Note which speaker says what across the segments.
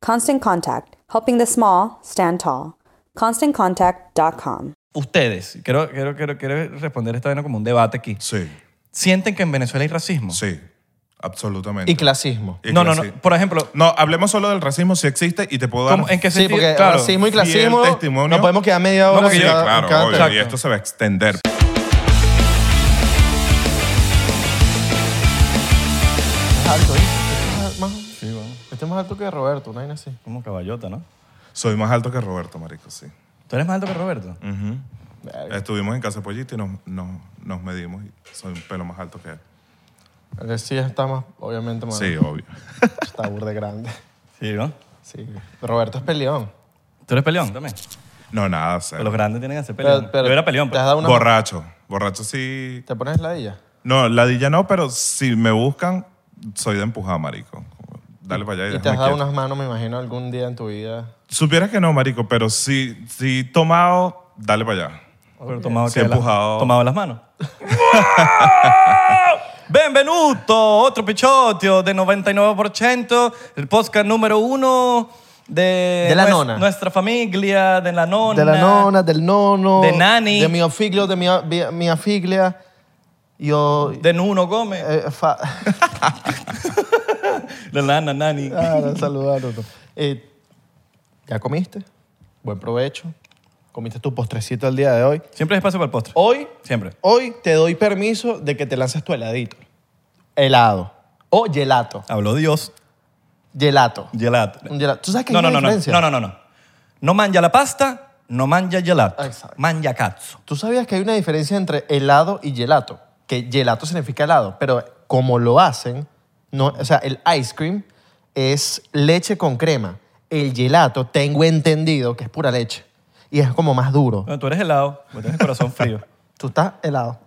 Speaker 1: Constant Contact, helping the small stand tall. ConstantContact.com.
Speaker 2: Ustedes, quiero, quiero, quiero, quiero responder esta vaina como un debate aquí.
Speaker 3: Sí,
Speaker 2: ¿Sienten que en Venezuela hay racismo?
Speaker 3: sí, absolutamente.
Speaker 4: Y clasismo.
Speaker 3: Y
Speaker 2: Oh. No, no, no.
Speaker 3: clasi-
Speaker 2: Por ejemplo,
Speaker 3: No, hablemos solo del racismo si existe y te puedo dar.
Speaker 2: ¿cómo- ¿en qué
Speaker 4: Sí,
Speaker 2: sentido?
Speaker 4: porque
Speaker 2: Claro.
Speaker 4: racismo y
Speaker 3: fiel
Speaker 4: clasismo
Speaker 3: testimonio.
Speaker 4: no podemos quedar media hora
Speaker 3: No, porque
Speaker 4: en
Speaker 3: sí,
Speaker 4: cada-
Speaker 3: claro,
Speaker 4: en cada
Speaker 3: obvio,
Speaker 4: tema.
Speaker 3: y esto se va a extender.
Speaker 4: Es alto, ¿eh? Este es más- Este es más alto que Roberto, una vaina así.
Speaker 2: Como caballota, ¿no?
Speaker 3: Soy más alto que Roberto, marico, sí.
Speaker 2: ¿Tú eres más alto que Roberto?
Speaker 3: Mm. Estuvimos en casa de Pollito y nos, nos, nos medimos y soy un pelo más alto que él.
Speaker 4: El de sí está más, obviamente, más.
Speaker 3: Sí, obvio.
Speaker 4: Está burde grande.
Speaker 2: Sí, ¿no?
Speaker 4: Sí. Roberto es peleón.
Speaker 2: ¿Tú eres peleón también?
Speaker 3: No, nada, o sea,
Speaker 2: Los grandes tienen que ser peleón.
Speaker 4: Pero- pero
Speaker 2: Yo era peleón. pues.
Speaker 4: te
Speaker 2: pero-
Speaker 4: has dado una-
Speaker 3: Borracho. Borracho sí.
Speaker 4: ¿Te pones ladilla?
Speaker 3: No, ladilla no, pero si me buscan, soy de empujada, marico. Dale para allá y,
Speaker 4: Y te has
Speaker 3: déjame
Speaker 4: dado
Speaker 3: quieto.
Speaker 4: unas manos, me imagino, algún día en tu vida.
Speaker 3: Supieras que no, marico, pero si, si tomado, dale para allá.
Speaker 2: Pero tomado,
Speaker 3: Sí,
Speaker 2: que la-
Speaker 3: empujado.
Speaker 2: tomado las manos. Benvenuto, otro pichotio de 99%, el podcast número uno de,
Speaker 4: De la
Speaker 2: nues-
Speaker 4: nona.
Speaker 2: nuestra familia, de la nona.
Speaker 4: De la nona, del nono.
Speaker 2: De nani.
Speaker 4: De mi ofiglio, de mi, mi- mi afiglia. Yo...
Speaker 2: de Nuno Gómez.
Speaker 4: eh, fa-
Speaker 2: De la nana, nani.
Speaker 4: Claro, saludaron. Eh, ¿Ya comiste? Buen provecho. ¿Comiste tu postrecito el día de hoy?
Speaker 2: Siempre hay espacio para el postre.
Speaker 4: Hoy,
Speaker 2: Siempre.
Speaker 4: hoy te doy permiso de que te lances tu heladito. Helado. O gelato.
Speaker 2: Habló Dios.
Speaker 4: Gelato.
Speaker 2: Gelato.
Speaker 4: Un gelato. ¿Tú sabes qué
Speaker 2: No,
Speaker 4: es
Speaker 2: no,
Speaker 4: la
Speaker 2: no, no.
Speaker 4: diferencia?
Speaker 2: No, no, no, no. No mangia la pasta, no mangia gelato.
Speaker 4: Ah, Exacto.
Speaker 2: Mangia cazzo.
Speaker 4: ¿Tú sabías que hay una diferencia entre helado y gelato? Que gelato significa helado, pero como lo hacen, no, o sea, el ice cream es leche con crema. El gelato, tengo entendido que es pura leche. Y es como más duro.
Speaker 2: Bueno, tú eres helado, porque tienes el corazón frío.
Speaker 4: Tú estás helado.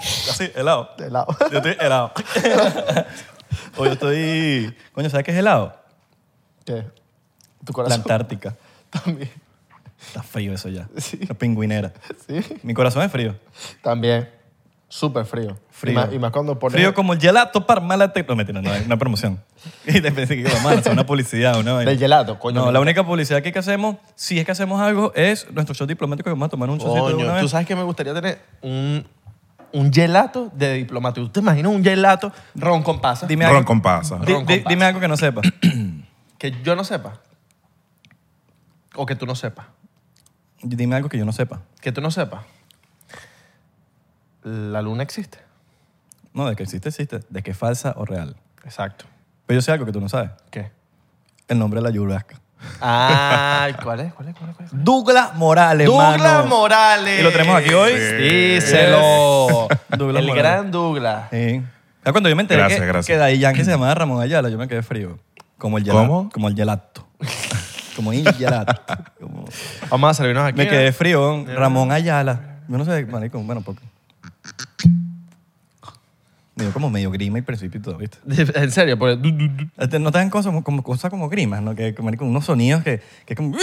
Speaker 2: Así, helado.
Speaker 4: Helado.
Speaker 2: Yo estoy helado. o yo estoy... Coño, ¿sabes qué es helado?
Speaker 4: ¿Qué? Tu
Speaker 2: La
Speaker 4: corazón
Speaker 2: Antártica.
Speaker 4: también.
Speaker 2: Está frío eso ya.
Speaker 4: Sí.
Speaker 2: La pingüinera.
Speaker 4: Sí.
Speaker 2: Mi corazón es frío.
Speaker 4: También. Súper frío.
Speaker 2: Frío.
Speaker 4: Y más, y más cuando pones...
Speaker 2: Frío como el gelato parmalate. No, mentira, no, es una promoción. Y te pensé que, bueno, es una publicidad, una vaina.
Speaker 4: Del gelato, coño.
Speaker 2: No,
Speaker 4: me
Speaker 2: la única publicidad que, que hacemos, si es que hacemos algo, es nuestro show diplomático que vamos a tomar un shotcito de una
Speaker 4: Coño, tú
Speaker 2: vez.
Speaker 4: sabes que me gustaría tener un, un gelato de diplomático. ¿Tú te imaginas un gelato ron con pasas?
Speaker 2: Dime
Speaker 3: Ron
Speaker 2: algo,
Speaker 3: con pasa.
Speaker 2: di-
Speaker 4: ron
Speaker 2: di-
Speaker 4: con
Speaker 2: dime algo que no sepa.
Speaker 4: Que yo no sepa. O que tú no sepas.
Speaker 2: dime algo que yo no sepa.
Speaker 4: Que tú no sepas. La luna existe.
Speaker 2: No, de que existe, existe. De que es falsa o real.
Speaker 4: Exacto.
Speaker 2: Pero yo sé algo que tú no sabes.
Speaker 4: ¿Qué?
Speaker 2: El nombre de la yurasca.
Speaker 4: Ay, ¿cuál es? ¿Cuál es? ¿Cuál es? ¿Cuál es?
Speaker 2: Douglas Morales,
Speaker 4: Douglas
Speaker 2: mano.
Speaker 4: Morales.
Speaker 2: Y lo tenemos aquí hoy.
Speaker 4: Díselo.
Speaker 2: Douglas
Speaker 4: Eh, el
Speaker 2: Morales.
Speaker 4: gran Douglas.
Speaker 2: Sí. Ya cuando yo me enteré
Speaker 3: Gracias,
Speaker 2: que,
Speaker 3: gracias.
Speaker 2: que Daddy Yankee se llamaba Ramón Ayala, yo me quedé frío. Como el gelato.
Speaker 3: ¿Cómo?
Speaker 2: Como el gelato. Como Ingelato. Como...
Speaker 4: Vamos a servirnos aquí.
Speaker 2: Me quedé frío. Ramón Ayala. Yo no sé, marico, bueno, poco. Me dio como medio grima y principio y todo, ¿viste?
Speaker 4: En serio, por el du- du- du-
Speaker 2: Este, No te dan cosas como, como- cosas como grimas, ¿no? Que, que, marico, unos sonidos que, que es como...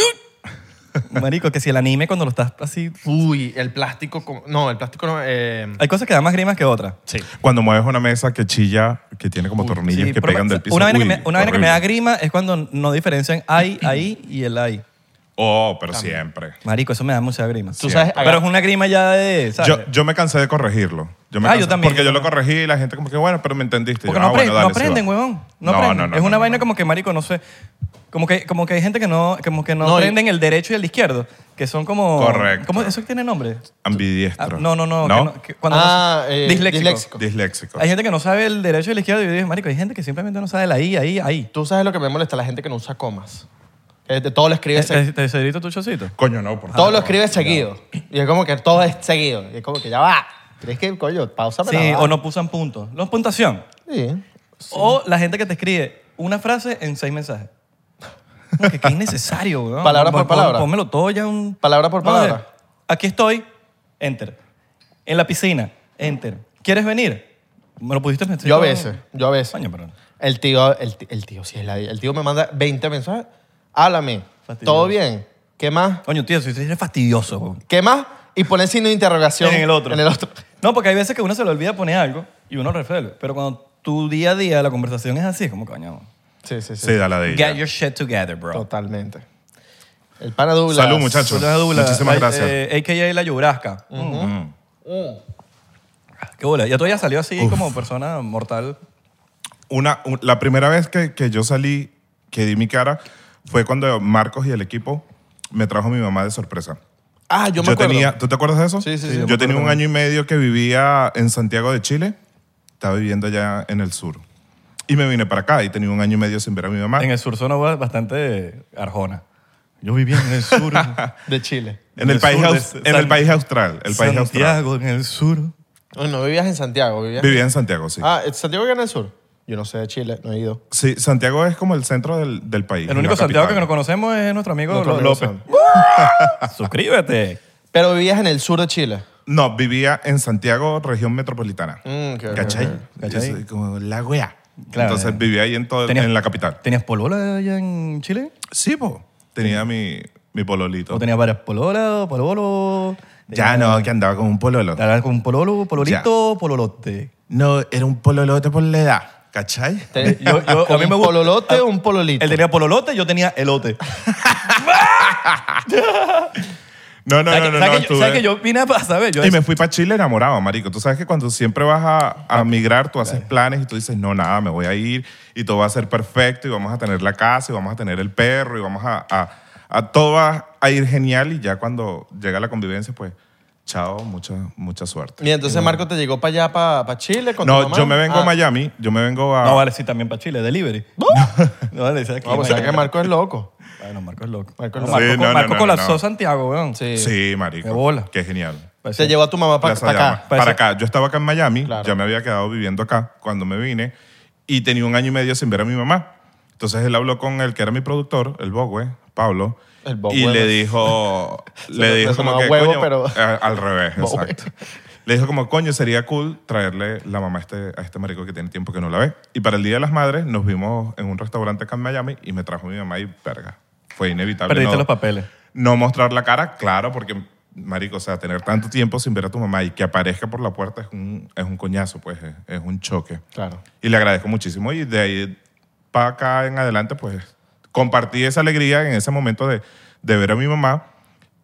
Speaker 2: Marico, que si el anime cuando lo estás así...
Speaker 4: Uy, el plástico. como- No, el plástico no. eh,
Speaker 2: Hay cosas que dan más grimas que otras.
Speaker 4: sí.
Speaker 3: Cuando mueves una mesa que chilla, que tiene como tornillos
Speaker 2: Sí,
Speaker 3: que
Speaker 2: por lo
Speaker 3: pegan
Speaker 2: menos,
Speaker 3: del piso.
Speaker 2: Una vaina,
Speaker 3: Uy,
Speaker 2: que, me, una vaina que me da
Speaker 3: horrible.
Speaker 2: grima es cuando no diferencian hay, ahí y el ahí.
Speaker 3: Oh, pero siempre.
Speaker 2: Marico, eso me da mucha grima.
Speaker 4: Tú sabes,
Speaker 2: Pero es una grima ya de... ¿sabes?
Speaker 3: Yo, yo me cansé de corregirlo. Yo me
Speaker 2: Ah,
Speaker 3: cansé-
Speaker 2: yo también,
Speaker 3: Porque
Speaker 2: yo
Speaker 3: yo lo
Speaker 2: también.
Speaker 3: corregí y la gente como que, bueno, pero me entendiste.
Speaker 2: Porque
Speaker 3: Yo,
Speaker 2: no,
Speaker 3: ah, bueno,
Speaker 2: apre-
Speaker 3: dale,
Speaker 2: no
Speaker 3: sí va.
Speaker 2: aprenden, huevón. No, aprenden. es una
Speaker 3: no,
Speaker 2: vaina
Speaker 3: no.
Speaker 2: como que, marico, no sé. Como que, como que hay gente que no, como que no,
Speaker 4: No, y-
Speaker 2: aprenden el derecho y el izquierdo. Que son como...
Speaker 3: Correcto.
Speaker 2: ¿cómo, ¿Eso tiene nombre?
Speaker 3: Ambidiestro.
Speaker 2: Ah, no, no, no. que no- que oh, cuando
Speaker 4: Ah,
Speaker 2: no-
Speaker 4: eh, disléxico.
Speaker 3: Disléxico.
Speaker 2: Hay gente que no sabe el derecho y la izquierda. Y yo digo, marico, hay gente que simplemente no sabe la I, ahí, ahí.
Speaker 4: Tú sabes lo que me molesta la gente que no usa comas. Que de todo lo escribe, se-
Speaker 2: ¿Te cedito tu chocito?
Speaker 3: Coño, no,
Speaker 2: Ah,
Speaker 3: por
Speaker 4: todo lo
Speaker 3: favor.
Speaker 4: escribe seguido. Y es como que todo es seguido. Y es como que ya va. ¿Crees que, coño, pausa
Speaker 2: Sí, o no pusan puntos. No, puntuación.
Speaker 4: Sí.
Speaker 2: O la gente que te escribe una frase en seis mensajes. Como Que, que es innecesario, weón.
Speaker 4: Palabra por
Speaker 2: Pon-
Speaker 4: palabra.
Speaker 2: Pónmelo todo ya un...
Speaker 4: Palabra por
Speaker 2: No,
Speaker 4: palabra.
Speaker 2: de- aquí estoy, enter. En la piscina, enter. ¿Quieres venir? ¿Me lo pudiste meter?
Speaker 4: Yo a veces, yo a veces.
Speaker 2: Coño, pero...
Speaker 4: El tío, el, ti- el tío, sí es la El tío me manda 20 mensajes. Háblame.
Speaker 2: Fastidioso.
Speaker 4: ¿Todo bien? ¿Qué más?
Speaker 2: Coño, tío, si eres fastidioso, weón.
Speaker 4: ¿Qué más? Y pone signo de interrogación.
Speaker 2: En el otro.
Speaker 4: En el otro.
Speaker 2: No, porque hay veces que uno se le olvida poner algo y uno resuelve. Pero cuando tu día a día la conversación es así, es como coño.
Speaker 4: Sí, sí, sí.
Speaker 3: Sí, da la de
Speaker 2: Get
Speaker 3: ella.
Speaker 2: your shit together, bro.
Speaker 4: Totalmente. El pana Douglas.
Speaker 3: Salud, muchachos.
Speaker 2: Saludos a Douglas.
Speaker 3: Muchísimas
Speaker 2: Ay,
Speaker 3: gracias.
Speaker 2: eh, AKA La Yubrasca. Mm. Ah, Qué bola. Ya tú ya salió así como persona mortal.
Speaker 3: Una, un- la primera vez que, que yo salí, que di mi cara, fue cuando Marcos y el equipo me trajo mi mamá de sorpresa.
Speaker 4: Ah, yo me acuerdo.
Speaker 3: tenía, ¿Tú te acuerdas de eso?
Speaker 4: Sí, sí, sí, yo
Speaker 3: Yo,
Speaker 4: me
Speaker 3: tenía
Speaker 4: acuerdo
Speaker 3: un año y medio que vivía en Santiago de Chile. Estaba viviendo allá en el sur. Y me vine para acá y tenía un año y medio sin ver a mi mamá.
Speaker 2: En
Speaker 3: En el,
Speaker 2: el sur suena bastante arjona. Yo vivía en el sur.
Speaker 4: De Chile.
Speaker 2: en el
Speaker 3: país,
Speaker 2: sur de
Speaker 3: aus- en
Speaker 2: San-
Speaker 3: el país austral. El país austral.
Speaker 2: Santiago, en el sur.
Speaker 4: Uy, No vivías en Santiago, vivías.
Speaker 3: Vivía en Santiago, sí.
Speaker 4: Ah, ¿en Santiago que en el sur? Yo no sé de Chile, no he ido.
Speaker 3: Sí, Santiago es como el centro del, del país.
Speaker 2: El único
Speaker 3: la
Speaker 2: Santiago que
Speaker 3: capital.
Speaker 2: nos conocemos es nuestro amigo
Speaker 4: Nuestro
Speaker 2: Lo-
Speaker 4: amigo
Speaker 2: López. Uh, Suscríbete.
Speaker 4: Pero vivías en el sur de Chile.
Speaker 3: No, vivía en Santiago, región metropolitana.
Speaker 4: Mm, ok, ok,
Speaker 3: ¿Cachai?
Speaker 2: ok. ¿Cachai?
Speaker 3: Es como la wea.
Speaker 2: Claro.
Speaker 3: Entonces vivía ahí en, todo,
Speaker 2: Tenías-
Speaker 3: en la capital.
Speaker 2: ¿Tenías polola allá en Chile?
Speaker 3: Sí, po. Tenía mi, mi pololito.
Speaker 2: ¿O tenías varias pololas, pololo?
Speaker 3: Ya no, que andaba con un pololo.
Speaker 2: Estarás con pololo, pololito, pololote.
Speaker 3: No, era un pololote por la edad. ¿Cachai?
Speaker 4: Te- yo- yo-
Speaker 2: A mí
Speaker 4: ¿Un
Speaker 2: me gusta-
Speaker 4: pololote o un pololito?
Speaker 2: Él tenía pololote, yo tenía elote.
Speaker 3: No, no,
Speaker 2: ¿Sabes
Speaker 3: no,
Speaker 2: que- ¿sabes
Speaker 3: no. no,
Speaker 2: que yo-
Speaker 3: estuve-
Speaker 2: ¿Sabes que yo vine para saber? Yo
Speaker 3: Y me fui para Chile enamorado, marico. Tú sabes que cuando siempre vas a, a migrar, tú haces planes y tú dices, no, nada, me voy a ir y todo va a ser perfecto y vamos a tener la casa y vamos a tener el perro y vamos a... a, a todo va a ir genial y ya cuando llega la convivencia, pues, chao, mucha, mucha suerte.
Speaker 4: Y entonces Marco te llegó para allá, para, Chile con tu
Speaker 3: No,
Speaker 4: mamá.
Speaker 3: yo me vengo
Speaker 4: Ah.
Speaker 3: a Miami, yo me vengo a...
Speaker 2: No, vale, sí, también para Chile, delivery. No, vale, ¿sabes
Speaker 4: No, pues sabes que Marco es loco.
Speaker 2: Bueno, Marco es loco.
Speaker 4: Marco
Speaker 2: Marco,
Speaker 4: es loco.
Speaker 2: Marco,
Speaker 3: Sí, no, no,
Speaker 2: Marco
Speaker 3: no,
Speaker 2: colapsó
Speaker 3: no.
Speaker 2: Santiago, weón.
Speaker 4: Sí.
Speaker 3: Sí, pues,
Speaker 2: Qué
Speaker 3: marico.
Speaker 2: bola.
Speaker 3: Qué genial.
Speaker 4: Pues, Te llevó a tu mamá para
Speaker 3: Plaza de
Speaker 4: acá.
Speaker 3: Armas.
Speaker 2: Para
Speaker 3: Para
Speaker 2: esa-
Speaker 3: acá. Yo estaba acá en Miami,
Speaker 4: Claro.
Speaker 3: ya me había quedado viviendo acá cuando me vine y tenía un año y medio sin ver a mi mamá. Entonces él habló con el que era mi productor, el Bogwe, Pablo,
Speaker 4: El Bogwe,
Speaker 3: y
Speaker 4: ¿no?
Speaker 3: le dijo, le
Speaker 4: Se-
Speaker 3: dijo
Speaker 4: se
Speaker 3: como
Speaker 4: llamaba
Speaker 3: que,
Speaker 4: huevo,
Speaker 3: coño,
Speaker 4: pero-
Speaker 3: a- al revés,
Speaker 4: Bogwe.
Speaker 3: exacto. Le dijo como, coño, sería cool traerle la mamá a este, a este marico que tiene tiempo que no la ve. Y para el Día de las Madres nos vimos en un restaurante acá en Miami y me trajo mi mamá y verga. Fue inevitable.
Speaker 2: Perdiste
Speaker 3: no-
Speaker 2: los papeles.
Speaker 3: no mostrar la cara, claro, porque, marico, o sea, tener tanto tiempo sin ver a tu mamá y que aparezca por la puerta es un, es un coñazo, pues, es, es un choque.
Speaker 4: Claro.
Speaker 3: Y le agradezco muchísimo y de ahí para acá en adelante, pues, compartí esa alegría en ese momento de, de ver a mi mamá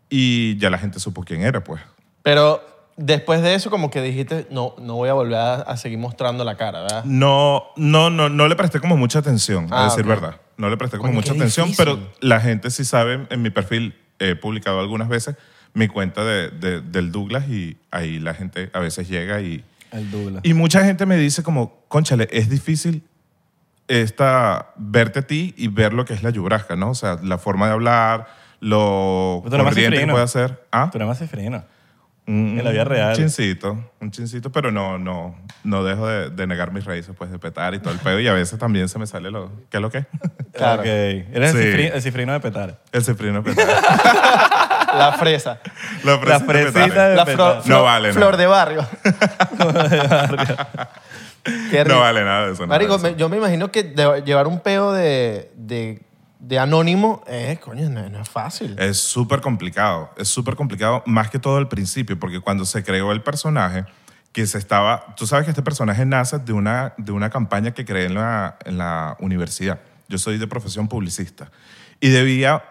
Speaker 3: y ya la gente supo quién era, pues.
Speaker 4: Pero después de eso como que dijiste, no, no voy a volver a, a seguir mostrando la cara, ¿verdad?
Speaker 3: No, no, no, no le presté como mucha atención,
Speaker 4: Ah,
Speaker 3: a decir
Speaker 4: ok.
Speaker 3: verdad. No le presté como
Speaker 4: Coño,
Speaker 3: mucha
Speaker 4: qué
Speaker 3: atención,
Speaker 4: difícil.
Speaker 3: pero la gente sí sabe, en mi perfil he publicado algunas veces mi cuenta de- de- del Douglas y ahí la gente a veces llega y,
Speaker 2: El Douglas.
Speaker 3: y mucha gente me dice como, conchale, es difícil esta, verte a ti y ver lo que es la yubrasca, ¿no? O sea, la forma de hablar, lo
Speaker 2: Tú eres más
Speaker 3: corriente que
Speaker 2: cifrino.
Speaker 3: puede hacer. ¿Ah?
Speaker 2: Tú eres más cifrino.
Speaker 3: Un-
Speaker 2: En la vida real.
Speaker 3: Un chincito, un chincito, pero no, no, no dejo de, de negar mis raíces, pues de petar y todo el pedo. Y a veces también se me sale lo. ¿Qué es lo que? es?
Speaker 4: Claro.
Speaker 2: Ok. Eres
Speaker 3: Sí.
Speaker 2: el, cifri- el cifrino de petar.
Speaker 3: El cifrino petar.
Speaker 4: La fresa.
Speaker 3: La
Speaker 2: La
Speaker 3: fresita
Speaker 2: fresita
Speaker 3: petar.
Speaker 2: de
Speaker 4: La
Speaker 2: petar.
Speaker 4: flor,
Speaker 3: No
Speaker 4: flor-
Speaker 3: vale, no.
Speaker 4: flor de barrio. Qué rico.
Speaker 3: No vale nada de eso. nada de
Speaker 4: Marico,
Speaker 3: eso.
Speaker 4: me- yo me imagino que de- llevar un peo de, de, de anónimo, eh, coño, no, no es fácil.
Speaker 3: Es súper complicado, es súper complicado, más que todo al principio, porque cuando se creó el personaje, que se estaba, tú sabes que este personaje nace de una, de una campaña que creé en la, en la universidad. Yo soy de profesión publicista y debía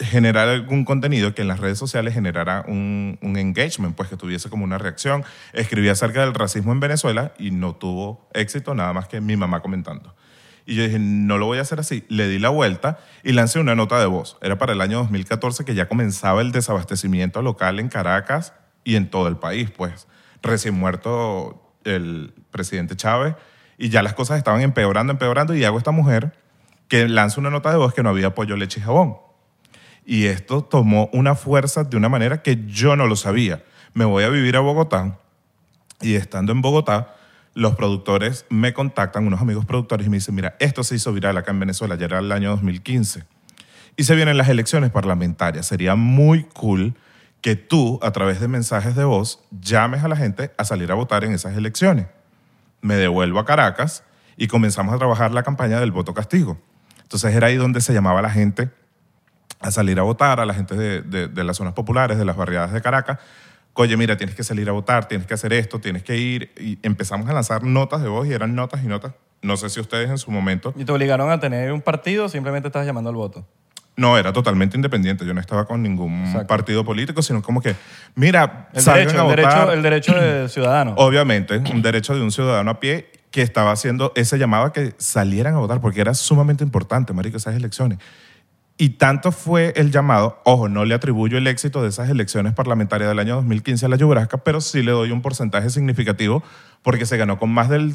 Speaker 3: generar algún contenido que en las redes sociales generara un, un engagement, pues que tuviese como una reacción. Escribí acerca del racismo en Venezuela y no tuvo éxito, nada más que mi mamá comentando. Y yo dije, no lo voy a hacer así. Le di la vuelta y lancé una nota de voz. Era para el año 2014 que ya comenzaba el desabastecimiento local en Caracas y en todo el país, pues. Recién muerto el presidente Chávez y ya las cosas estaban empeorando, empeorando y hago esta mujer que lanza una nota de voz que no había pollo, leche y jabón. Y esto tomó una fuerza de una manera que yo no lo sabía. Me voy a vivir a Bogotá y estando en Bogotá, los productores me contactan, unos amigos productores, y me dicen, mira, esto se hizo viral acá en Venezuela, ya era el año 2015. Y se vienen las elecciones parlamentarias. Sería muy cool que tú, a través de mensajes de voz, llames a la gente a salir a votar en esas elecciones me devuelvo a Caracas y comenzamos a trabajar la campaña del voto castigo. Entonces era ahí donde se llamaba a la gente a salir a votar, a la gente de, de- de las zonas populares, de las barriadas de Caracas. Oye, mira, tienes que salir a votar, tienes que hacer esto, tienes que ir. Y empezamos a lanzar notas de voz y eran notas y notas. No sé si ustedes en su momento.
Speaker 2: ¿Y te obligaron a tener un partido o simplemente estás llamando al voto?
Speaker 3: No, era totalmente independiente. Yo no estaba con ningún
Speaker 2: Exacto.
Speaker 3: partido político, sino como que, mira,
Speaker 2: El
Speaker 3: salgan
Speaker 2: derecho,
Speaker 3: a
Speaker 2: el
Speaker 3: votar.
Speaker 2: derecho, el derecho de ciudadano.
Speaker 3: Obviamente, un derecho de un ciudadano a pie que estaba haciendo ese llamado a que salieran a votar, porque era sumamente importante, marico, esas elecciones. Y tanto fue el llamado, ojo, no le atribuyo el éxito de esas elecciones parlamentarias del año 2015 a la Yubrasca, pero sí le doy un porcentaje significativo porque se ganó con más del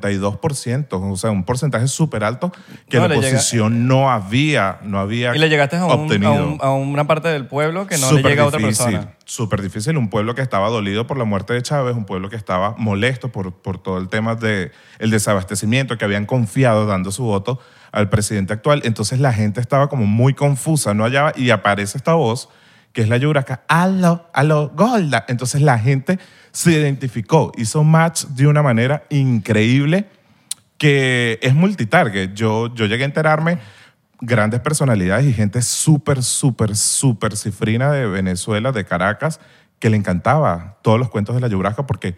Speaker 3: 52%, o sea, un porcentaje súper alto que
Speaker 2: No,
Speaker 3: la
Speaker 2: le llega-
Speaker 3: oposición no había, no había
Speaker 2: y le llegaste a, un- a un-
Speaker 3: obtenido.
Speaker 2: a una parte del pueblo que no le
Speaker 3: Súper
Speaker 2: llega a otra
Speaker 3: difícil,
Speaker 2: persona.
Speaker 3: Súper difícil. Un pueblo que estaba dolido por la muerte de Chávez, un pueblo que estaba molesto por, por todo el tema del el desabastecimiento, que habían confiado dando su voto al presidente actual. Entonces la gente estaba como muy confusa, no hallaba, y aparece esta voz que es la Yuraka, aló, aló, Golda. Entonces la gente se identificó, hizo match de una manera increíble que es multitarget. Yo, yo llegué a enterarme grandes personalidades y gente súper, súper, súper cifrina de Venezuela, de Caracas, que le encantaba todos los cuentos de la Yubraca porque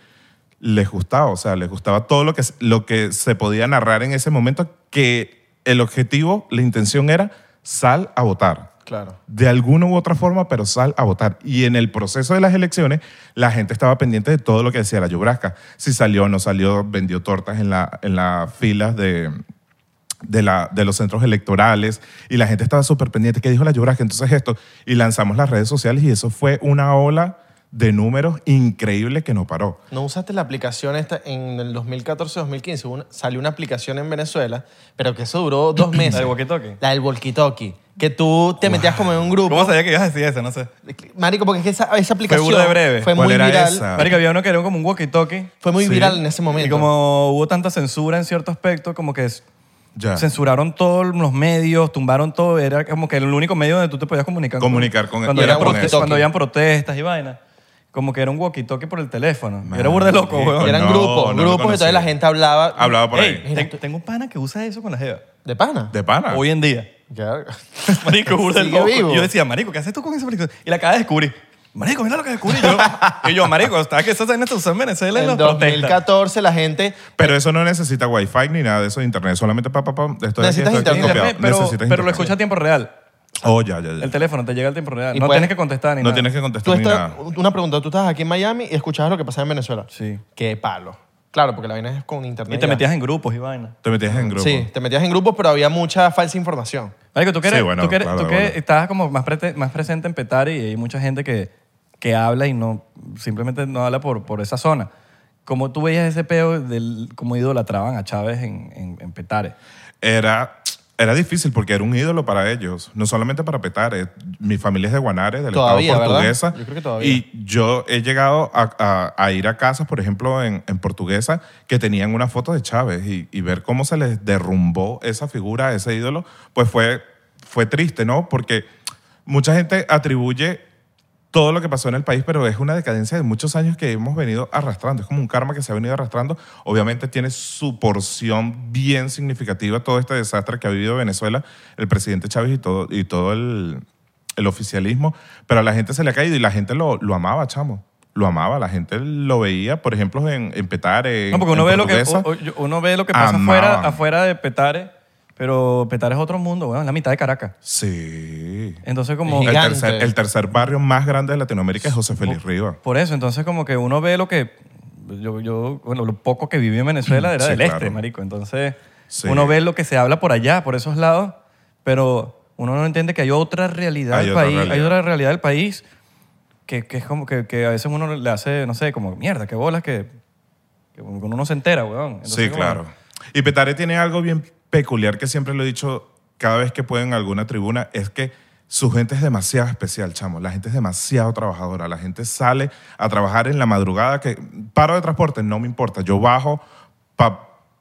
Speaker 3: les gustaba, o sea, les gustaba todo lo que, lo que se podía narrar en ese momento, que el objetivo, la intención era sal a votar
Speaker 4: Claro.
Speaker 3: de alguna u otra forma, pero sal a votar. Y en el proceso de las elecciones, la gente estaba pendiente de todo lo que decía la Yubrasca. Si salió o no salió, vendió tortas en las en las filas de, de, la, de los centros electorales. Y la gente estaba súper pendiente. ¿Qué dijo la Yubrasca? Entonces esto. Y lanzamos las redes sociales y eso fue una ola de números increíble que no paró.
Speaker 4: ¿No usaste la aplicación esta en el 2014-2015? Hubo una- salió una aplicación en Venezuela, pero que eso duró dos meses.
Speaker 2: del walkie-talkie?
Speaker 4: La del walkie-talkie. Que tú te metías como en un grupo.
Speaker 2: ¿Cómo sabía que ibas a decir eso? No sé.
Speaker 4: Marico, porque es que esa, esa aplicación
Speaker 2: burda de breve.
Speaker 4: fue
Speaker 3: ¿Cuál
Speaker 4: muy
Speaker 3: era
Speaker 4: viral.
Speaker 3: esa?
Speaker 2: Marica, había uno que era como un walkie-talkie.
Speaker 4: Fue muy
Speaker 3: Sí.
Speaker 4: viral en ese momento.
Speaker 2: Y como hubo tanta censura en cierto aspecto, como que es-
Speaker 4: Ah.
Speaker 3: Ya.
Speaker 2: censuraron todos los medios, tumbaron todo. Era como que el único medio donde tú te podías comunicar. con-
Speaker 3: Comunicar con-
Speaker 2: cuando,
Speaker 4: era
Speaker 2: había
Speaker 4: un
Speaker 2: prote-
Speaker 4: walkie-talkie.
Speaker 2: cuando habían protestas y vainas. Como que era un walkie-talkie por el teléfono. Era burde loco,
Speaker 3: Marico,
Speaker 2: weón.
Speaker 4: Y eran
Speaker 3: No,
Speaker 4: grupos,
Speaker 3: no lo
Speaker 4: grupos,
Speaker 3: conocí.
Speaker 4: entonces la gente hablaba.
Speaker 3: Hablaba por
Speaker 2: Ey,
Speaker 3: ahí.
Speaker 2: ten- tengo un pana que usa eso con la jeva.
Speaker 4: ¿De pana?
Speaker 3: De pana.
Speaker 2: Hoy en día.
Speaker 4: Ya.
Speaker 2: Marico, burda
Speaker 4: Ah. Sigue
Speaker 2: loco.
Speaker 4: vivo.
Speaker 2: Yo decía, marico, ¿qué haces tú con esa marico? Y la acabas de descubrir. Marico, mira lo que descubrí yo. y yo, marico, está que esas vainas se usan en Venezuela en
Speaker 4: En
Speaker 2: los protestas.
Speaker 4: 2014 la gente
Speaker 3: Pero eso no necesita wifi ni nada de eso de internet, solamente pa, pa, pa, esto de aquí,
Speaker 4: Necesitas
Speaker 3: esto de aquí,
Speaker 4: internet,
Speaker 3: copiado.
Speaker 2: Internet, pero,
Speaker 3: Necesitas
Speaker 2: pero lo
Speaker 3: internet.
Speaker 2: escucha a tiempo real.
Speaker 3: Oh, ya, ya, ya.
Speaker 2: El teléfono te llega al tiempo real.
Speaker 4: Y
Speaker 2: No
Speaker 4: puedes-
Speaker 2: tienes que contestar ni
Speaker 3: No
Speaker 2: nada.
Speaker 3: tienes que
Speaker 4: Tú
Speaker 3: contestar ni
Speaker 4: estás-
Speaker 3: nada.
Speaker 4: una pregunta, tú estabas aquí en Miami y escuchabas lo que pasaba en Venezuela.
Speaker 2: Sí.
Speaker 4: Qué palo. Claro, porque la vaina es con internet.
Speaker 2: Y te
Speaker 4: ya.
Speaker 2: metías en grupos y vainas.
Speaker 3: Te metías en grupo.
Speaker 4: Sí, te metías en grupos, pero había mucha falsa información.
Speaker 2: Marico, tú que
Speaker 3: Sí,
Speaker 2: eres,
Speaker 3: bueno,
Speaker 2: tú que, eres-
Speaker 3: claro,
Speaker 2: tú que
Speaker 3: bueno.
Speaker 2: estabas como más, prete- más presente en Petar y hay mucha gente que, que habla y no simplemente no habla por, por esa zona. ¿Cómo tú veías ese peo del cómo idolatraban a Chávez en, en, en Petare?
Speaker 3: Era, Era difícil porque era un ídolo para ellos, no solamente para Petare. Mi familia es de Guanares, del
Speaker 4: Todavía,
Speaker 3: Estado
Speaker 4: ¿verdad?
Speaker 3: portuguesa.
Speaker 4: Yo creo que todavía.
Speaker 3: Y yo he llegado a, a- a ir a casas, por ejemplo, en, en portuguesa, que tenían una foto de Chávez y, y ver cómo se les derrumbó esa figura, ese ídolo, pues fue, fue triste, ¿no? Porque mucha gente atribuye todo lo que pasó en el país, pero es una decadencia de muchos años que hemos venido arrastrando. Es como un karma que se ha venido arrastrando. Obviamente tiene su porción bien significativa todo este desastre que ha vivido Venezuela, el presidente Chávez y todo, y todo el, el oficialismo, pero a la gente se le ha caído y la gente lo, lo amaba, chamo. Lo amaba, la gente lo veía, por ejemplo, en, en Petare, en,
Speaker 2: No, porque uno
Speaker 3: en
Speaker 2: ve, lo que,
Speaker 3: Portuguesa.
Speaker 2: o- o- uno ve lo que pasa
Speaker 3: Amaban.
Speaker 2: afuera, afuera de Petare, pero Petare es otro mundo, weón, es la mitad de Caracas.
Speaker 3: Sí.
Speaker 2: Entonces, como.
Speaker 3: El
Speaker 4: Gigante.
Speaker 3: tercer, el tercer barrio más grande de Latinoamérica es José Félix Rivas.
Speaker 2: Por eso, entonces, como que uno ve lo que. Yo, yo, bueno, lo poco que viví en Venezuela era
Speaker 3: Sí,
Speaker 2: del
Speaker 3: claro.
Speaker 2: este, marico. Entonces,
Speaker 3: Sí.
Speaker 2: uno ve lo que se habla por allá, por esos lados, pero uno no entiende que hay otra realidad
Speaker 3: Hay
Speaker 2: del
Speaker 3: otra
Speaker 2: país. Hay
Speaker 3: realidad.
Speaker 2: otra realidad del país que, que es como que, que a veces uno le hace, no sé, como mierda, qué bolas que, que uno no se entera, weón. Entonces,
Speaker 3: sí,
Speaker 2: como-
Speaker 3: claro. Y Petare tiene algo bien peculiar que siempre lo he dicho cada vez que puedo en alguna tribuna, es que su gente es demasiado especial, chamo. La gente es demasiado trabajadora. La gente sale a trabajar en la madrugada, que paro de transporte, no me importa. Yo bajo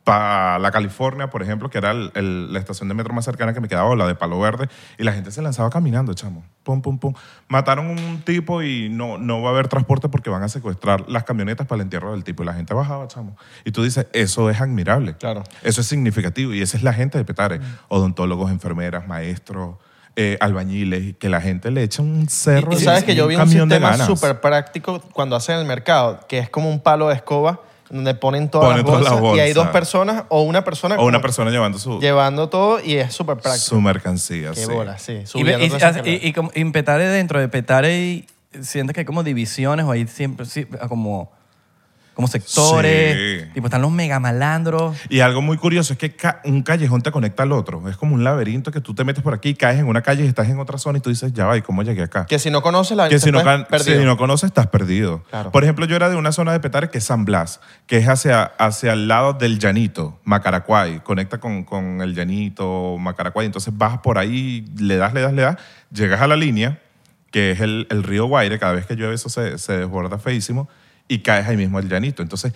Speaker 3: para la California, por ejemplo, que era el- el- la estación de metro más cercana que me quedaba, o la de Palo Verde, y la gente se lanzaba caminando, chamo. Pum, pum, pum. Mataron un tipo y no, no va a haber transporte porque van a secuestrar las camionetas para el entierro del tipo. Y la gente bajaba, chamo. Y tú dices, eso es admirable.
Speaker 4: Claro. Mm.
Speaker 3: Eso es significativo y esa es la gente de Petare. Odontólogos, enfermeras, maestros, eh, albañiles, que la gente le echa un cerro.
Speaker 4: Y
Speaker 3: de-
Speaker 4: sabes que yo vi un
Speaker 3: camión de
Speaker 4: sistema
Speaker 3: ganas.
Speaker 4: súper práctico cuando hacen el mercado, que es como un palo de escoba donde ponen todas,
Speaker 3: Ponen
Speaker 4: las,
Speaker 3: todas
Speaker 4: bolsas,
Speaker 3: las
Speaker 4: y hay
Speaker 3: bolsas.
Speaker 4: dos personas o una persona,
Speaker 3: O una
Speaker 4: como
Speaker 3: persona llevando su,
Speaker 4: llevando todo y es súper práctico.
Speaker 3: su mercancía.
Speaker 4: Qué
Speaker 3: sí.
Speaker 4: bola, sí.
Speaker 2: Y, ve-
Speaker 4: subiendo
Speaker 2: y-
Speaker 4: todas esas
Speaker 2: y-
Speaker 4: escaleras.
Speaker 2: y como- y en Petare dentro de Petare y sientes que hay como divisiones o hay siempre sí, ah, como, como sectores.
Speaker 3: Sí.
Speaker 2: Tipo, están los megamalandros.
Speaker 3: Y algo muy curioso es que ca- un callejón te conecta al otro. Es como un laberinto que tú te metes por aquí, caes en una calle y estás en otra zona y tú dices, ya va, ¿y cómo llegué acá?
Speaker 4: que si no conoces la
Speaker 3: que si no,
Speaker 4: después
Speaker 3: can-
Speaker 4: perdido.
Speaker 3: si no conoces, estás perdido.
Speaker 4: Claro.
Speaker 3: Por ejemplo, yo era de una zona de Petare que es San Blas, que es hacia, hacia el lado del Llanito, Macaracuay. Conecta con, con el Llanito, Macaracuay. Entonces bajas por ahí, le das, le das, le das, llegas a la línea, que es el, el río Guaire. Cada vez que llueve eso se, se desborda feísimo y caes ahí mismo al Llanito. Entonces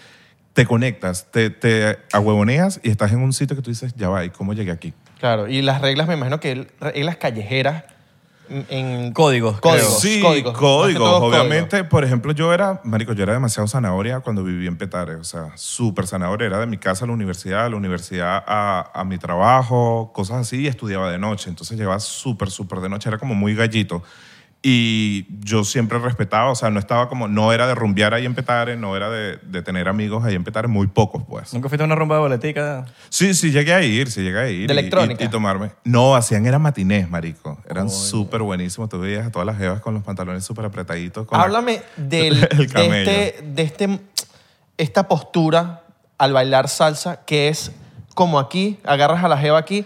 Speaker 3: te conectas, te, te ahuevoneas y estás en un sitio que tú dices, ya va, ¿y cómo llegué aquí?
Speaker 4: Claro, y las reglas, me imagino que reglas callejeras en- en...
Speaker 2: Códigos, creo.
Speaker 4: Códigos.
Speaker 3: Sí,
Speaker 4: códigos.
Speaker 3: códigos.
Speaker 4: más que todo
Speaker 3: Obviamente, por ejemplo, yo era, marico, yo era demasiado zanahoria cuando vivía en Petare. O sea, súper zanahoria. Era de mi casa a la universidad, de la universidad a, a mi trabajo, cosas así. Y estudiaba de noche. Entonces llegaba súper, súper de noche. Era como muy gallito. Y yo siempre respetaba, o sea, no estaba como, no era de rumbear ahí en Petare, no era de, de tener amigos ahí en Petare, muy pocos pues.
Speaker 2: Nunca fuiste a una rumba de boletica.
Speaker 3: Sí, sí, llegué a ir, sí, llegué a ir.
Speaker 4: ¿De
Speaker 3: y- y-
Speaker 4: electrónica?
Speaker 3: Y, tomarme. No, hacían, era matinés, marico. Eran súper buenísimos. Tú veías a todas las jevas con los pantalones súper apretaditos. con la-
Speaker 4: Háblame del,
Speaker 3: El
Speaker 4: de,
Speaker 3: camello.
Speaker 4: este, de este- esta postura al bailar salsa que es como aquí, agarras a la jeva aquí.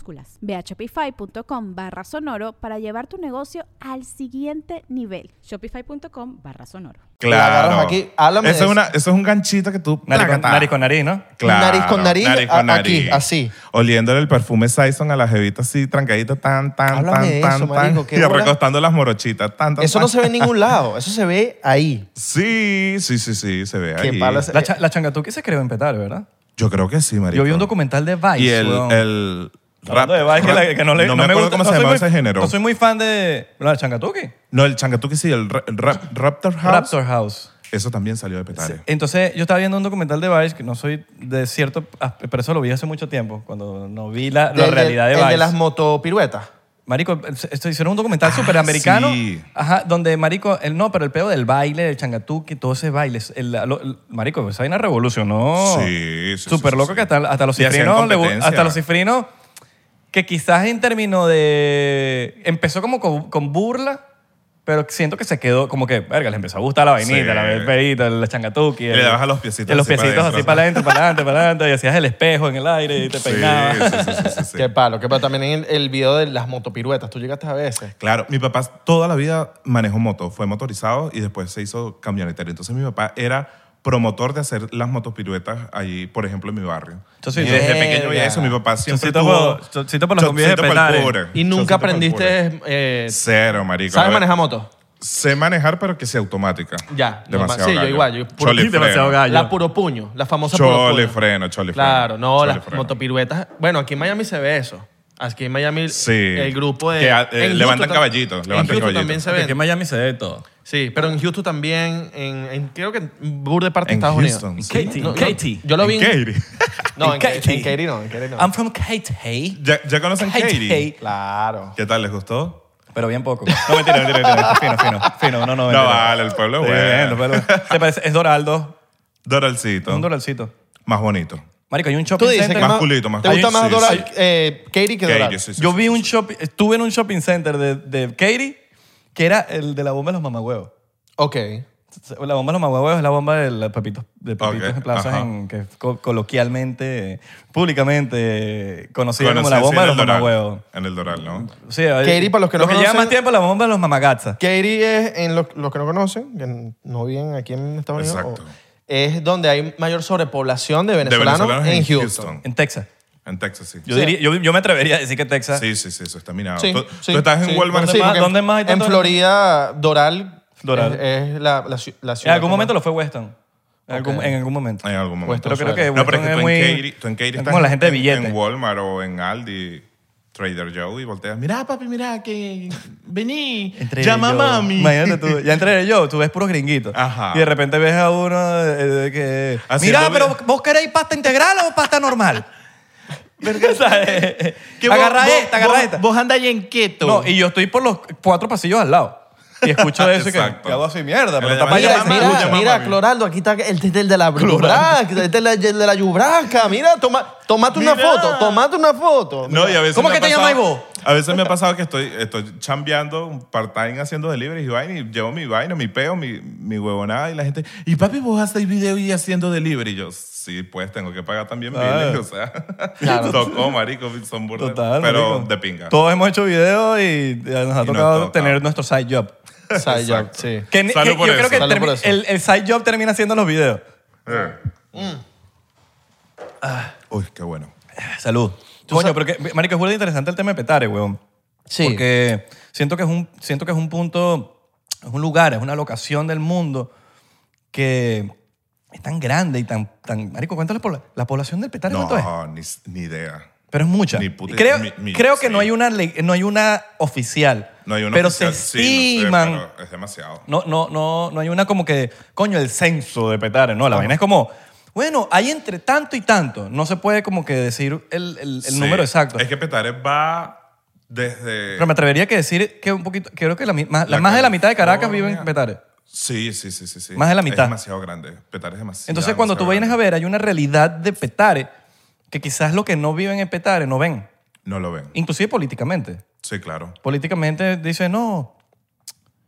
Speaker 5: Ve a shopify.com barra sonoro para llevar tu negocio al siguiente nivel.
Speaker 6: Shopify.com barra sonoro.
Speaker 4: La agarras aquí, háblame de
Speaker 3: Eso es,
Speaker 4: eso.
Speaker 3: una, eso es un ganchito que tú.
Speaker 2: Nariz con,
Speaker 3: tacatá.
Speaker 2: nariz, con nariz, ¿no?
Speaker 4: Nariz con nariz, a- aquí, así.
Speaker 3: Oliéndole el perfume Sison a la jevita así, trancadita, tan, tan,
Speaker 4: Háblame
Speaker 3: tan,
Speaker 4: de eso,
Speaker 3: tan,
Speaker 4: marico, qué
Speaker 3: tan. Y
Speaker 4: bola.
Speaker 3: recostando las morochitas, tan, tan,
Speaker 4: Eso no
Speaker 3: tan.
Speaker 4: se ve en ningún lado, eso se ve ahí.
Speaker 3: Sí, sí, sí, sí, se ve
Speaker 4: Qué
Speaker 3: ahí.
Speaker 4: palo ese-
Speaker 2: La, cha- la changatuki se creó en Petare, ¿verdad?
Speaker 3: Yo creo que sí, marico.
Speaker 2: Yo vi un documental de Vice.
Speaker 3: Y el,
Speaker 2: weón.
Speaker 3: el rap.
Speaker 2: Hablando de Vice, que, la- que no, le,
Speaker 3: me, acuerdo
Speaker 2: gusta-
Speaker 3: cómo
Speaker 2: no
Speaker 3: se
Speaker 2: soy
Speaker 3: llamaba
Speaker 2: muy-
Speaker 3: ese género.
Speaker 2: No soy muy fan de la changatuki.
Speaker 3: No, el changatuki sí, el, ra- el rap- Raptor House.
Speaker 2: Raptor House.
Speaker 3: Eso también salió de Petare.
Speaker 2: Entonces, yo estaba viendo un documental de Vice, que no soy de cierto, as- pero eso lo vi hace mucho tiempo, cuando no vi la, la
Speaker 4: Del-
Speaker 2: realidad de
Speaker 4: el
Speaker 2: Vice.
Speaker 4: de las motopiruetas.
Speaker 2: Marico, esto hicieron un documental superamericano.
Speaker 3: Ah, sí.
Speaker 2: Ajá, donde Marico, el no, pero el peo del baile, del changatuki, todos esos bailes. El, lo- el- marico, esa vaina revolucionó.
Speaker 3: Sí, sí, sí,
Speaker 2: Súper
Speaker 3: sí,
Speaker 2: loco
Speaker 3: sí.
Speaker 2: que hasta, hasta los
Speaker 3: Y hacían
Speaker 2: cifrinos. le bu-
Speaker 3: competencia.
Speaker 2: hasta los cifrinos, que quizás en términos de. Empezó como con, con burla. Pero siento que se quedó como que, verga, les empezó a gustar la vainita,
Speaker 3: Sí.
Speaker 2: la velperita, la changatuki.
Speaker 3: Le
Speaker 2: el-
Speaker 3: dabas a los piecitos
Speaker 2: y los
Speaker 3: así para
Speaker 2: piecitos así
Speaker 3: adentro.
Speaker 2: para adentro, para adelante, para adelante. Y hacías el espejo en el aire y te
Speaker 3: Sí,
Speaker 2: peinabas.
Speaker 3: sí, sí, sí, sí, sí.
Speaker 4: Qué palo, qué palo. También en el, el video de las motopiruetas. Tú llegaste a veces.
Speaker 3: Claro, mi papá toda la vida manejó moto, fue motorizado y después se hizo camionetero. Entonces mi papá era promotor de hacer las motopiruetas allí, por ejemplo, en mi barrio.
Speaker 2: Chocito.
Speaker 3: y desde
Speaker 4: Verga.
Speaker 3: pequeño veía eso, mi papá siempre
Speaker 2: Chocito
Speaker 3: tuvo...
Speaker 2: pa- chocito pa los convives de
Speaker 3: Chocito pa'l
Speaker 2: Petare.
Speaker 3: pobre,
Speaker 4: Y
Speaker 3: chocito pa'l
Speaker 4: nunca
Speaker 3: pobre.
Speaker 4: aprendiste. eh,
Speaker 3: Cero, marico. A
Speaker 4: ¿Sabes
Speaker 3: ver,
Speaker 4: manejar moto?
Speaker 3: Sé manejar, pero que sea automática.
Speaker 4: Ya, normal.
Speaker 3: Demasiado
Speaker 4: Sí, yo
Speaker 3: gallo.
Speaker 4: igual, yo puro-
Speaker 3: Chole y freno.
Speaker 2: Demasiado gallo.
Speaker 4: La puro puño, la famosa puro
Speaker 3: Chole
Speaker 4: puño.
Speaker 3: y freno, chole y freno.
Speaker 4: Claro, no,
Speaker 3: chole y
Speaker 4: las
Speaker 3: freno.
Speaker 4: motopiruetas. Bueno, aquí en Miami se ve eso. Aquí en Miami
Speaker 3: Sí.
Speaker 4: el grupo de...
Speaker 3: Que, eh,
Speaker 4: en
Speaker 3: levantan
Speaker 4: Houston-
Speaker 3: caballitos,
Speaker 4: En
Speaker 3: levantan
Speaker 4: Houston
Speaker 3: caballitos.
Speaker 4: también se
Speaker 2: Porque aquí
Speaker 4: ve.
Speaker 2: en Miami se ve de todo.
Speaker 4: Sí, pero en Houston también, en, en- creo que en burda parte de
Speaker 3: En
Speaker 4: Estados
Speaker 3: Houston,
Speaker 4: Unidos.
Speaker 3: sí.
Speaker 2: Katy, Katy.
Speaker 4: yo lo vi
Speaker 3: En
Speaker 4: en...
Speaker 3: Katy.
Speaker 4: No, en,
Speaker 2: En
Speaker 4: Katy.
Speaker 2: Katy.
Speaker 4: en Katy no, en Katy no.
Speaker 2: I'm from Katy.
Speaker 3: ¿Ya, ya conocen Katie?
Speaker 4: Claro.
Speaker 3: ¿Qué tal? ¿Les gustó?
Speaker 2: Pero bien poco. No, mentira, mentira, mentira. Fino, fino, fino. No, no, mentira.
Speaker 3: No vale, el pueblo es
Speaker 2: Sí,
Speaker 3: bueno.
Speaker 2: bien, el pueblo es bueno. Se parece- es Doraldo.
Speaker 3: Doralcito.
Speaker 2: Un Doralcito.
Speaker 3: Más bonito.
Speaker 2: Marico, hay un shopping
Speaker 4: Tú dices que
Speaker 2: center.
Speaker 3: Más
Speaker 4: más-
Speaker 3: culito, más
Speaker 4: ¿Te gusta
Speaker 3: culito.
Speaker 4: más
Speaker 3: Sí,
Speaker 4: Doral,
Speaker 3: sí.
Speaker 4: eh, Katy que
Speaker 3: Katy,
Speaker 4: Doral?
Speaker 3: sí,
Speaker 2: Yo vi un shopping, estuve en un shopping center de, de Katy, que era el de la bomba de los mamagüeos.
Speaker 4: Ok.
Speaker 2: La bomba de los mamagüeos es la bomba de los pepitos, de pepitos
Speaker 3: Ok,
Speaker 2: en plazas,
Speaker 3: ajá.
Speaker 2: en, que co- coloquialmente, públicamente eh, conocida como
Speaker 3: Conocí
Speaker 2: la
Speaker 3: así
Speaker 2: bomba
Speaker 3: en
Speaker 2: de los
Speaker 3: el Doral.
Speaker 2: mamagüeos.
Speaker 3: En el Doral, ¿no?
Speaker 2: Sí, hay-
Speaker 4: Katy, para los que no
Speaker 2: llevan
Speaker 4: conocen-
Speaker 2: más tiempo, la bomba de los mamagatzas.
Speaker 4: Katy es, en los, los que no conocen, que no viven aquí en Estados Unidos,
Speaker 3: Exacto.
Speaker 4: o- es donde hay mayor sobrepoblación de venezolanos,
Speaker 3: venezolanos
Speaker 4: en,
Speaker 3: en
Speaker 4: Houston.
Speaker 3: Houston.
Speaker 2: En Texas.
Speaker 3: En Texas, sí.
Speaker 2: Yo, diría- yo, yo me atrevería a decir que Texas.
Speaker 3: Sí, sí, sí, eso está minado.
Speaker 4: Sí,
Speaker 3: Ah, tú,
Speaker 4: sí,
Speaker 3: tú estás en
Speaker 4: sí.
Speaker 3: Walmart.
Speaker 2: ¿Dónde
Speaker 4: Sí,
Speaker 2: más-
Speaker 4: porque
Speaker 2: dónde más hay
Speaker 4: En
Speaker 2: tanto-
Speaker 4: Florida, Doral,
Speaker 2: Doral.
Speaker 4: es, es la, la, ci- la
Speaker 2: En
Speaker 4: ciudad.
Speaker 2: algún
Speaker 4: que
Speaker 2: momento
Speaker 4: más-
Speaker 2: lo fue Weston. En, algún, en algún momento.
Speaker 3: En
Speaker 4: Pues
Speaker 3: algún momento.
Speaker 2: Pero creo que
Speaker 3: no, pero
Speaker 2: Weston
Speaker 3: es que tú en
Speaker 2: es muy-
Speaker 3: Katy, tú en Katy
Speaker 2: es
Speaker 3: estás
Speaker 2: como la gente de
Speaker 3: en-
Speaker 2: billete.
Speaker 3: En Walmart o en Aldi, Trader Joe, y volteas. Mira, papi, mira, que vení,
Speaker 2: Entre
Speaker 3: llama a
Speaker 2: yo.
Speaker 3: mami.
Speaker 2: Imagínate tú, ya entre yo, tú ves puros gringuitos.
Speaker 3: Ajá.
Speaker 2: Y de repente ves a uno eh, eh, que.
Speaker 3: Haciendo
Speaker 2: Mira, pero
Speaker 3: bien.
Speaker 2: vos queréis pasta integral o pasta normal. Verga, ¿sabes?
Speaker 4: Que vos-
Speaker 2: agarra
Speaker 4: vos-
Speaker 2: esta, agarra
Speaker 4: vos-
Speaker 2: esta.
Speaker 4: Vos andáis en keto.
Speaker 2: No, y yo estoy por los cuatro pasillos al lado. Y escucho eso y que,
Speaker 3: Exacto.
Speaker 2: que hago así mierda, pero
Speaker 3: Le
Speaker 2: está
Speaker 3: llaman-
Speaker 2: para
Speaker 4: Mira,
Speaker 3: Llama,
Speaker 4: mira,
Speaker 3: llama,
Speaker 4: mira,
Speaker 3: mami.
Speaker 4: Cloraldo, aquí está el del de la Yubraca, el del de la, el de la Yubraca. Mira, toma, tomate una
Speaker 3: Mira.
Speaker 4: foto, tomate una foto.
Speaker 3: No, y a veces
Speaker 2: ¿Cómo
Speaker 3: me
Speaker 2: que
Speaker 3: ha
Speaker 2: te
Speaker 3: pasado-
Speaker 2: llamas vos?
Speaker 3: A veces me ha pasado que estoy, estoy chambeando un part-time haciendo deliveries y vaina y llevo mi vaina, mi peo, mi, mi huevonada y la gente, y papi, vos hacéis video y haciendo delivery. Y yo, sí, pues tengo que pagar también
Speaker 2: Ah.
Speaker 3: miles, o sea.
Speaker 4: Claro.
Speaker 3: Tocó, marico, son burda-
Speaker 2: Total,
Speaker 3: Pero
Speaker 2: marico.
Speaker 3: de pinga.
Speaker 2: Todos hemos hecho videos y eh, nos ha
Speaker 3: Y nos
Speaker 2: tocado
Speaker 3: toca.
Speaker 2: tener nuestro side job.
Speaker 4: O sea, yo-
Speaker 3: Exacto.
Speaker 4: sí.
Speaker 2: Que, ni-
Speaker 3: Salud
Speaker 2: que
Speaker 3: por
Speaker 2: yo
Speaker 3: eso.
Speaker 2: creo que
Speaker 4: Salud por
Speaker 2: termi-
Speaker 4: eso.
Speaker 2: el, el side job termina siendo los videos.
Speaker 3: Eh. Uy, qué bueno.
Speaker 2: Salud. Coño, pero que, marico, es muy interesante el tema de Petare, weón.
Speaker 4: Sí.
Speaker 2: Porque siento que es un, siento que es un punto, es un lugar, es una locación del mundo que es tan grande y tan, tan marico, ¿cuánto es la, pobla- la población del Petare? ¿Cuánto es?
Speaker 3: No, ni, ni idea.
Speaker 2: Pero es mucha.
Speaker 3: Ni puta-
Speaker 2: creo
Speaker 3: mi- mi-
Speaker 2: creo que
Speaker 3: sí.
Speaker 2: no hay una ley- no hay una oficial.
Speaker 3: No hay una
Speaker 2: pero
Speaker 3: oficial,
Speaker 2: se
Speaker 3: sí, no sé,
Speaker 2: estiman.
Speaker 3: pero es demasiado.
Speaker 2: No, no, no, no hay una como que, coño, el censo de Petare, no, la vaina es como, bueno, hay entre tanto y tanto, no se puede como que decir el, el- el
Speaker 3: Sí.
Speaker 2: número exacto.
Speaker 3: Es que Petare va desde...
Speaker 2: Pero me atrevería que decir que un poquito, creo que la, mi- más, la-
Speaker 3: La
Speaker 2: más de la mitad de Caracas
Speaker 3: California.
Speaker 2: vive en Petare.
Speaker 3: Sí, sí, sí, sí, sí.
Speaker 2: Más de la mitad.
Speaker 3: Es demasiado grande. Petare es demasiado
Speaker 2: Entonces, cuando tú
Speaker 3: demasiado
Speaker 2: vienes a
Speaker 3: grande.
Speaker 2: ver, hay una realidad de Petare que quizás los que no viven en Petare no ven,
Speaker 3: No lo ven.
Speaker 2: inclusive políticamente.
Speaker 3: Sí, claro.
Speaker 2: políticamente dice no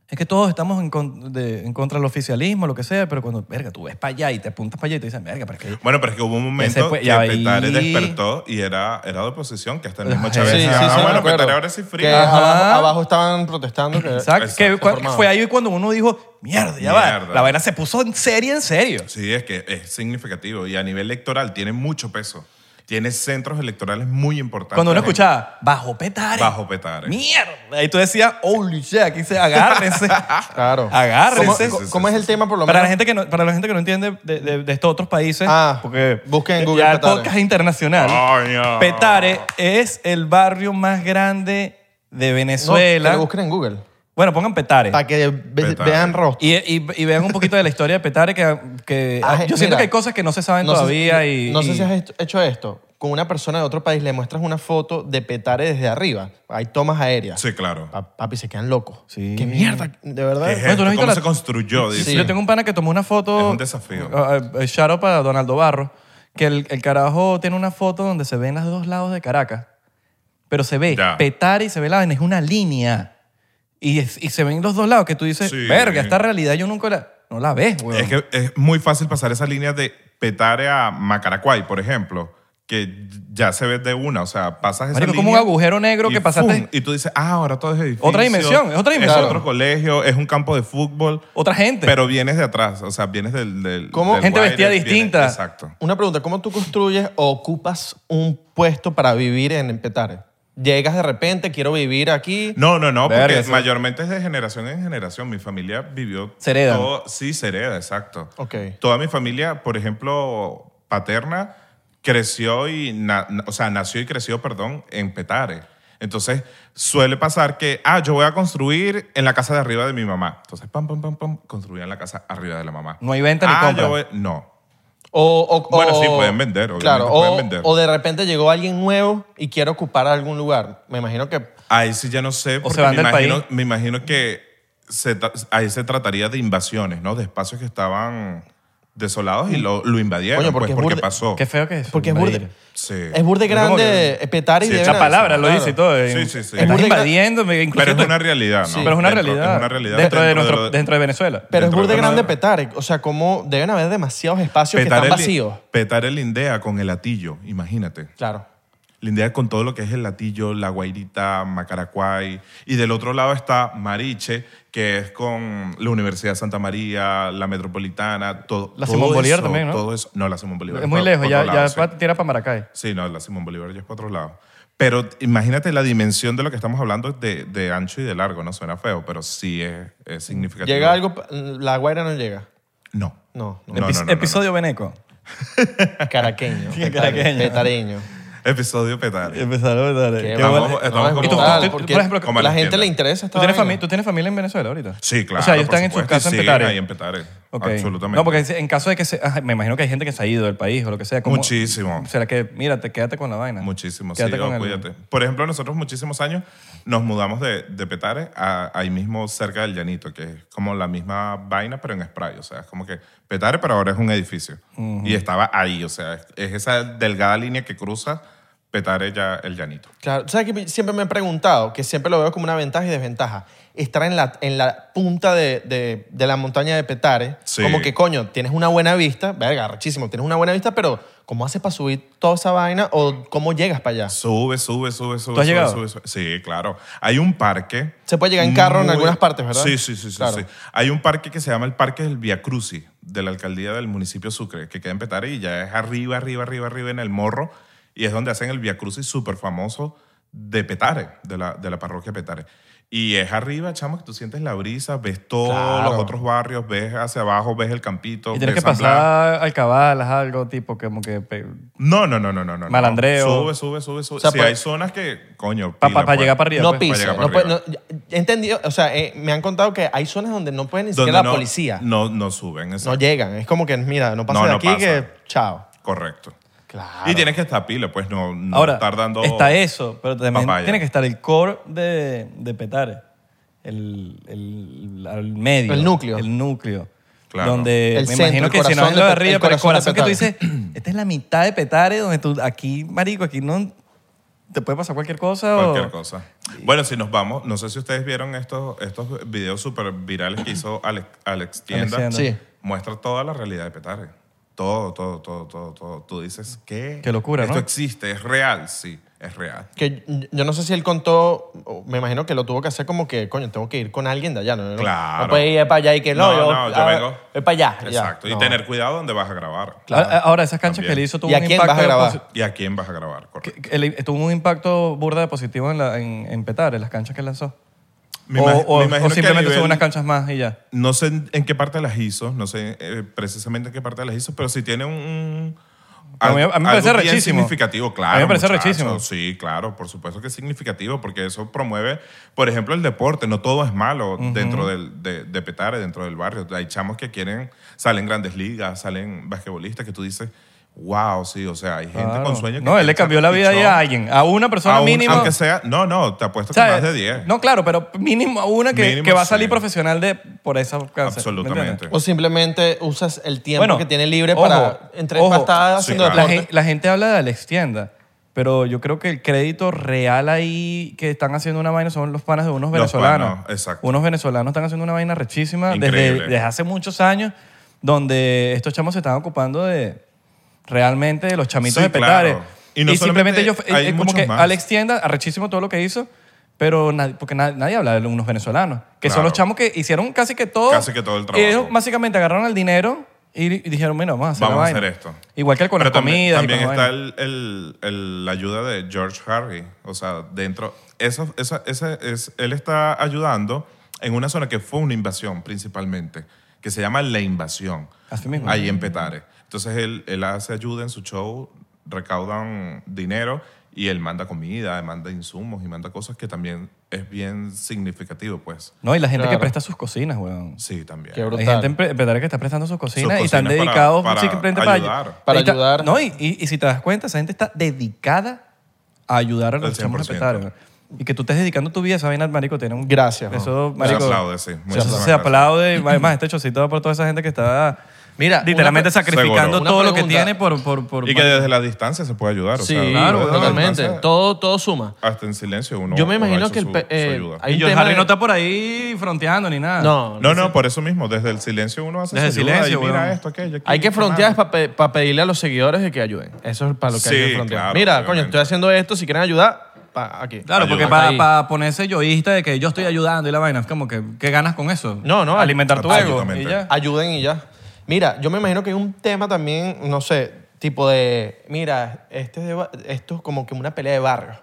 Speaker 2: es que todos estamos en, con- de- en contra del oficialismo lo que sea pero cuando verga tú ves para allá y te apuntas para allá y te dicen verga pero es que
Speaker 3: Bueno, pero es que hubo un
Speaker 2: Ese
Speaker 3: momento
Speaker 2: fue-
Speaker 3: que
Speaker 2: ya ahí-
Speaker 3: Petare despertó y era, era de oposición, que hasta el mismo Chávez
Speaker 2: Sí,
Speaker 3: decía,
Speaker 2: sí,
Speaker 3: ah,
Speaker 2: sí,
Speaker 3: bueno,
Speaker 4: me acuerdo.
Speaker 3: Petare ahora sí frío.
Speaker 4: Que
Speaker 2: Ajá.
Speaker 4: abajo, abajo estaban protestando. que-
Speaker 2: Exacto,
Speaker 3: Exacto.
Speaker 2: que
Speaker 3: Se
Speaker 2: cua-
Speaker 4: formaba.
Speaker 2: fue ahí cuando uno dijo mierda ya va
Speaker 3: Mierda.
Speaker 2: la vaina se puso en serio en serio
Speaker 3: Sí, es que es significativo. Y a nivel electoral tiene mucho peso. Tiene centros electorales muy importantes.
Speaker 2: cuando uno
Speaker 3: en-
Speaker 2: escuchaba bajo petare
Speaker 3: Bajo Petare.
Speaker 2: mierda y tú decías holy shit aquí se agárrense
Speaker 4: Claro. ¿Cómo,
Speaker 2: agárrense
Speaker 3: Sí, sí, sí,
Speaker 4: cómo
Speaker 3: sí,
Speaker 4: es el
Speaker 3: sí.
Speaker 4: tema, por lo
Speaker 2: para la
Speaker 4: menos?
Speaker 2: gente que no, para la gente que no entiende de, de- de estos otros países
Speaker 4: Ah,
Speaker 2: porque
Speaker 4: busquen en
Speaker 2: ya
Speaker 4: Google
Speaker 2: el
Speaker 4: Petare.
Speaker 2: podcast es internacional
Speaker 3: Coño.
Speaker 2: Petare es el barrio más grande de
Speaker 4: No, que
Speaker 2: Venezuela.
Speaker 4: lo busquen en Google.
Speaker 2: Bueno, pongan Petare.
Speaker 4: Para que ve-
Speaker 3: Petare.
Speaker 4: vean rostro.
Speaker 2: Y, y- y vean un poquito de la historia de Petare, que, que-
Speaker 4: Ah,
Speaker 2: yo
Speaker 4: mira,
Speaker 2: siento que hay cosas que no se saben
Speaker 4: no sé si-
Speaker 2: todavía y...
Speaker 4: No sé
Speaker 2: y-
Speaker 4: si has hecho- hecho esto. Con una persona de otro país le muestras una foto de Petare desde arriba. Hay tomas aéreas.
Speaker 3: Sí, claro.
Speaker 4: Pa- papi, se quedan locos.
Speaker 2: Sí.
Speaker 4: ¡Qué mierda! De verdad.
Speaker 3: ¿Qué es
Speaker 2: Bueno, tú no has
Speaker 3: esto?
Speaker 2: visto
Speaker 3: ¿Cómo
Speaker 2: la-
Speaker 3: se construyó?
Speaker 4: Sí.
Speaker 3: Dice.
Speaker 2: Yo tengo un pana que tomó una foto...
Speaker 3: Es un desafío.
Speaker 2: Ah, ah, shout out para Donaldo Barro, que el, el carajo tiene una foto donde se ven los dos lados de Caracas, pero se ve
Speaker 3: Ya.
Speaker 2: Petare y se ve la es una línea. Y, es- y se ven los dos lados que tú dices,
Speaker 3: Sí.
Speaker 2: verga, esta realidad yo nunca la... No la ves, güey.
Speaker 3: Es que es muy fácil pasar esa línea de Petare a Macaracuay, por ejemplo, que ya se ve de una. O sea, pasas esa
Speaker 2: Marico,
Speaker 3: línea
Speaker 2: como un agujero negro
Speaker 3: y
Speaker 2: que pasaste.
Speaker 3: ¡fum! y tú dices, ah, ahora todo es edificio.
Speaker 2: Otra dimensión, es otra dimensión.
Speaker 3: Es otro colegio, es un campo de fútbol.
Speaker 2: Otra gente.
Speaker 3: Pero vienes de atrás, o sea, vienes del... del
Speaker 4: ¿Cómo?
Speaker 3: del
Speaker 2: Gente
Speaker 3: Guaire,
Speaker 2: vestida
Speaker 3: vienes-
Speaker 2: distinta.
Speaker 3: exacto.
Speaker 4: Una pregunta, ¿cómo tú construyes o ocupas un puesto para vivir en Petare? Llegas de repente, quiero vivir aquí.
Speaker 3: No, no, no, porque
Speaker 2: Verga, eso-
Speaker 3: mayormente es de generación en generación. Mi familia vivió...
Speaker 2: Se hereda.
Speaker 3: todo- sí, se hereda, exacto.
Speaker 4: Ok.
Speaker 3: Toda mi familia, por ejemplo, paterna, creció y... na- na- o sea, nació y creció, perdón, en Petare. Entonces, suele pasar que, ah, yo voy a construir en la casa de arriba de mi mamá. Entonces, pam, pam, pam, pam, construían la casa arriba de la mamá.
Speaker 2: No hay venta ni
Speaker 3: ah,
Speaker 2: compra.
Speaker 3: yo voy- no.
Speaker 4: O, o-
Speaker 3: Bueno,
Speaker 4: o-
Speaker 3: sí, pueden vender, obviamente
Speaker 4: Claro, o,
Speaker 3: pueden vender.
Speaker 4: o de repente llegó alguien nuevo y quiere ocupar algún lugar. Me imagino que...
Speaker 3: Ahí sí ya no sé, porque
Speaker 2: se van
Speaker 3: me,
Speaker 2: del
Speaker 3: imagino,
Speaker 2: país.
Speaker 3: me imagino que se tra- ahí se trataría de invasiones, ¿no? De espacios que estaban desolados
Speaker 2: Mm.
Speaker 3: y lo, lo invadieron,
Speaker 4: Coño, porque
Speaker 3: pues,
Speaker 4: es
Speaker 3: porque
Speaker 4: burde-
Speaker 3: pasó.
Speaker 2: Qué feo que es.
Speaker 4: Porque es burde,
Speaker 2: invadir.
Speaker 3: Sí.
Speaker 4: es burde
Speaker 2: Es como
Speaker 4: grande
Speaker 2: que-
Speaker 4: Petare y
Speaker 3: Sí,
Speaker 4: deben-
Speaker 3: la
Speaker 2: La palabra lo
Speaker 4: Claro.
Speaker 2: dice y todo. eh.
Speaker 3: Sí, sí, sí. Es
Speaker 2: Estás
Speaker 4: burda-
Speaker 2: invadiendo. me- incluso
Speaker 3: Pero es
Speaker 2: tú-
Speaker 3: una realidad, ¿no?
Speaker 4: Sí.
Speaker 2: Pero es una
Speaker 3: Dentro-
Speaker 2: realidad.
Speaker 3: Es una realidad.
Speaker 2: Dentro, de, nuestro,
Speaker 3: lo-
Speaker 2: dentro de Venezuela.
Speaker 4: Pero es
Speaker 3: Dentro
Speaker 4: burde
Speaker 3: de
Speaker 4: grande
Speaker 3: Panamá.
Speaker 4: Petare. O sea, como deben haber demasiados espacios que
Speaker 3: Petare
Speaker 4: están
Speaker 3: li-
Speaker 4: vacíos.
Speaker 3: Petare lindea con el latillo, imagínate.
Speaker 4: Claro.
Speaker 3: Lindea con todo lo que es el latillo, la guairita, Macaracuay. Y del otro lado está Mariche, que es con la Universidad de Santa María, la Metropolitana, todo.
Speaker 2: La
Speaker 3: todo
Speaker 2: Simón Bolívar
Speaker 3: eso,
Speaker 2: también, ¿no?
Speaker 3: Todo eso. No, la Simón Bolívar.
Speaker 2: Es muy
Speaker 3: pa-
Speaker 2: lejos.
Speaker 3: pa
Speaker 2: Ya,
Speaker 3: otro
Speaker 2: ya
Speaker 3: lado, sí.
Speaker 2: va- tira para Maracay.
Speaker 3: Sí, no, la Simón Bolívar ya es para otro lado. Pero imagínate la dimensión de lo que estamos hablando de, de ancho y de largo, ¿no? Suena feo, pero sí es, es significativo.
Speaker 4: Llega algo... La Guaira no llega.
Speaker 3: No.
Speaker 4: No, no.
Speaker 3: No, no,
Speaker 2: Epi-
Speaker 3: no, no,
Speaker 2: episodio Veneco.
Speaker 4: Caraqueño.
Speaker 2: Sí,
Speaker 4: petare-
Speaker 2: caraqueño.
Speaker 4: Petareño.
Speaker 3: Episodio
Speaker 2: Em,
Speaker 3: petare.
Speaker 2: Empezaron a
Speaker 4: Qué
Speaker 3: Yo,
Speaker 4: vamos,
Speaker 3: bueno,
Speaker 4: vamos
Speaker 3: estamos
Speaker 4: a
Speaker 3: como
Speaker 2: ¿Y tú-
Speaker 4: tal,
Speaker 2: tú- tú-
Speaker 4: porque
Speaker 2: por ejemplo,
Speaker 3: como
Speaker 4: la
Speaker 3: las
Speaker 4: gente le
Speaker 3: tiendas.
Speaker 4: interesa
Speaker 2: ¿Tú
Speaker 4: esta
Speaker 2: tienes,
Speaker 4: vaina.
Speaker 2: fami- ¿Tú tienes familia en Venezuela ahorita?
Speaker 3: Sí, claro.
Speaker 2: O sea, ellos
Speaker 3: por
Speaker 2: están en sus
Speaker 3: supuesto, y
Speaker 2: casas en
Speaker 3: siguen
Speaker 2: Petare.
Speaker 3: ahí en Petare.
Speaker 2: Ok.
Speaker 3: Absolutamente.
Speaker 2: No, porque si- en caso de que se. ajá, me imagino que hay gente que se ha ido del país o lo que sea. como-
Speaker 3: Muchísimo.
Speaker 2: Será que, mira, te quédate con la vaina.
Speaker 3: Muchísimo, sí,
Speaker 2: Quédate
Speaker 3: oh,
Speaker 2: con el-
Speaker 3: cuídate. Por ejemplo, nosotros muchísimos años nos mudamos de, de Petare a ahí mismo cerca del Llanito, que es como la misma vaina, pero en spray. O sea, es como que Petare, pero ahora es un edificio. Y estaba ahí, o sea, es, es esa delgada línea que cruza Petare ya el Llanito.
Speaker 4: Claro, ¿sabes que siempre me he preguntado? Que siempre lo veo como una ventaja y desventaja. Estar en la, en la punta de, de- de la montaña de Petare,
Speaker 3: Sí.
Speaker 4: como que coño, tienes una buena vista, verga, rechísimo, tienes una buena vista, pero ¿cómo haces para subir toda esa vaina o cómo llegas para allá?
Speaker 3: Sube, sube, sube, sube.
Speaker 2: ¿Tú has
Speaker 3: sube,
Speaker 2: llegado?
Speaker 3: sube, sube. Sí, claro. Hay un parque.
Speaker 4: Se puede llegar en carro en algunas partes, ¿verdad?
Speaker 3: Sí, sí, sí, sí,
Speaker 4: Claro.
Speaker 3: sí. Hay un parque que se llama el Parque del Via Crucis, de la alcaldía del municipio Sucre, que queda en Petare y ya es arriba, arriba, arriba, arriba en el morro. Y es donde hacen el Via Crucis súper famoso de Petare, de la, de la parroquia Petare. Y es arriba, chamo, que tú sientes la brisa, ves todos
Speaker 4: Claro.
Speaker 3: los otros barrios, ves hacia abajo, ves el campito.
Speaker 2: Y tienes que
Speaker 3: ves San Blas.
Speaker 2: pasar al cabalas, algo tipo que como que. pe-
Speaker 3: No, no, no, no, no. no.
Speaker 2: Malandreo.
Speaker 3: Sube, sube, sube, sube.
Speaker 4: O sea,
Speaker 3: si
Speaker 4: pues-
Speaker 3: hay zonas que, coño.
Speaker 2: pa- pa-
Speaker 3: pila,
Speaker 2: Para
Speaker 3: pues.
Speaker 2: llegar para arriba.
Speaker 4: No
Speaker 2: pues.
Speaker 4: pise.
Speaker 3: llegar
Speaker 4: No
Speaker 3: para
Speaker 4: puede-
Speaker 3: arriba.
Speaker 4: no- he entendido, o sea, eh, me han contado que hay zonas donde no pueden ni
Speaker 3: Donde
Speaker 4: siquiera la
Speaker 3: no-
Speaker 4: policía. No,
Speaker 3: No, no suben, exacto.
Speaker 4: llegan. Es como que, mira, no pasa
Speaker 3: No,
Speaker 4: de
Speaker 3: no
Speaker 4: aquí
Speaker 3: pasa.
Speaker 4: que chao.
Speaker 3: Correcto.
Speaker 4: Claro.
Speaker 3: Y tienes que estar pila, pues no, no
Speaker 2: Ahora,
Speaker 3: estar dando
Speaker 2: está eso, pero también
Speaker 3: papaya.
Speaker 2: tiene que estar el core de, de Petare, el, el, al medio.
Speaker 4: El núcleo.
Speaker 2: El núcleo.
Speaker 3: Claro.
Speaker 2: Donde me
Speaker 4: El centro,
Speaker 2: imagino
Speaker 4: el
Speaker 2: que si no
Speaker 4: corazón
Speaker 2: es lo de
Speaker 4: de Pe-
Speaker 2: arriba,
Speaker 4: el
Speaker 2: pero el corazón
Speaker 4: corazón de
Speaker 2: que tú dices, "Mm, esta es la mitad de Petare, donde tú, aquí, marico, aquí no te puede pasar cualquier cosa. o-
Speaker 3: cualquier cosa. Bueno, si nos vamos, no sé si ustedes vieron estos, estos videos súper virales que hizo Alex, Alex Tienda.
Speaker 2: Alex
Speaker 4: Tienda. Sí.
Speaker 3: Muestra toda la realidad de Petare. Todo, todo, todo, todo, todo. Tú dices, ¿qué?
Speaker 2: Qué locura,
Speaker 3: Esto
Speaker 2: ¿no?
Speaker 3: existe, es real, sí, es real.
Speaker 4: Que yo- yo no sé si él contó, o me imagino que lo tuvo que hacer como que, coño, tengo que ir con alguien de allá, ¿no? No-
Speaker 3: Claro.
Speaker 4: No puede ir para allá y que no,
Speaker 3: No,
Speaker 4: yo,
Speaker 3: no, yo
Speaker 4: ah,
Speaker 3: vengo.
Speaker 4: Voy para allá. ya.
Speaker 3: Exacto. Y
Speaker 4: No.
Speaker 3: tener cuidado donde vas a grabar.
Speaker 2: Ahora- Ahora, esas canchas
Speaker 3: También.
Speaker 2: que él hizo tuvo
Speaker 4: ¿Y a
Speaker 2: un
Speaker 4: quién vas
Speaker 2: impacto.
Speaker 4: a grabar?
Speaker 2: posi-
Speaker 3: Y a quién vas a grabar, correcto.
Speaker 2: que- que él- tuvo un impacto burda de positivo en, la, en, en Petare, las canchas que lanzó.
Speaker 3: Me
Speaker 2: o,
Speaker 3: imag-
Speaker 2: o-
Speaker 3: me
Speaker 2: o
Speaker 3: imagino que a
Speaker 2: simplemente son
Speaker 3: nivel-
Speaker 2: unas canchas más y ya.
Speaker 3: No sé en, en qué parte las hizo, no sé eh, precisamente en qué parte las hizo, pero si tiene un, un-
Speaker 2: A mí- a mí me
Speaker 3: Algo
Speaker 2: parece
Speaker 3: bien
Speaker 2: rechísimo.
Speaker 3: significativo, claro.
Speaker 2: A mí me parece
Speaker 3: muchacho.
Speaker 2: rechísimo.
Speaker 3: Sí, claro, por supuesto que es significativo porque eso promueve, por ejemplo, el deporte. No todo es malo dentro del, de, de Petare, dentro del barrio. Hay chamos que quieren, salen grandes ligas, salen basquetbolistas que tú dices, wow, sí, o sea, hay gente
Speaker 2: Claro.
Speaker 3: con sueños. que
Speaker 2: No, él le
Speaker 3: piensa
Speaker 2: cambió la vida
Speaker 3: pichón,
Speaker 2: ahí a alguien. A una persona
Speaker 3: a un-
Speaker 2: mínimo.
Speaker 3: Aunque sea, no, no, te apuesto que
Speaker 2: ¿sabes?
Speaker 3: más de 10.
Speaker 2: No, claro, pero mínimo a una que,
Speaker 3: Mínimo,
Speaker 2: que va a salir
Speaker 3: sí.
Speaker 2: profesional de, por esa causa.
Speaker 3: Absolutamente.
Speaker 2: ¿me entiendes?
Speaker 4: O simplemente usas el tiempo
Speaker 2: Bueno,
Speaker 4: que tiene libre
Speaker 2: ojo,
Speaker 4: para entre
Speaker 2: ojo.
Speaker 4: pastadas
Speaker 3: Sí,
Speaker 4: haciendo
Speaker 3: claro.
Speaker 2: La,
Speaker 4: deporte.
Speaker 2: gen- la gente habla de Alex Tienda, pero yo creo que el crédito real ahí que están haciendo una vaina son los panas de unos
Speaker 3: Los
Speaker 2: venezolanos.
Speaker 3: panas, exacto.
Speaker 2: Unos venezolanos están haciendo una vaina rechísima desde,
Speaker 3: Increíble.
Speaker 2: desde hace muchos años, donde estos chamos se están ocupando de realmente de los chamitos
Speaker 3: Sí,
Speaker 2: de Petare.
Speaker 3: claro. Y no solamente
Speaker 2: simplemente yo,
Speaker 3: hay
Speaker 2: eh, eh, como
Speaker 3: muchos
Speaker 2: que
Speaker 3: más.
Speaker 2: Alex Tienda, arrechísimo todo lo que hizo, pero nadie, porque na- nadie habla de unos venezolanos, que son
Speaker 3: Claro.
Speaker 2: los chamos que hicieron casi que todo.
Speaker 3: Casi que todo el trabajo.
Speaker 2: Y ellos básicamente agarraron el dinero y, y dijeron, mira, vamos a hacer la
Speaker 3: Vamos a
Speaker 2: vaina".
Speaker 3: hacer esto.
Speaker 2: Igual que con
Speaker 3: Pero
Speaker 2: las
Speaker 3: también-
Speaker 2: comidas. y
Speaker 3: También,
Speaker 2: con las
Speaker 3: está
Speaker 2: vainas.
Speaker 3: el, el- el- la ayuda de George Harvey. O sea, dentro. Eso, eso- ese es, él está ayudando en una zona que fue una invasión principalmente, que se llama La Invasión.
Speaker 2: Así mismo.
Speaker 3: Ahí en Petare. Entonces él, él hace ayuda en su show, recaudan dinero y él manda comida, manda insumos y manda cosas que también es bien significativo, pues.
Speaker 2: No, y la gente que
Speaker 4: Claro.
Speaker 2: presta sus cocinas, weón.
Speaker 3: Sí, también.
Speaker 4: Qué
Speaker 2: Hay
Speaker 4: brutal.
Speaker 2: gente en pre- en Petare que está prestando sus cocinas, y
Speaker 3: Sus
Speaker 2: están
Speaker 3: cocinas para-
Speaker 2: dedicados
Speaker 3: para
Speaker 2: simplemente para
Speaker 3: ayudar.
Speaker 4: Para
Speaker 2: Y ta-
Speaker 4: ayudar.
Speaker 2: No, y, y- y si te das cuenta, esa gente está dedicada a ayudar a los
Speaker 3: Al
Speaker 2: chamos de
Speaker 3: 100%.
Speaker 2: Petare. weón. Y que tú estés dedicando tu vida a esa vaina, marico, tiene un...
Speaker 4: Gracias, weón.
Speaker 2: Eso,
Speaker 3: Se
Speaker 2: marico...
Speaker 3: aplaude, sí. Muchísimas
Speaker 2: Eso se
Speaker 3: gracias.
Speaker 2: aplaude. y Además, este chocito va por toda esa gente que está...
Speaker 4: Mira,
Speaker 2: literalmente
Speaker 4: una pre-
Speaker 2: sacrificando
Speaker 3: Seguro.
Speaker 4: Una
Speaker 2: todo lo que
Speaker 4: pregunta.
Speaker 2: tiene por... por, por
Speaker 3: Y que desde la distancia se puede ayudar. o
Speaker 4: Sí,
Speaker 3: sea,
Speaker 2: claro,
Speaker 3: desde la
Speaker 4: totalmente.
Speaker 3: distancia-
Speaker 4: Todo, todo suma.
Speaker 3: Hasta en silencio uno.
Speaker 4: Yo me
Speaker 3: uno
Speaker 4: imagino
Speaker 3: ha
Speaker 4: que el
Speaker 3: hecho
Speaker 4: pe-
Speaker 3: su- su
Speaker 4: eh,
Speaker 3: ayuda.
Speaker 4: hay-
Speaker 2: Y
Speaker 4: un
Speaker 2: George
Speaker 4: tema
Speaker 2: Harry
Speaker 4: de-
Speaker 2: no está por ahí fronteando ni nada.
Speaker 4: No,
Speaker 3: Ah, No, no, por eso mismo. Desde el silencio uno hace
Speaker 2: Desde el
Speaker 3: su ayuda
Speaker 2: silencio,
Speaker 3: y mira
Speaker 2: weón.
Speaker 3: esto, aquello. aquí,
Speaker 4: Hay que
Speaker 3: esto,
Speaker 4: frontear
Speaker 3: nada.
Speaker 4: para pedirle a los seguidores de que ayuden. Eso es para lo que hay
Speaker 3: Sí,
Speaker 4: que frontear.
Speaker 3: claro,
Speaker 4: Mira, coño,
Speaker 3: obviamente.
Speaker 4: estoy haciendo esto. Si quieren ayudar, pa- aquí.
Speaker 2: Claro, porque
Speaker 3: Ayuda.
Speaker 2: para
Speaker 4: Ahí.
Speaker 2: ponerse yoísta de que yo estoy ayudando y la vaina, es como que, ¿qué ganas con eso?
Speaker 4: No, no,
Speaker 2: Alimentar tu ego y
Speaker 3: absolutamente.
Speaker 2: ya.
Speaker 4: Ayuden y ya. Mira, yo me imagino que hay un tema también, no sé, tipo de. Mira, este es de ba- esto es como que una pelea de barrio.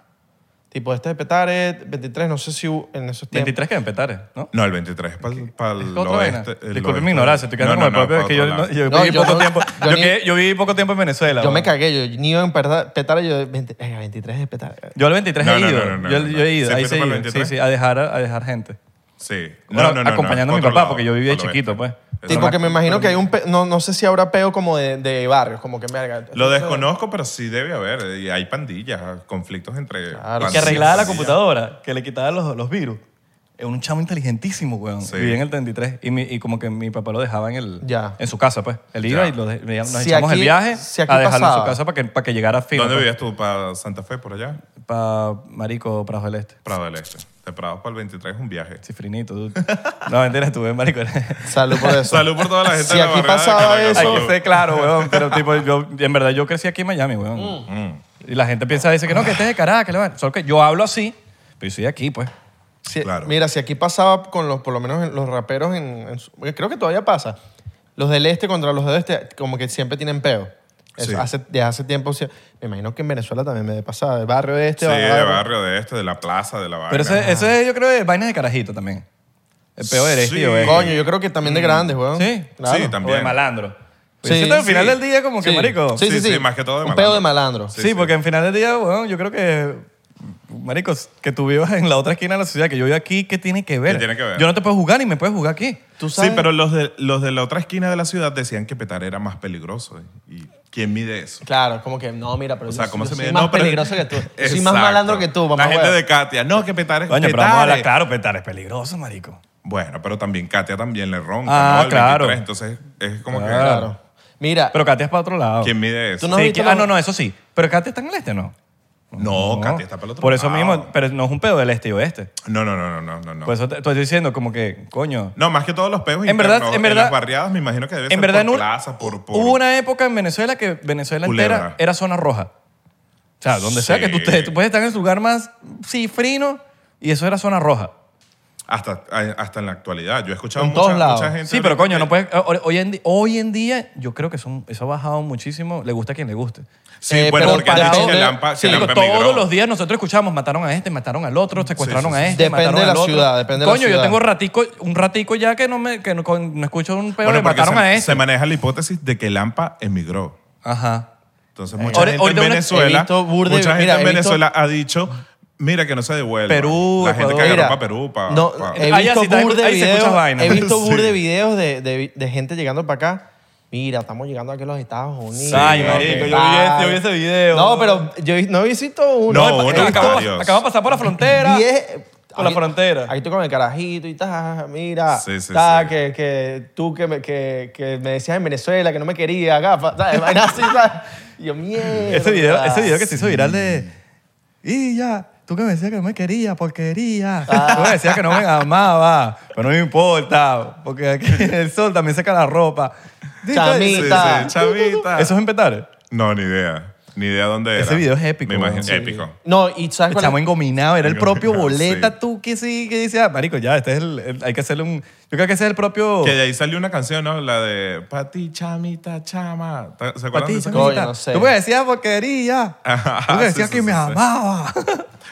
Speaker 4: Tipo, este de Petaret, 23, no sé si hu- en esos tiempos.
Speaker 2: 23 que en Petare, ¿no?
Speaker 3: No, el 23 para el, para el
Speaker 2: Otra vaina.
Speaker 3: oeste. el
Speaker 2: Disculpen
Speaker 3: oeste.
Speaker 2: mi ignorancia, estoy quedando
Speaker 3: No,
Speaker 2: con
Speaker 3: no,
Speaker 2: el propio.
Speaker 3: no,
Speaker 2: es que yo,
Speaker 3: para
Speaker 2: no-
Speaker 3: otro
Speaker 2: yo
Speaker 4: No,
Speaker 2: viví
Speaker 4: yo
Speaker 2: poco
Speaker 4: no-
Speaker 2: tiempo.
Speaker 4: yo
Speaker 2: Yo,
Speaker 4: ni-
Speaker 2: que- yo viví poco tiempo en Venezuela.
Speaker 4: Yo me
Speaker 2: weón.
Speaker 4: cagué, yo ni iba en Peta- Petare, yo 20, eh, 23 de Petare.
Speaker 2: Yo al 23
Speaker 3: No,
Speaker 2: he
Speaker 3: no,
Speaker 2: ido.
Speaker 3: no, no,
Speaker 2: yo,
Speaker 3: no,
Speaker 2: yo he ido.
Speaker 3: no.
Speaker 2: Ahí
Speaker 3: ¿Siempre
Speaker 2: sí,
Speaker 3: fue para
Speaker 2: he
Speaker 3: el
Speaker 2: ido. sí,
Speaker 3: 23?
Speaker 2: sí, a dejar, a dejar gente.
Speaker 3: lado. Sí.
Speaker 2: Bueno, acompañando a mi
Speaker 3: otro
Speaker 2: papá, porque yo vivía
Speaker 3: al oeste.
Speaker 2: chiquito, pues. Pero
Speaker 4: Tipo
Speaker 2: no
Speaker 4: que me imagino que hay un. pe- no, no sé si habrá peo como de, de barrios, como que verga.
Speaker 3: Lo desconozco, pero sí debe haber. eh, Y hay pandillas, ah, conflictos entre.
Speaker 4: Claro.
Speaker 3: pandillas,
Speaker 2: Que arreglaba la
Speaker 3: pandillas.
Speaker 2: computadora, que le quitaba los, los virus. Es un chamo inteligentísimo, weón.
Speaker 3: Sí.
Speaker 2: Vivía en el 33 y, mi- y como que mi papá lo dejaba en, el,
Speaker 4: Ya.
Speaker 2: en su casa, pues. Él iba
Speaker 3: Ya.
Speaker 2: y lo de- nos
Speaker 4: Si
Speaker 2: echamos el
Speaker 4: aquí-
Speaker 2: viaje
Speaker 4: si aquí
Speaker 2: a dejarlo en su
Speaker 4: pasaba.
Speaker 2: casa para que, para que llegara fino. pues.
Speaker 3: ¿Dónde vivías tú? ¿Para Santa Fe, por allá?
Speaker 2: Para Marico, Prado del Este.
Speaker 3: Prado del Este. De Prado para el 23 es un viaje.
Speaker 2: Cifrinito, dude. No, mentira, estuve en Marico. Este.
Speaker 4: Salud por eso.
Speaker 3: Salud por toda la gente
Speaker 4: Si
Speaker 3: de la
Speaker 4: aquí
Speaker 3: barriada de
Speaker 4: pasaba
Speaker 3: Caracas.
Speaker 4: eso.
Speaker 2: Hay que ser claro, weón. Pero tipo, yo, en verdad yo crecí aquí en Miami,
Speaker 4: Mm.
Speaker 2: weón.
Speaker 3: Mm.
Speaker 2: Y la gente piensa, dice que no, que este es de Caracas. que la vaina. Solo que yo hablo así, pero yo soy de aquí, pues.
Speaker 4: Si-
Speaker 3: Claro.
Speaker 4: Mira, si aquí pasaba con los, por lo menos en- los raperos, en, en su- creo que todavía pasa. Los del este contra los del este, como que siempre tienen peo. Es-
Speaker 3: Sí.
Speaker 4: hace, desde hace tiempo, si- me imagino que en Venezuela también me debe pasar. El barrio este,
Speaker 3: Sí,
Speaker 4: barrio-
Speaker 3: de barrio de este, de la plaza, de la barra.
Speaker 2: Pero ese, ese yo creo que es vainas de carajito también. El peor eres,
Speaker 3: Sí.
Speaker 2: tío, weón.
Speaker 4: Coño, yo creo que también de grandes, weón.
Speaker 2: Mm. Sí.
Speaker 4: Claro.
Speaker 3: este. Sí, también.
Speaker 2: O de malandro.
Speaker 4: Sí,
Speaker 2: Sí, siento que al
Speaker 4: sí.
Speaker 2: final del día como que,
Speaker 4: Sí.
Speaker 2: marico...
Speaker 4: Sí, sí,
Speaker 3: Sí,
Speaker 4: sí.
Speaker 3: sí, más que todo de
Speaker 4: Un
Speaker 3: malandro.
Speaker 4: peo de malandro.
Speaker 2: Sí,
Speaker 3: Sí, sí.
Speaker 2: porque al final del día, weón, yo creo que... Marico, que tú vivas en la otra esquina de la ciudad, que yo vivo aquí, ¿qué tiene que ver?
Speaker 3: ¿Qué tiene que ver?
Speaker 2: Yo no te puedo jugar ni me puedes jugar aquí.
Speaker 4: ¿Tú sabes?
Speaker 3: Sí, pero los de, los de la otra esquina de la ciudad decían que Petar era más peligroso. ¿eh? ¿Y quién mide eso?
Speaker 4: Claro, como que no, mira, pero
Speaker 3: O sea,
Speaker 4: yo,
Speaker 3: ¿cómo
Speaker 4: yo
Speaker 3: se
Speaker 4: soy
Speaker 3: mide?
Speaker 4: más
Speaker 3: No, pero-
Speaker 4: peligroso que tú. Yo soy
Speaker 3: Exacto.
Speaker 4: más malandro que tú, mamá
Speaker 3: La gente
Speaker 4: huevo.
Speaker 3: de Katia. No, que Petar es
Speaker 2: Coño, pero
Speaker 3: Petare.
Speaker 2: vamos a hablar claro, petar es peligroso, marico.
Speaker 3: Bueno, pero también Katia también le ronca.
Speaker 2: Ah,
Speaker 3: ¿no? El
Speaker 2: claro.
Speaker 3: 23, entonces es como
Speaker 2: Claro.
Speaker 4: Claro. Mira,
Speaker 2: Pero Katia es para otro lado.
Speaker 3: que. ¿Quién mide eso?
Speaker 4: Tú ¿No has
Speaker 2: Sí,
Speaker 4: visto
Speaker 2: que- ah,
Speaker 4: la-
Speaker 2: no, no, eso sí. Pero Katia está en el este, ¿no?
Speaker 3: No, Katia está para el otro
Speaker 2: Por eso
Speaker 3: lado.
Speaker 2: mismo, pero no es un pedo del este y oeste.
Speaker 3: No, no, no, no, no, no. no.
Speaker 2: Por eso te, te estoy diciendo como que, coño...
Speaker 3: no, más que todos los peos
Speaker 2: En verdad,
Speaker 3: internos,
Speaker 2: en verdad-
Speaker 3: las barriadas me imagino que debe ser
Speaker 2: en verdad,
Speaker 3: por
Speaker 2: en un-
Speaker 3: plaza, por, por-
Speaker 2: hubo una época en Venezuela que Venezuela entera
Speaker 3: Culebra.
Speaker 2: era zona roja. O sea, donde sea que tú
Speaker 3: Sí.
Speaker 2: estés, tú puedes estar en el lugar más cifrino y eso era zona roja.
Speaker 3: Hasta, hasta en la actualidad. Yo he escuchado
Speaker 4: En
Speaker 3: mucha,
Speaker 4: todos lados.
Speaker 3: mucha gente...
Speaker 2: Sí, pero
Speaker 3: ahorita
Speaker 2: coño,
Speaker 3: que-
Speaker 2: no puedes. Hoy hoy en, di- hoy en día, yo creo que son, eso ha bajado muchísimo. Le gusta a quien le guste.
Speaker 3: Sí,
Speaker 4: Eh,
Speaker 3: bueno,
Speaker 4: pero
Speaker 3: porque
Speaker 4: para
Speaker 3: dicen que
Speaker 4: todo-
Speaker 3: Lampa,
Speaker 2: Sí,
Speaker 3: que
Speaker 2: digo,
Speaker 3: Lampa
Speaker 2: todos
Speaker 3: emigró.
Speaker 2: los días nosotros escuchamos, mataron a este, mataron al otro, secuestraron
Speaker 3: Sí, sí,
Speaker 2: a
Speaker 3: sí.
Speaker 2: este,
Speaker 4: Depende
Speaker 2: mataron
Speaker 4: de la
Speaker 2: al otro.
Speaker 4: ciudad, depende de la
Speaker 2: Coño, yo
Speaker 4: ciudad.
Speaker 2: tengo ratico, un ratico ya que no me que no, con- no escucho un peor
Speaker 3: Bueno,
Speaker 2: de
Speaker 3: porque
Speaker 2: mataron este. a
Speaker 3: se, se
Speaker 2: este.
Speaker 3: maneja la hipótesis de que Lampa emigró.
Speaker 2: Ajá.
Speaker 3: Entonces, mucha
Speaker 2: Ahora-
Speaker 3: gente en
Speaker 2: ahorita una- he
Speaker 3: Venezuela,
Speaker 4: visto burde-
Speaker 3: mucha gente
Speaker 4: mira,
Speaker 3: en
Speaker 4: he visto-
Speaker 3: Venezuela ha dicho, mira que no se devuelva.
Speaker 2: Perú,
Speaker 3: La gente que
Speaker 2: Ecuador. eh,
Speaker 3: agarró
Speaker 4: Mira,
Speaker 3: para Perú, para...
Speaker 4: no, he
Speaker 2: Allá
Speaker 4: visto
Speaker 2: sí está-
Speaker 4: bur de
Speaker 2: ahí se escuchan
Speaker 4: videos,
Speaker 2: vainas.
Speaker 4: he visto bur de
Speaker 3: Sí.
Speaker 4: videos de, de- de gente llegando para acá.Ira, estamos llegando aquí a los Estados Unidos.
Speaker 2: Ay,
Speaker 4: ¿qué
Speaker 2: marico, yo vi
Speaker 4: tal?
Speaker 2: ese- yo vi ese video.
Speaker 4: No, pero yo vi- no he visto uno.
Speaker 3: No,
Speaker 4: He
Speaker 3: uno
Speaker 4: visto
Speaker 3: acaba-
Speaker 4: como
Speaker 3: Oh, Dios.
Speaker 2: Acabas de pasar por la frontera.
Speaker 4: diez-
Speaker 2: Por la frontera.
Speaker 4: Ahí estoy con el carajito y tal, mira,
Speaker 3: Sí, sí,
Speaker 4: tal,
Speaker 3: sí.
Speaker 4: Que, que tú que me, que, que me decías en Venezuela que no me quería, gafa, ¿sabes? Vainas así, ¿sabes? Y yo, mierda.
Speaker 2: Ese video,
Speaker 4: Ah,
Speaker 2: ese video que se hizo viral de. Y ya, tú que me decías que no me quería, porquería.
Speaker 4: Ah.
Speaker 2: Tú me decías que no me amaba, pero no me importa, porque aquí el sol también seca la ropa. Sí,
Speaker 3: Sí, sí,
Speaker 4: Chamita.
Speaker 3: chavita.
Speaker 2: ¿Eso es en Petare?
Speaker 3: No, ni idea. Ni idea dónde era.
Speaker 2: Ese video es épico,
Speaker 3: Me imagino,
Speaker 2: weón. Sí.
Speaker 3: épico.
Speaker 4: No, y ¿sabes
Speaker 2: El
Speaker 4: cuál
Speaker 2: chamo
Speaker 4: es?
Speaker 2: engominado, era el propio boleta,
Speaker 3: Sí.
Speaker 2: tú que sí, que dice, ah, marico, ya, este es el, el- Hay que hacerle un. Yo creo que ese es el propio.
Speaker 3: Que de ahí salió una canción, ¿no? La de Pati Chamita Chama. ¿Te- ¿Se acuerdan de
Speaker 2: Patito,
Speaker 3: esa?
Speaker 4: Coño,
Speaker 2: amita.
Speaker 4: no sé.
Speaker 2: Tú me decías porquería.
Speaker 3: Ajá,
Speaker 2: Tú me
Speaker 3: sí,
Speaker 2: decías
Speaker 3: sí,
Speaker 2: que
Speaker 3: sí,
Speaker 2: me
Speaker 3: sí.
Speaker 2: amaba.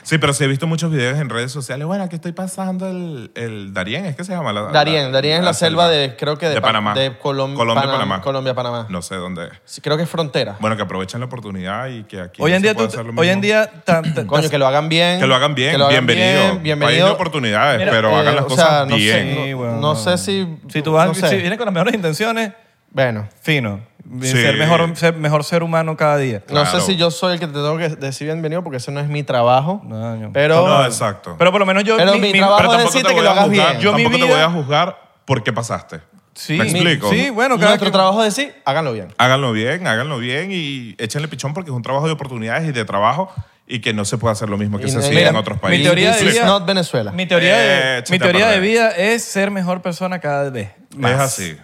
Speaker 3: Sí, pero sí he visto muchos videos en redes sociales. Bueno, aquí estoy pasando el, el Darien, ¿es que se llama? La, la-
Speaker 4: Darien, Darien es la selva de- creo que de Pa-
Speaker 3: Panamá.
Speaker 4: de Colom-
Speaker 3: Colombia,
Speaker 4: Panam-
Speaker 3: Panamá.
Speaker 4: Colombia, Panamá.
Speaker 3: No sé dónde es.
Speaker 4: Sí, Creo que es frontera.
Speaker 3: Bueno, que aprovechen la oportunidad y que aquí
Speaker 2: Hoy
Speaker 3: no
Speaker 2: en
Speaker 3: se
Speaker 2: día,
Speaker 3: puede
Speaker 2: tú-
Speaker 3: hacer lo
Speaker 2: hoy en
Speaker 3: mismo.
Speaker 2: día, tan- tan-
Speaker 4: Coño, que lo hagan bien.
Speaker 3: Que lo hagan bien.
Speaker 4: que lo hagan
Speaker 3: bienvenido.
Speaker 4: bien,
Speaker 3: País de
Speaker 4: bienvenido.
Speaker 3: oportunidades,
Speaker 2: Mira,
Speaker 3: pero hagan
Speaker 4: Eh,
Speaker 3: las
Speaker 4: o
Speaker 3: cosas
Speaker 4: sea, no sé,
Speaker 3: bien.
Speaker 4: no-
Speaker 2: Sí, bueno,
Speaker 4: no,
Speaker 2: no.
Speaker 4: sé si.
Speaker 2: Si tú vas,
Speaker 4: no sé.
Speaker 2: si vienes con las mejores intenciones,
Speaker 4: Bueno,
Speaker 2: fino.
Speaker 3: Sí.
Speaker 2: Ser, mejor, ser mejor ser humano cada día.
Speaker 4: no
Speaker 3: Claro.
Speaker 4: sé si yo soy el que te tengo que decir bienvenido porque ese no es mi trabajo.
Speaker 2: No, no.
Speaker 4: Pero.
Speaker 3: No, exacto.
Speaker 2: Pero por lo menos yo...
Speaker 4: Pero mi trabajo-
Speaker 3: Pero
Speaker 4: Vamos a
Speaker 3: tampoco
Speaker 4: decirte
Speaker 3: te
Speaker 4: que
Speaker 3: voy
Speaker 4: lo
Speaker 3: a
Speaker 4: hagas
Speaker 3: juzgar.
Speaker 4: bien.
Speaker 2: Yo mi
Speaker 3: Tampoco te
Speaker 2: vida-
Speaker 3: voy a juzgar por qué pasaste.
Speaker 2: Sí.
Speaker 3: ¿Me explico?
Speaker 2: Sí, bueno, cada
Speaker 4: Nuestro
Speaker 2: que-
Speaker 4: trabajo es decir, háganlo bien.
Speaker 3: Háganlo bien, háganlo bien y échenle pichón porque es un trabajo de oportunidades y de trabajo y que no se puede hacer lo mismo que
Speaker 4: Y
Speaker 3: se
Speaker 4: no-
Speaker 3: hacía
Speaker 4: mira,
Speaker 3: en otros
Speaker 2: mi
Speaker 3: países.
Speaker 2: teoría
Speaker 4: This
Speaker 2: de
Speaker 4: is
Speaker 2: vida-
Speaker 4: not Venezuela.
Speaker 2: Mi teoría, de,
Speaker 3: Eh,
Speaker 2: mi
Speaker 3: chita
Speaker 2: teoría de
Speaker 3: perder.
Speaker 2: vida es ser mejor persona cada vez. más.
Speaker 3: Es así.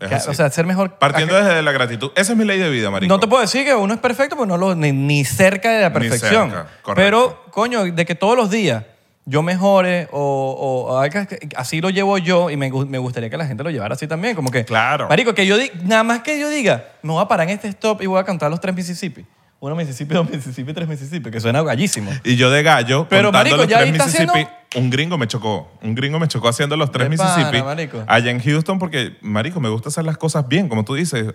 Speaker 3: es
Speaker 2: Ca-
Speaker 3: así.
Speaker 2: O sea, ser mejor...
Speaker 3: Partiendo desde la gratitud. Esa es mi ley de vida, marico.
Speaker 2: No te puedo decir que uno es perfecto, pues no lo, ni, ni cerca de la
Speaker 3: Ni
Speaker 2: perfección.
Speaker 3: cerca, correcto.
Speaker 2: Pero, coño, de que todos los días yo mejore o, o haga que- así lo llevo yo y me, gu- me gustaría que la gente lo llevara así también. Como que,
Speaker 3: Claro.
Speaker 2: Marico, que yo di- nada más que yo diga, me voy a parar en este stop y voy a cantar los tres Mississippi. Uno Mississippi, dos Mississippi, tres Mississippi, que suena gallísimo.
Speaker 3: Y yo de gallo,
Speaker 2: Pero,
Speaker 3: pero
Speaker 2: marico, ya
Speaker 3: los tres
Speaker 2: ahí está haciendo-
Speaker 3: Mississippi, un gringo me chocó. Un gringo me chocó haciendo los tres
Speaker 2: De pana,
Speaker 3: Mississippi
Speaker 2: marico.
Speaker 3: allá en Houston porque, marico, me gusta hacer las cosas bien, como tú dices.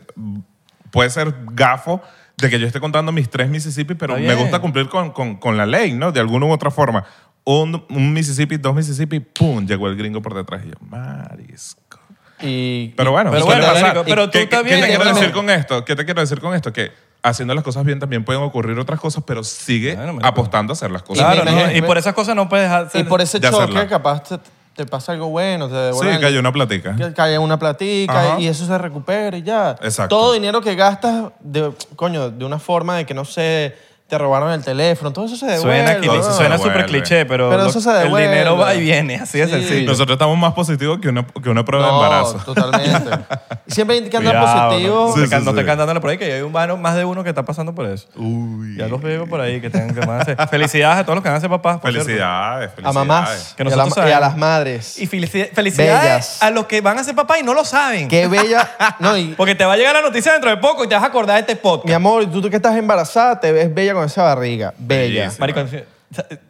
Speaker 3: Puede ser gafo de que yo esté contando mis tres Mississippi, pero
Speaker 2: Está
Speaker 3: me
Speaker 2: bien.
Speaker 3: gusta cumplir con, con- con la ley, ¿no? De alguna u otra forma. Un, un Mississippi, dos Mississippi, ¡pum! Llegó el gringo por detrás y yo, marisco.
Speaker 4: Y,
Speaker 3: Pero bueno,
Speaker 2: Pero
Speaker 3: suele
Speaker 2: bueno,
Speaker 3: pasar.
Speaker 2: marico, pero tú
Speaker 3: ¿Qué-
Speaker 2: estás
Speaker 3: qué-
Speaker 2: bien,
Speaker 3: ¿Qué te
Speaker 2: ¿no?
Speaker 3: quiero decir con esto? ¿Qué te quiero decir con esto? Que haciendo las cosas bien también pueden ocurrir otras cosas, pero sigue
Speaker 2: Bueno, marico.
Speaker 3: apostando a hacer las cosas
Speaker 2: Claro,
Speaker 3: bien.
Speaker 4: me
Speaker 2: ¿no?
Speaker 4: imagino-
Speaker 2: y por esas cosas no puedes dejar...
Speaker 4: y por ese
Speaker 3: de
Speaker 4: choque,
Speaker 3: hacerla.
Speaker 4: capaz te, te pasa algo bueno. Te
Speaker 3: Sí,
Speaker 4: devuelven-
Speaker 3: cayó una platica.
Speaker 4: que caiga una platica
Speaker 3: Ajá.
Speaker 4: y eso se recupera y ya.
Speaker 3: Exacto.
Speaker 4: Todo dinero que gastas, de, coño, de una forma de que no sé, te robaron el teléfono, todo eso se devuelve.
Speaker 2: Suena,
Speaker 3: Todo
Speaker 2: que-
Speaker 3: eso
Speaker 4: weón.
Speaker 3: se
Speaker 2: suena
Speaker 3: devuelve.
Speaker 2: súper cliché, pero,
Speaker 4: Pero
Speaker 2: lo-
Speaker 4: eso se
Speaker 2: el
Speaker 4: devuelve.
Speaker 2: dinero va y viene, así de
Speaker 4: Sí.
Speaker 2: sencillo.
Speaker 3: Nosotros estamos más positivos que una, que una prueba
Speaker 4: No,
Speaker 3: de embarazo.
Speaker 4: totalmente. Siempre hay que andar
Speaker 2: Cuidado,
Speaker 4: positivo.
Speaker 2: No,
Speaker 3: Sí,
Speaker 2: no te
Speaker 3: sí,
Speaker 2: no
Speaker 3: sí.
Speaker 2: te cantan dándole por ahí, que ya hay un vano, más de uno que está pasando por eso.
Speaker 3: Uy.
Speaker 2: Ya los veo por ahí que tengan que van a ser. Felicidades a todos los que van a ser papás. por cierto.
Speaker 3: Felicidades,
Speaker 4: A
Speaker 3: felicidades.
Speaker 4: mamás
Speaker 2: Que
Speaker 4: y, a
Speaker 2: nosotros
Speaker 4: la- y a
Speaker 2: sabemos.
Speaker 4: las madres.
Speaker 2: Y felici- felicidades
Speaker 4: Bellas.
Speaker 2: a los que van a ser papás y no lo saben.
Speaker 4: Qué bella. No, y,
Speaker 2: Porque te va a llegar la noticia dentro de poco y te vas a acordar de este podcast.
Speaker 4: mi amor, tú que estás embarazada, te ves bella con esa barriga. Bella.
Speaker 3: Bellísima.
Speaker 2: Marico,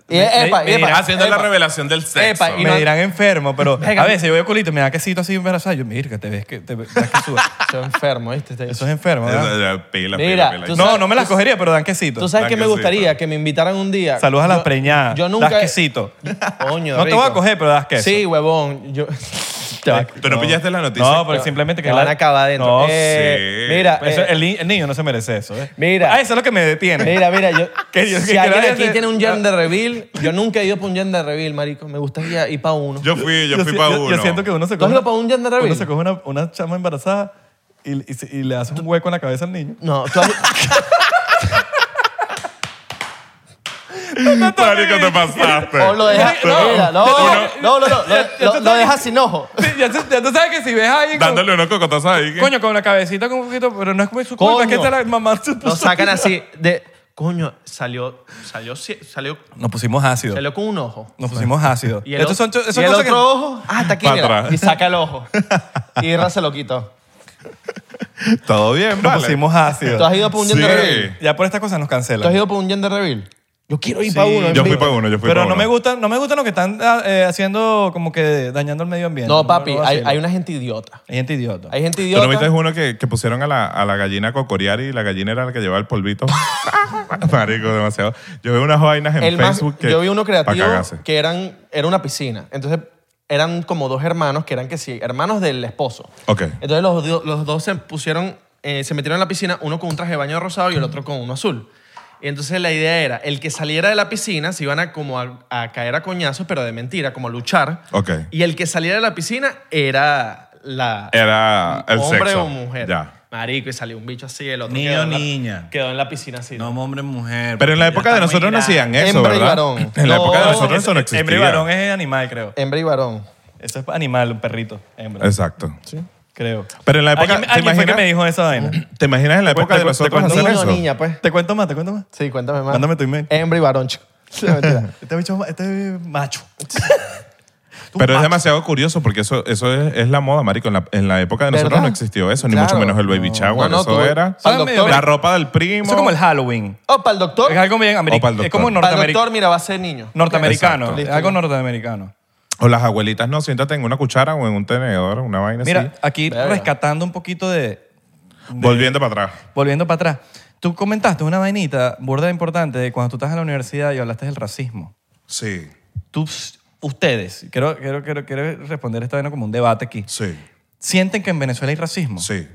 Speaker 4: Y, epa, y, epa.
Speaker 3: Estás haciendo la
Speaker 4: Epa.
Speaker 3: revelación del sexo.
Speaker 2: me dirán enfermo, pero a veces yo veo culito y me da quesito así embarazado. Yo, mira, que te ves que, te ves que suda.
Speaker 4: Estoy enfermo, ¿viste? Estoy-
Speaker 2: Eso es enfermo, ¿verdad?
Speaker 3: Pila, Eh, pila,
Speaker 4: Mira,
Speaker 3: pila.
Speaker 4: tú
Speaker 3: No,
Speaker 2: No, no me las cogería, pero dan quesito.
Speaker 4: ¿Tú sabes
Speaker 3: La
Speaker 4: qué
Speaker 3: que
Speaker 4: me
Speaker 3: sí,
Speaker 4: gustaría?
Speaker 3: pero-
Speaker 4: que me invitaran un día.
Speaker 2: Saludos a las
Speaker 4: Yo-
Speaker 2: preñadas.
Speaker 4: Yo nunca...
Speaker 2: Das quesito.
Speaker 4: Coño,
Speaker 2: No te
Speaker 4: rico.
Speaker 2: voy a coger, pero das queso.
Speaker 4: Sí, huevón. Yo... Te va-
Speaker 3: Tú no pillaste la noticia.
Speaker 2: No, pero simplemente que
Speaker 4: te
Speaker 2: la-
Speaker 4: van a acabar dentro.
Speaker 2: No, Pues
Speaker 4: Eh,
Speaker 3: sí.
Speaker 4: Mira,
Speaker 2: Eso-
Speaker 4: eh,
Speaker 2: el, ni- el niño no se merece eso. ¿eh?
Speaker 4: Mira.
Speaker 2: Ah, eso es lo que me detiene.
Speaker 4: mira, mira, yo...
Speaker 2: Que yo-
Speaker 4: si
Speaker 2: que
Speaker 4: alguien
Speaker 2: quiera
Speaker 4: aquí
Speaker 2: hacer-
Speaker 4: tiene un gender reveal, yo nunca he ido para un gender reveal, marico. Me gustaría ir para uno.
Speaker 3: Yo fui, yo, fui
Speaker 2: si-
Speaker 3: para
Speaker 2: yo-
Speaker 3: uno.
Speaker 2: Yo siento que uno se
Speaker 4: ¿Tú has
Speaker 2: coge,
Speaker 4: ido para un gender reveal?
Speaker 2: uno se coge una, una chama embarazada y, y se- y le haces un hueco en la cabeza al niño.
Speaker 4: No, tú has-
Speaker 3: Marico, te pasaste.
Speaker 2: Pues,
Speaker 4: o lo dejas...
Speaker 3: Pero-
Speaker 4: mira, no,
Speaker 3: Uno-
Speaker 4: no, no, no, lo- lo- lo dejas sin ojo.
Speaker 2: Sí, ya, tú- ya tú sabes que si ves a alguien con,
Speaker 3: Dándole unos cocotazos ahí. que-
Speaker 2: coño, con la cabecita con un poquito, pero no es como su culpa,
Speaker 4: Coño.
Speaker 2: es que está la mamá se puso-
Speaker 4: Lo sacan así de... Coño, salió, salió, salió,
Speaker 2: Nos pusimos ácido.
Speaker 4: salió con un ojo.
Speaker 2: Nos pusimos ácido.
Speaker 4: Y el,
Speaker 2: Estos son,
Speaker 4: otro,
Speaker 2: cho- son
Speaker 4: y el
Speaker 2: cosas
Speaker 4: otro
Speaker 2: que-
Speaker 4: ojo, ah, está aquí,
Speaker 3: Pa'
Speaker 4: mira.
Speaker 3: atrás.
Speaker 4: Y saca el ojo. Y Ra se lo quitó.
Speaker 3: Todo bien,
Speaker 2: Nos
Speaker 3: vale.
Speaker 2: pusimos
Speaker 4: ¿Tú
Speaker 2: ácido.
Speaker 4: has ido por un
Speaker 3: Sí.
Speaker 4: gender reveal?
Speaker 2: Ya por estas cosas nos
Speaker 4: ¿Tú has
Speaker 2: cancelan.
Speaker 4: ido por un gender reveal?
Speaker 7: Yo quiero ir
Speaker 2: Sí,
Speaker 7: para uno. en
Speaker 3: Yo fui
Speaker 7: fin.
Speaker 3: para uno, yo fui
Speaker 2: Pero
Speaker 3: pa'
Speaker 2: no
Speaker 3: uno.
Speaker 2: me gustan, no me gustan los que están eh, haciendo como que dañando el medio ambiente.
Speaker 4: No, papi,
Speaker 2: lo
Speaker 4: hay,
Speaker 2: vacilo.
Speaker 4: hay una gente idiota.
Speaker 2: Hay gente idiota.
Speaker 4: Hay gente
Speaker 3: ¿Tú
Speaker 4: idiota.
Speaker 3: no viste uno que, que pusieron a la, a la gallina a cocorear y la gallina era la que llevaba el polvito? Marico, demasiado. Yo veo unas vainas en
Speaker 4: El más-
Speaker 3: Facebook que...
Speaker 4: yo vi uno
Speaker 3: pa'
Speaker 4: creativo
Speaker 3: cagarse.
Speaker 4: que eran, era una piscina. Entonces eran como dos hermanos que eran que sí, hermanos del esposo.
Speaker 3: Ok.
Speaker 4: Entonces los, do- los dos se pusieron, eh, se metieron en la piscina, uno con un traje de baño rosado y el otro con uno azul. Y entonces la idea era, el que saliera de la piscina se iban a como a, a caer a coñazos, pero de mentira, como a luchar.
Speaker 3: Ok.
Speaker 4: Y el que saliera de la piscina era la...
Speaker 3: Era el
Speaker 4: hombre
Speaker 3: sexo.
Speaker 4: o mujer.
Speaker 3: Ya.
Speaker 4: Marico, y salió un bicho así, el otro
Speaker 2: Niño,
Speaker 4: quedó en la-
Speaker 2: niña.
Speaker 4: quedó en la piscina así.
Speaker 2: No, hombre, mujer.
Speaker 3: Pero en la
Speaker 2: Eh, porque
Speaker 3: época
Speaker 2: ya
Speaker 3: de
Speaker 2: está muy
Speaker 3: nosotros no hacían
Speaker 2: grande.
Speaker 3: eso,
Speaker 4: Hembra y
Speaker 3: ¿verdad?
Speaker 4: varón.
Speaker 3: En la
Speaker 4: No,
Speaker 3: época de nosotros
Speaker 2: Ese-
Speaker 3: eso no
Speaker 2: ese-
Speaker 3: existía.
Speaker 2: Hembra y varón es animal, creo.
Speaker 4: Hembra y varón.
Speaker 2: Eso es animal, un perrito. Hembra.
Speaker 3: Exacto.
Speaker 2: Creo.
Speaker 3: Pero en la época,
Speaker 2: Alguien,
Speaker 3: ¿te
Speaker 2: alguien fue que
Speaker 3: imaginas?
Speaker 2: me dijo esa vaina.
Speaker 3: ¿Te imaginas en la
Speaker 2: Te
Speaker 3: época de
Speaker 2: cuento- te
Speaker 3: nosotros
Speaker 2: cuento-
Speaker 3: hacer
Speaker 4: Niño
Speaker 3: eso?
Speaker 4: niña, pues.
Speaker 2: Te cuento más, te cuento más.
Speaker 4: Sí, cuéntame más.
Speaker 2: Mándame tu email.
Speaker 4: Hembra y varón, chico. No, mentira.
Speaker 2: Este bicho, este macho.
Speaker 3: Pero es demasiado curioso porque eso, eso es, es la moda, marico. En la, en la época de nosotros
Speaker 4: ¿Verdad?
Speaker 3: no existió eso, ni
Speaker 4: Claro.
Speaker 3: mucho menos el baby
Speaker 4: No.
Speaker 3: shower.
Speaker 4: No, no, tú-
Speaker 3: Ah, eso era
Speaker 4: Pa'l
Speaker 2: Eso es
Speaker 4: doctor.
Speaker 3: la ropa del primo.
Speaker 2: Eso es como el Halloween.
Speaker 4: Oh, para el doctor.
Speaker 2: Es algo bien
Speaker 3: O Oh, pa'l
Speaker 2: americano. Es como
Speaker 3: doctor.
Speaker 4: Para el
Speaker 2: norteamericano.
Speaker 4: doctor, mira, va a ser niño.
Speaker 2: Norteamericano.
Speaker 3: Exacto.
Speaker 2: Es algo norteamericano.
Speaker 3: O las abuelitas, no, siéntate en una cuchara o en un tenedor, una vaina
Speaker 2: Mira,
Speaker 3: así.
Speaker 2: aquí
Speaker 4: Verga.
Speaker 2: rescatando un poquito de,
Speaker 3: Volviendo para atrás.
Speaker 2: Volviendo para atrás, tú comentaste una vainita burda importante de cuando tú estás en la universidad y hablaste del racismo.
Speaker 3: Sí,
Speaker 2: Tú, ustedes, quiero, quiero, quiero, quiero responder esta vaina como un debate aquí.
Speaker 3: sí,
Speaker 2: ¿Sienten que en Venezuela hay racismo?
Speaker 3: sí.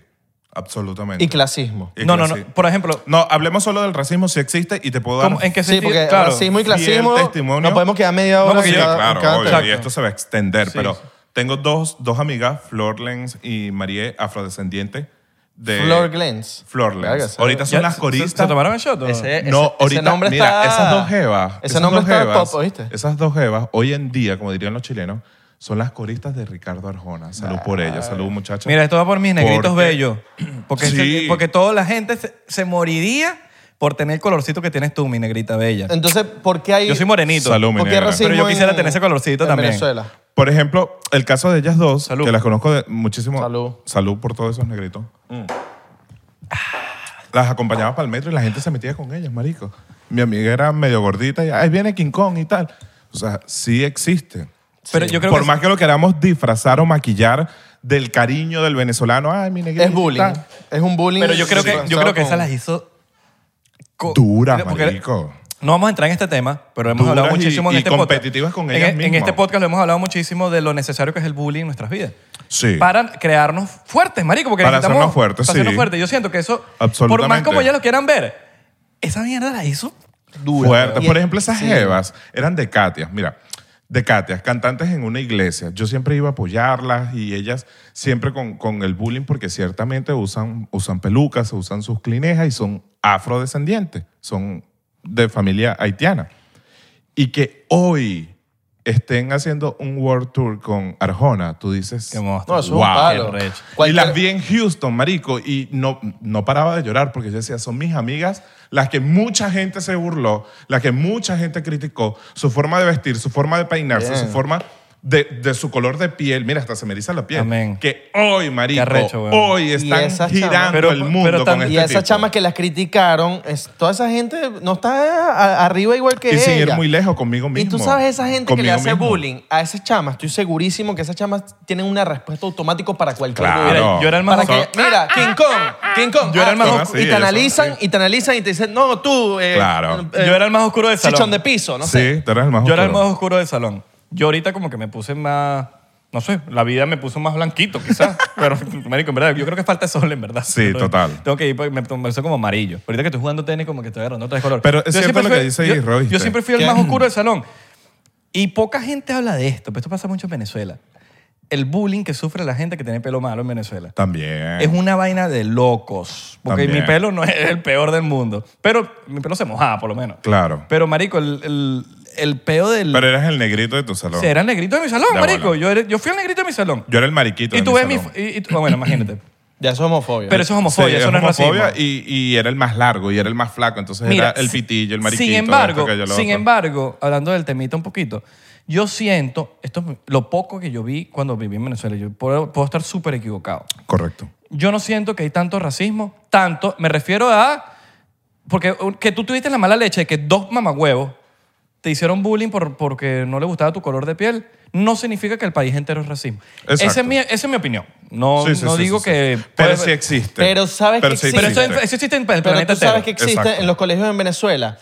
Speaker 3: Absolutamente.
Speaker 4: Y clasismo.
Speaker 3: Y
Speaker 2: No, no, no.
Speaker 3: clasi-
Speaker 2: Por ejemplo,
Speaker 3: No, hablemos solo del racismo si existe y te puedo dar
Speaker 2: ¿cómo- ¿en qué
Speaker 4: Sí,
Speaker 2: sentido?
Speaker 4: porque
Speaker 2: claro.
Speaker 4: racismo y
Speaker 3: fiel
Speaker 4: clasismo.
Speaker 3: testimonio.
Speaker 4: No podemos quedar media
Speaker 2: No,
Speaker 4: hora.
Speaker 2: porque
Speaker 3: Sí,
Speaker 2: yo-
Speaker 4: cada-
Speaker 3: claro,
Speaker 4: cada
Speaker 3: obvio,
Speaker 4: tema.
Speaker 3: y esto se va a extender,
Speaker 2: Sí,
Speaker 3: pero
Speaker 2: sí.
Speaker 3: tengo dos, dos amigas, Flor Lenz y Marie, afrodescendientes. De
Speaker 4: Flor Glens.
Speaker 3: Flor Lenz.
Speaker 4: Verga, ese-
Speaker 3: Ahorita son
Speaker 2: ¿Ya
Speaker 3: las
Speaker 2: se-
Speaker 3: coristas.
Speaker 2: ¿Se tomaron el shot? o?
Speaker 4: Ese-
Speaker 3: no, ahorita,
Speaker 4: nombre
Speaker 3: mira,
Speaker 4: está-
Speaker 3: esas dos jevas.
Speaker 4: Ese
Speaker 3: esas
Speaker 4: nombre
Speaker 3: dos
Speaker 4: está
Speaker 3: jevas,
Speaker 4: top, ¿oíste?
Speaker 3: Esas dos jevas, hoy en día, como dirían los chilenos, son las coristas de Ricardo Arjona. Salud por ellas, salud muchachos.
Speaker 2: Mira, esto va por mis negritos
Speaker 3: Porque-
Speaker 2: bellos. Porque,
Speaker 3: Sí.
Speaker 2: se- porque toda la gente se, se moriría por tener el colorcito que tienes tú, mi negrita bella.
Speaker 4: Entonces, ¿por qué hay.
Speaker 2: Yo soy morenito.
Speaker 3: Salud, mi
Speaker 4: ¿Por qué
Speaker 3: negra.
Speaker 4: racismo?
Speaker 2: Pero yo quisiera
Speaker 4: en-
Speaker 2: tener ese colorcito
Speaker 4: en
Speaker 2: también.
Speaker 4: Venezuela.
Speaker 3: Por ejemplo, el caso de ellas dos,
Speaker 2: Salud.
Speaker 3: que las conozco de muchísimo.
Speaker 4: Salud. Mm.
Speaker 3: Salud por todos esos negritos. Ah. Las acompañaba para el metro y la gente se metía con ellas, marico. Mi amiga era medio gordita y ahí viene King Kong y tal. O sea, sí existe.
Speaker 2: Pero yo creo
Speaker 3: por
Speaker 2: que-
Speaker 3: más que lo queramos disfrazar o maquillar del cariño del venezolano, ay, mi negrita.
Speaker 4: Es bullying. Es un bullying.
Speaker 2: Pero yo creo que, yo creo que esa las
Speaker 4: disfrazado
Speaker 2: hizo... co-
Speaker 3: Dura,
Speaker 2: porque-
Speaker 3: marico.
Speaker 2: No vamos a entrar en este tema, pero hemos
Speaker 3: Duras
Speaker 2: hablado muchísimo
Speaker 3: y-
Speaker 2: en
Speaker 3: y
Speaker 2: este
Speaker 3: competitivas
Speaker 2: podcast.
Speaker 3: con
Speaker 2: En-
Speaker 3: ellas
Speaker 2: en,
Speaker 3: mismas.
Speaker 2: este podcast lo hemos hablado muchísimo de lo necesario que es el bullying en nuestras vidas.
Speaker 3: Sí.
Speaker 2: Para crearnos fuertes, marico. Porque
Speaker 3: Para
Speaker 2: necesitamos-
Speaker 3: hacernos fuertes,
Speaker 2: para
Speaker 3: sí.
Speaker 2: hacernos fuertes. Yo siento que eso, por más
Speaker 3: Absolutamente.
Speaker 2: como ya lo quieran ver, esa mierda la hizo
Speaker 4: dura.
Speaker 3: Fuerte.
Speaker 4: Y-
Speaker 3: Por ejemplo, esas
Speaker 4: sí.
Speaker 3: jevas eran de Katia. Mira, de Katia, cantantes en una iglesia. Yo siempre iba a apoyarlas y ellas siempre con, con el bullying porque ciertamente usan, usan pelucas, usan sus clinejas y son afrodescendientes. Son de familia haitiana. Y que hoy estén haciendo un world tour con Arjona, tú dices...
Speaker 2: Qué monstruo.
Speaker 4: No, eso es un
Speaker 3: Wow.
Speaker 4: palo.
Speaker 2: Qué recho.
Speaker 3: Y
Speaker 4: Cualquier-
Speaker 3: las vi en Houston, marico, y no, no paraba de llorar porque yo decía, son mis amigas las que mucha gente se burló, las que mucha gente criticó, su forma de vestir, su forma de peinarse,
Speaker 4: Bien.
Speaker 3: su forma de, de su color de piel. Mira, hasta se me eriza la piel.
Speaker 2: Amén.
Speaker 3: Que hoy, marico,
Speaker 2: arrecho, weón.
Speaker 3: hoy
Speaker 4: Y
Speaker 3: están
Speaker 4: esas chamas-
Speaker 3: girando
Speaker 2: Pero-
Speaker 3: el mundo
Speaker 2: pero
Speaker 3: con
Speaker 2: tam-
Speaker 3: este
Speaker 4: Y a esas
Speaker 3: tipo.
Speaker 4: chamas que las criticaron, es- toda esa gente no está a- arriba igual que
Speaker 3: Y sin ir
Speaker 4: ella.
Speaker 3: muy lejos conmigo mismo.
Speaker 4: Y tú sabes esa gente que le
Speaker 3: Conmigo
Speaker 4: hace
Speaker 3: mismo.
Speaker 4: bullying a esas chamas, estoy segurísimo que esas chamas tienen una respuesta automática para cualquier
Speaker 3: Claro.
Speaker 4: bullying.
Speaker 2: Mira, yo era el más
Speaker 4: Para
Speaker 2: joven.
Speaker 4: que, mira, King Kong, King Kong.
Speaker 2: Yo era el más
Speaker 4: ah,
Speaker 3: joven.
Speaker 4: Y
Speaker 3: Sí,
Speaker 4: te
Speaker 3: eso,
Speaker 4: analizan,
Speaker 3: sí.
Speaker 4: y te analizan y te dicen, no, tú. eh,
Speaker 3: Claro.
Speaker 4: eh,
Speaker 2: Yo era el más oscuro del salón.
Speaker 4: Chichón de piso, no sé.
Speaker 3: Sí, tú eres el más
Speaker 2: Yo era el
Speaker 3: oscuro.
Speaker 2: más oscuro del salón. Yo ahorita como que me puse más... No sé, la vida me puso más blanquito quizás. pero, marico, en verdad, yo creo que falta sol, en verdad.
Speaker 3: Sí,
Speaker 2: Entonces,
Speaker 3: total.
Speaker 2: Tengo que ir, porque me puse como amarillo. Ahorita que estoy jugando tenis, como que estoy agarrando tres colores.
Speaker 3: Pero es cierto lo que dice
Speaker 2: yo-
Speaker 3: Isra,
Speaker 2: Yo,
Speaker 3: ¿viste?
Speaker 2: siempre fui el
Speaker 4: ¿Qué?
Speaker 2: más oscuro del salón. Y poca gente habla de esto, pero esto pasa mucho en Venezuela. El bullying que sufre la gente que tiene pelo malo en Venezuela.
Speaker 3: También.
Speaker 2: Es una vaina de locos. Porque
Speaker 3: También.
Speaker 2: mi pelo no es el peor del mundo. Pero mi pelo se mojaba, por lo menos.
Speaker 3: Claro.
Speaker 2: Pero, marico, el, el, el peo del...
Speaker 3: Pero eras el negrito de tu salón.
Speaker 2: Era el negrito de mi salón,
Speaker 3: De
Speaker 2: marico.
Speaker 3: bola.
Speaker 2: Yo, era- yo fui el negrito de mi salón.
Speaker 3: Yo era el mariquito
Speaker 2: y
Speaker 3: de
Speaker 2: tú
Speaker 3: mi
Speaker 2: ves mi...
Speaker 3: salón.
Speaker 2: y- y tú- ah, bueno, imagínate.
Speaker 4: Ya eso es homofobia.
Speaker 2: Pero eso es homofobia,
Speaker 3: Sí,
Speaker 2: eso no es
Speaker 3: homofobia
Speaker 2: racismo.
Speaker 3: Y, y era el más largo y era el más flaco. Entonces
Speaker 2: Mira,
Speaker 3: era el pitillo, el mariquito.
Speaker 2: Sin
Speaker 3: esto,
Speaker 2: embargo,
Speaker 3: aquello, lo
Speaker 2: sin
Speaker 3: otro.
Speaker 2: embargo, hablando del temita un poquito, yo siento, esto es lo poco que yo vi cuando viví en Venezuela, yo puedo, puedo estar súper equivocado.
Speaker 3: Correcto.
Speaker 2: Yo no siento que hay tanto racismo, tanto, me refiero a Porque un- que tú tuviste la mala leche de que dos mamagüevos te hicieron bullying por, porque no le gustaba tu color de piel, no significa que el país entero es racismo.
Speaker 3: Exacto.
Speaker 2: Esa es, mi, esa es mi opinión. No,
Speaker 3: Sí, sí,
Speaker 2: no
Speaker 3: sí,
Speaker 2: digo
Speaker 3: sí, sí.
Speaker 2: que...
Speaker 3: Pero
Speaker 2: puede-
Speaker 3: sí existe.
Speaker 4: Pero sabes que
Speaker 3: sí
Speaker 4: existe.
Speaker 2: Pero eso, eso existe en el planeta
Speaker 4: Pero tú
Speaker 2: entero.
Speaker 4: sabes que existe
Speaker 3: Exacto.
Speaker 4: en los colegios en Venezuela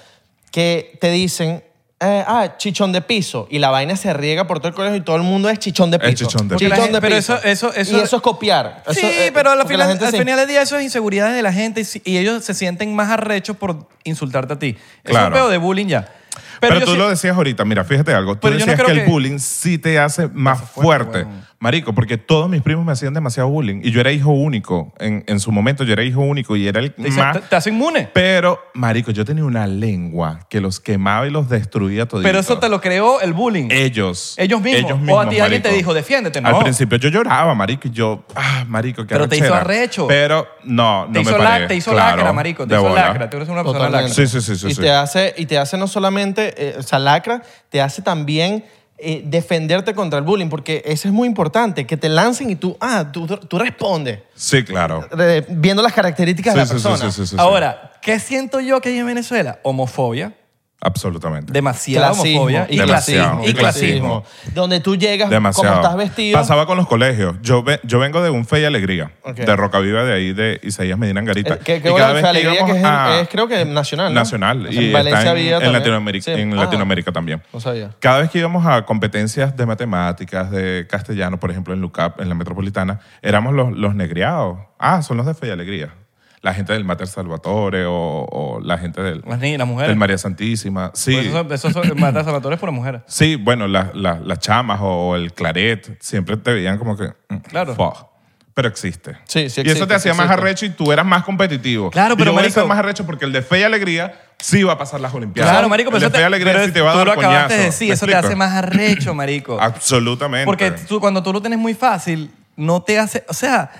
Speaker 4: que te dicen, eh, ah, chichón de piso. Y la vaina se riega por todo el colegio y todo el mundo es chichón de
Speaker 3: Es
Speaker 4: piso.
Speaker 3: chichón de
Speaker 4: Porque
Speaker 3: piso.
Speaker 4: la gente-
Speaker 2: Pero eso- eso- eso-
Speaker 4: y eso es copiar. Eso,
Speaker 2: sí,
Speaker 4: eh,
Speaker 2: pero al
Speaker 4: porque la
Speaker 2: final,
Speaker 4: gente
Speaker 2: al
Speaker 4: se-
Speaker 2: final del día eso es inseguridad de la gente y, si- y ellos se sienten más arrechos por insultarte a ti. Es un
Speaker 3: Claro.
Speaker 2: peo de bullying ya.
Speaker 3: Pero,
Speaker 2: yo
Speaker 3: tú
Speaker 2: sí-
Speaker 3: lo decías ahorita, mira, fíjate algo. Tú
Speaker 2: Pero yo no
Speaker 3: decías
Speaker 2: creo
Speaker 3: que el
Speaker 2: que-
Speaker 3: bullying sí te hace más fuerte, marico, porque todos mis primos me hacían demasiado bullying y yo era hijo único. En, en su momento yo era hijo único y era el
Speaker 2: te, dicen,
Speaker 3: más...
Speaker 2: "Te- te hace inmune.
Speaker 3: Pero, marico, yo tenía una lengua que los quemaba y los destruía todito.
Speaker 2: Pero eso te lo creó el bullying.
Speaker 3: Ellos.
Speaker 2: Ellos mismos. O a ti alguien te
Speaker 3: marico.
Speaker 2: dijo, "Defiéndete", no.
Speaker 3: Al principio yo lloraba, marico, y yo, ah, marico, qué
Speaker 2: Pero te hizo
Speaker 3: arrechera.
Speaker 2: arrecho.
Speaker 3: Pero, no, no
Speaker 2: te,
Speaker 3: me
Speaker 2: hizo
Speaker 3: paré.
Speaker 2: la- te hizo
Speaker 3: Claro,
Speaker 2: lacra, marico. Te
Speaker 3: de
Speaker 2: hizo
Speaker 3: bola.
Speaker 2: lacra. Tú eres una persona
Speaker 4: Totalmente.
Speaker 2: lacra.
Speaker 3: Sí, sí, sí, sí,
Speaker 4: y,
Speaker 3: sí.
Speaker 4: Te hace, y te hace no solamente, eh, o sea, lacra, te hace también eh, defenderte contra el bullying, porque eso es muy importante, que te lancen y tú, ah, tú, tú respondes,
Speaker 3: Sí, claro.
Speaker 4: re- viendo las características de la
Speaker 3: Sí, sí, sí,
Speaker 4: persona.
Speaker 3: sí, sí, sí, sí.
Speaker 2: Ahora, ¿qué siento yo que hay en Venezuela? Homofobia,
Speaker 3: Demasiado.
Speaker 2: demasiada
Speaker 4: Clasismo,
Speaker 2: homofobia y
Speaker 3: demasiado,
Speaker 2: clasismo. Y
Speaker 3: y
Speaker 2: clasismo.
Speaker 3: clasismo.
Speaker 4: Donde tú llegas,
Speaker 3: Demasiado.
Speaker 4: como estás vestido.
Speaker 3: Pasaba con los colegios. Yo, ve- yo vengo de un Fe y Alegría,
Speaker 4: Ok.
Speaker 3: de Rocaviva, de ahí, de Isaías Medina Angarita.
Speaker 4: Eh, que- que
Speaker 3: Y
Speaker 4: bueno,
Speaker 3: cada
Speaker 4: Fe
Speaker 3: vez que
Speaker 4: Alegría
Speaker 3: íbamos
Speaker 4: que es en-
Speaker 3: a-
Speaker 4: es creo que nacional, ¿no?
Speaker 3: Nacional.
Speaker 4: En
Speaker 3: Y
Speaker 4: Valencia
Speaker 3: está en,
Speaker 4: había
Speaker 3: en
Speaker 4: también.
Speaker 3: Latinoamérica,
Speaker 4: Sí.
Speaker 3: en
Speaker 4: Ah.
Speaker 3: Latinoamérica también.
Speaker 4: No sabía.
Speaker 3: Cada vez que íbamos a competencias de matemáticas, de castellano, por ejemplo, en Lucap, en la metropolitana, éramos los, los negriados. Ah, son los de Fe y Alegría. La gente del Mater Salvatore o, o la gente del,
Speaker 2: Las niñas, las mujeres.
Speaker 3: del María Santísima. Sí.
Speaker 2: Por eso, eso son- mata salvatores por mujeres.
Speaker 3: Sí, bueno, la- la- las chamas o el claret siempre te veían como que. mm,
Speaker 2: Claro.
Speaker 3: fuck. Pero existe.
Speaker 4: Sí, sí
Speaker 3: Y eso
Speaker 4: existe,
Speaker 3: te hacía
Speaker 4: sí
Speaker 3: más
Speaker 4: existe.
Speaker 3: arrecho y tú eras más competitivo.
Speaker 2: Claro,
Speaker 3: Y
Speaker 2: pero,
Speaker 3: yo voy a
Speaker 2: marico-
Speaker 3: ser más arrecho porque el de fe y alegría sí va a pasar las Olimpiadas.
Speaker 2: Claro, marico,
Speaker 3: El
Speaker 2: pero,
Speaker 3: de
Speaker 2: eso
Speaker 3: fe y alegría
Speaker 2: pero
Speaker 3: sí te va a
Speaker 2: tú
Speaker 3: dar
Speaker 2: lo acabaste
Speaker 3: coñazo.
Speaker 2: de
Speaker 3: ¿Me
Speaker 2: decir, eso te
Speaker 3: explico? Ah,
Speaker 2: hace más arrecho, marico.
Speaker 3: Absolutamente.
Speaker 2: Porque tú, cuando tú lo tienes muy fácil, no te hace. O sea,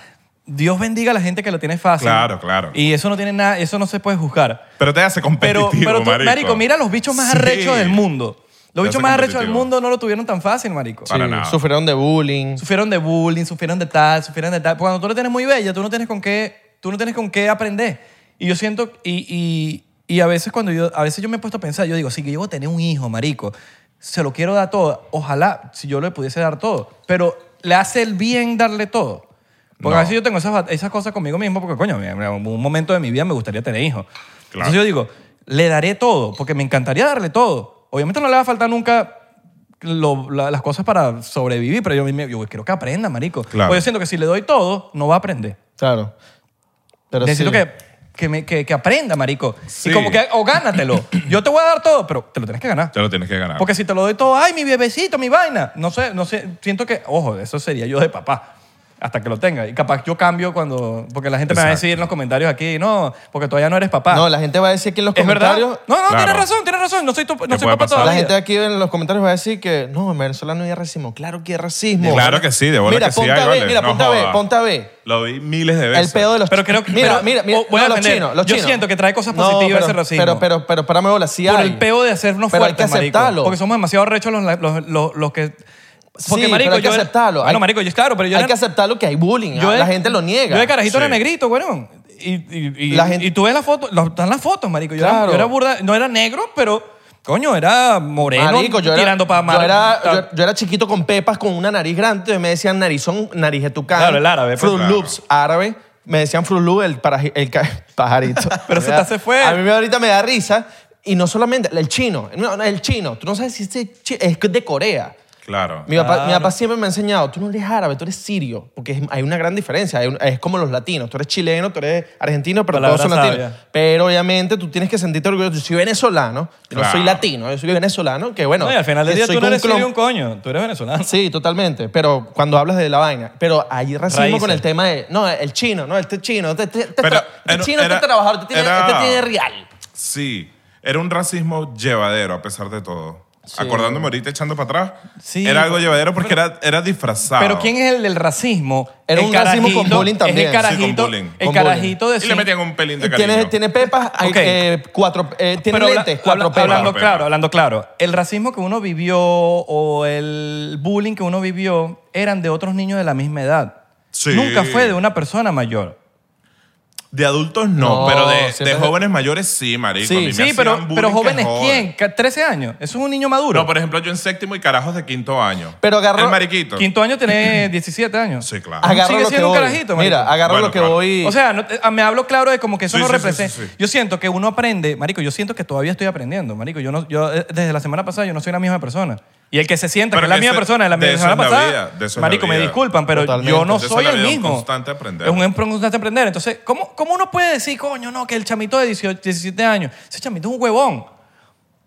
Speaker 2: Dios bendiga a la gente que lo tiene fácil.
Speaker 3: Claro, claro.
Speaker 2: Y eso no tiene nada, eso no se puede juzgar.
Speaker 3: Pero te hace competitivo,
Speaker 2: Pero, pero tú,
Speaker 3: marico.
Speaker 2: marico, mira los bichos más
Speaker 3: Sí.
Speaker 2: arrechos del mundo. Los
Speaker 3: Te
Speaker 2: bichos
Speaker 3: hace
Speaker 2: más arrechos del
Speaker 3: competitivo.
Speaker 2: mundo no lo tuvieron tan fácil, marico. Ah,
Speaker 3: Para nada.
Speaker 4: Sufrieron de bullying.
Speaker 2: Sufrieron de bullying, sufrieron de tal, sufrieron de tal. Porque Cuando tú lo tienes muy bella, tú no tienes con qué, tú no tienes con qué aprender. Y yo siento, y, y- y a veces cuando yo, a veces yo me he puesto a pensar, yo digo, si yo voy a tener un hijo, marico, se lo quiero dar todo. Ojalá, si yo le pudiese dar todo. Pero le hace el bien darle todo. Porque a
Speaker 3: No.
Speaker 2: veces yo tengo esas, bat- esas cosas conmigo mismo, porque coño, en un momento de mi vida me gustaría tener hijos.
Speaker 3: Claro.
Speaker 2: Entonces yo digo, le daré todo, porque me encantaría darle todo. Obviamente no le va a faltar nunca lo- la- las cosas para sobrevivir, pero yo, me- yo quiero que aprenda, marico.
Speaker 3: Claro.
Speaker 2: Pues yo siento que si le doy todo, no va a aprender.
Speaker 4: Claro. Pero
Speaker 2: Necesito
Speaker 4: sí.
Speaker 2: que, que, me- que- que aprenda, marico.
Speaker 3: Sí.
Speaker 2: Y como que, o gánatelo. yo te voy a dar todo, pero te lo tienes que ganar.
Speaker 3: Te lo tienes que ganar.
Speaker 2: Porque si te lo doy todo, ay, mi bebecito, mi vaina. No sé, no sé, siento que, ojo, eso sería yo de papá. Hasta que lo tenga. Y capaz yo cambio cuando. Porque la gente me va a
Speaker 3: Exacto.
Speaker 2: decir en los comentarios aquí, no, porque todavía no eres papá.
Speaker 4: No, la gente va a decir aquí en los
Speaker 2: ¿Es verdad? No,
Speaker 4: comentarios.
Speaker 2: no, tienes
Speaker 3: Claro.
Speaker 2: razón, tienes razón. No soy, tu, no
Speaker 3: ¿Qué
Speaker 2: soy
Speaker 3: puede
Speaker 2: papá
Speaker 3: pasar?
Speaker 2: todavía.
Speaker 4: La gente aquí en los comentarios va a decir que no, en Venezuela no hay racismo. Claro que hay racismo.
Speaker 3: Claro que sí, de bola
Speaker 4: mira,
Speaker 3: que sí
Speaker 4: ponte
Speaker 3: hay,
Speaker 4: a ver,
Speaker 3: vale,
Speaker 4: Mira,
Speaker 3: no
Speaker 4: ponte a ver,
Speaker 3: joda.
Speaker 4: ponte a ver.
Speaker 3: Lo vi miles de
Speaker 4: El
Speaker 3: veces.
Speaker 4: peor de los
Speaker 2: Pero creo que-
Speaker 4: Mira,
Speaker 2: pero
Speaker 4: mira, mira.
Speaker 2: o- voy a
Speaker 4: no, los
Speaker 2: defender.
Speaker 4: chinos, los
Speaker 2: Yo
Speaker 4: chinos.
Speaker 2: siento que trae cosas
Speaker 4: No,
Speaker 2: positivas
Speaker 4: pero-
Speaker 2: ese racismo.
Speaker 4: Pero, pero, pero, párame bola, sí
Speaker 2: Por
Speaker 4: hay.
Speaker 2: el peo de hacernos
Speaker 4: Pero hay
Speaker 2: fuertes,
Speaker 4: que aceptarlo.
Speaker 2: marico. Porque somos demasiado rechos los, los, los, los que... Porque,
Speaker 4: sí,
Speaker 2: marico,
Speaker 4: pero hay que
Speaker 2: yo era-
Speaker 4: aceptarlo.
Speaker 2: Bueno,
Speaker 4: Hay-
Speaker 2: marico, yo, claro, pero yo
Speaker 4: Hay
Speaker 2: era-
Speaker 4: que aceptarlo que hay bullying.
Speaker 2: yo
Speaker 4: ah,
Speaker 2: de-
Speaker 4: la gente lo niega.
Speaker 2: Yo de carajito
Speaker 3: Sí.
Speaker 2: era negrito, weón. Y, y, y,
Speaker 4: La gente-
Speaker 2: y tú ves las fotos, los- están las fotos, marico. Yo,
Speaker 4: Claro.
Speaker 2: era, yo era burda, no era negro, pero, coño, era moreno
Speaker 4: Marico, yo era,
Speaker 2: tirando para
Speaker 4: yo, era, yo, yo era chiquito con pepas, con una nariz grande, y me decían narizón, nariz de tucán.
Speaker 2: Claro, el árabe, pues,
Speaker 4: Fruit
Speaker 3: claro.
Speaker 4: Loops, árabe. Me decían Fruit Loops, el, paraji- el ca- pajarito.
Speaker 2: Pero se te hace fue.
Speaker 4: A mí me- ahorita me da risa. Y no solamente, el chino. No, no, el chino. Tú no sabes si este chi- es de Corea.
Speaker 3: Claro.
Speaker 4: Mi papá, mi papá siempre me ha enseñado, tú no eres árabe, tú eres sirio, porque es- hay una gran diferencia, hay un- es como los latinos, tú eres chileno, tú eres argentino, pero
Speaker 2: Palabra
Speaker 4: todos son latinos.
Speaker 2: sabia.
Speaker 4: Pero obviamente tú tienes que sentirte orgulloso, yo soy venezolano, yo no soy
Speaker 3: Claro.
Speaker 4: latino, yo soy venezolano, que bueno.
Speaker 2: No, y al final del
Speaker 4: que
Speaker 2: día
Speaker 4: soy
Speaker 2: tú no
Speaker 4: con
Speaker 2: eres
Speaker 4: clon-
Speaker 2: sirio un coño, tú eres venezolano.
Speaker 4: Sí, totalmente, pero cuando hablas de la vaina, pero hay racismo
Speaker 2: Raíces.
Speaker 4: con el tema de, no, el chino, no, este chino, este, este- este
Speaker 3: Pero
Speaker 4: tra- este
Speaker 2: eh,
Speaker 3: era-
Speaker 4: chino,
Speaker 3: era-
Speaker 4: este trabajador, este tiene,
Speaker 3: era-
Speaker 4: este tiene real.
Speaker 3: Sí, era un racismo llevadero a pesar de todo. Acordándome ahorita echando para atrás,
Speaker 2: Sí.
Speaker 3: era algo llevadero porque era, era disfrazado.
Speaker 2: Pero ¿quién es el del racismo?
Speaker 4: Era
Speaker 2: El
Speaker 4: un racismo con
Speaker 2: carajito,
Speaker 4: bullying también.
Speaker 2: Es
Speaker 4: Sí,
Speaker 2: el
Speaker 4: con
Speaker 2: carajito,
Speaker 3: bullying.
Speaker 2: el
Speaker 4: Con
Speaker 2: carajito de
Speaker 3: Y le
Speaker 2: cin-
Speaker 3: metían un pelín de cariño.
Speaker 4: Tiene, tiene pepas, hay,
Speaker 2: Ok.
Speaker 4: eh, cuatro, eh, tiene
Speaker 2: Pero habla-
Speaker 4: lentes, cuatro
Speaker 2: habla-
Speaker 4: pepas.
Speaker 2: Hablando
Speaker 3: Cuatro
Speaker 2: claro,
Speaker 3: pepas.
Speaker 2: hablando claro. El racismo que uno vivió o el bullying que uno vivió eran de otros niños de la misma edad.
Speaker 3: Sí.
Speaker 2: Nunca fue de una persona mayor.
Speaker 3: De adultos no,
Speaker 2: No,
Speaker 3: pero de, de
Speaker 4: siempre-
Speaker 3: jóvenes mayores sí, marico.
Speaker 4: Sí,
Speaker 3: A mí me
Speaker 2: Sí,
Speaker 3: hacían
Speaker 2: pero,
Speaker 3: bullying
Speaker 2: pero
Speaker 3: que
Speaker 2: jóvenes,
Speaker 3: joda.
Speaker 2: ¿quién? Ca- ¿13 años? Eso es un niño maduro.
Speaker 3: No, por ejemplo, yo en séptimo y carajos de quinto año.
Speaker 4: Pero agarró-
Speaker 3: El mariquito.
Speaker 2: Quinto año tiene 17 años.
Speaker 3: Sí, claro.
Speaker 4: Agarro
Speaker 2: Sigue
Speaker 4: lo que
Speaker 2: siendo un
Speaker 4: voy.
Speaker 2: carajito, marico.
Speaker 4: Mira, agarro
Speaker 3: Bueno,
Speaker 4: lo que
Speaker 3: claro.
Speaker 4: voy.
Speaker 2: O sea, no te- a- me hablo claro de como que eso
Speaker 3: Sí,
Speaker 2: no
Speaker 3: sí, sí,
Speaker 2: representa.
Speaker 3: sí, sí.
Speaker 2: Yo siento que uno aprende, marico, yo siento que todavía estoy aprendiendo, marico. Yo no, yo eh, desde la semana pasada yo no soy la misma persona. Y el que se sienta
Speaker 3: Pero
Speaker 2: que es la
Speaker 3: que
Speaker 2: misma
Speaker 3: eso-
Speaker 2: persona de la
Speaker 3: de
Speaker 2: misma
Speaker 3: eso es
Speaker 2: semana
Speaker 3: la
Speaker 2: pasada,
Speaker 3: vida, de eso es
Speaker 2: marico,
Speaker 3: la
Speaker 2: me
Speaker 3: vida.
Speaker 2: disculpan, pero
Speaker 4: Totalmente.
Speaker 2: yo no
Speaker 3: De eso
Speaker 2: soy
Speaker 3: es la
Speaker 2: el
Speaker 3: vida, un
Speaker 2: mismo.
Speaker 3: constante aprender.
Speaker 2: Es un em- constante aprender. Entonces, ¿cómo, ¿cómo uno puede decir, coño, no, que el chamito de 18, 17 años, ese chamito es un huevón?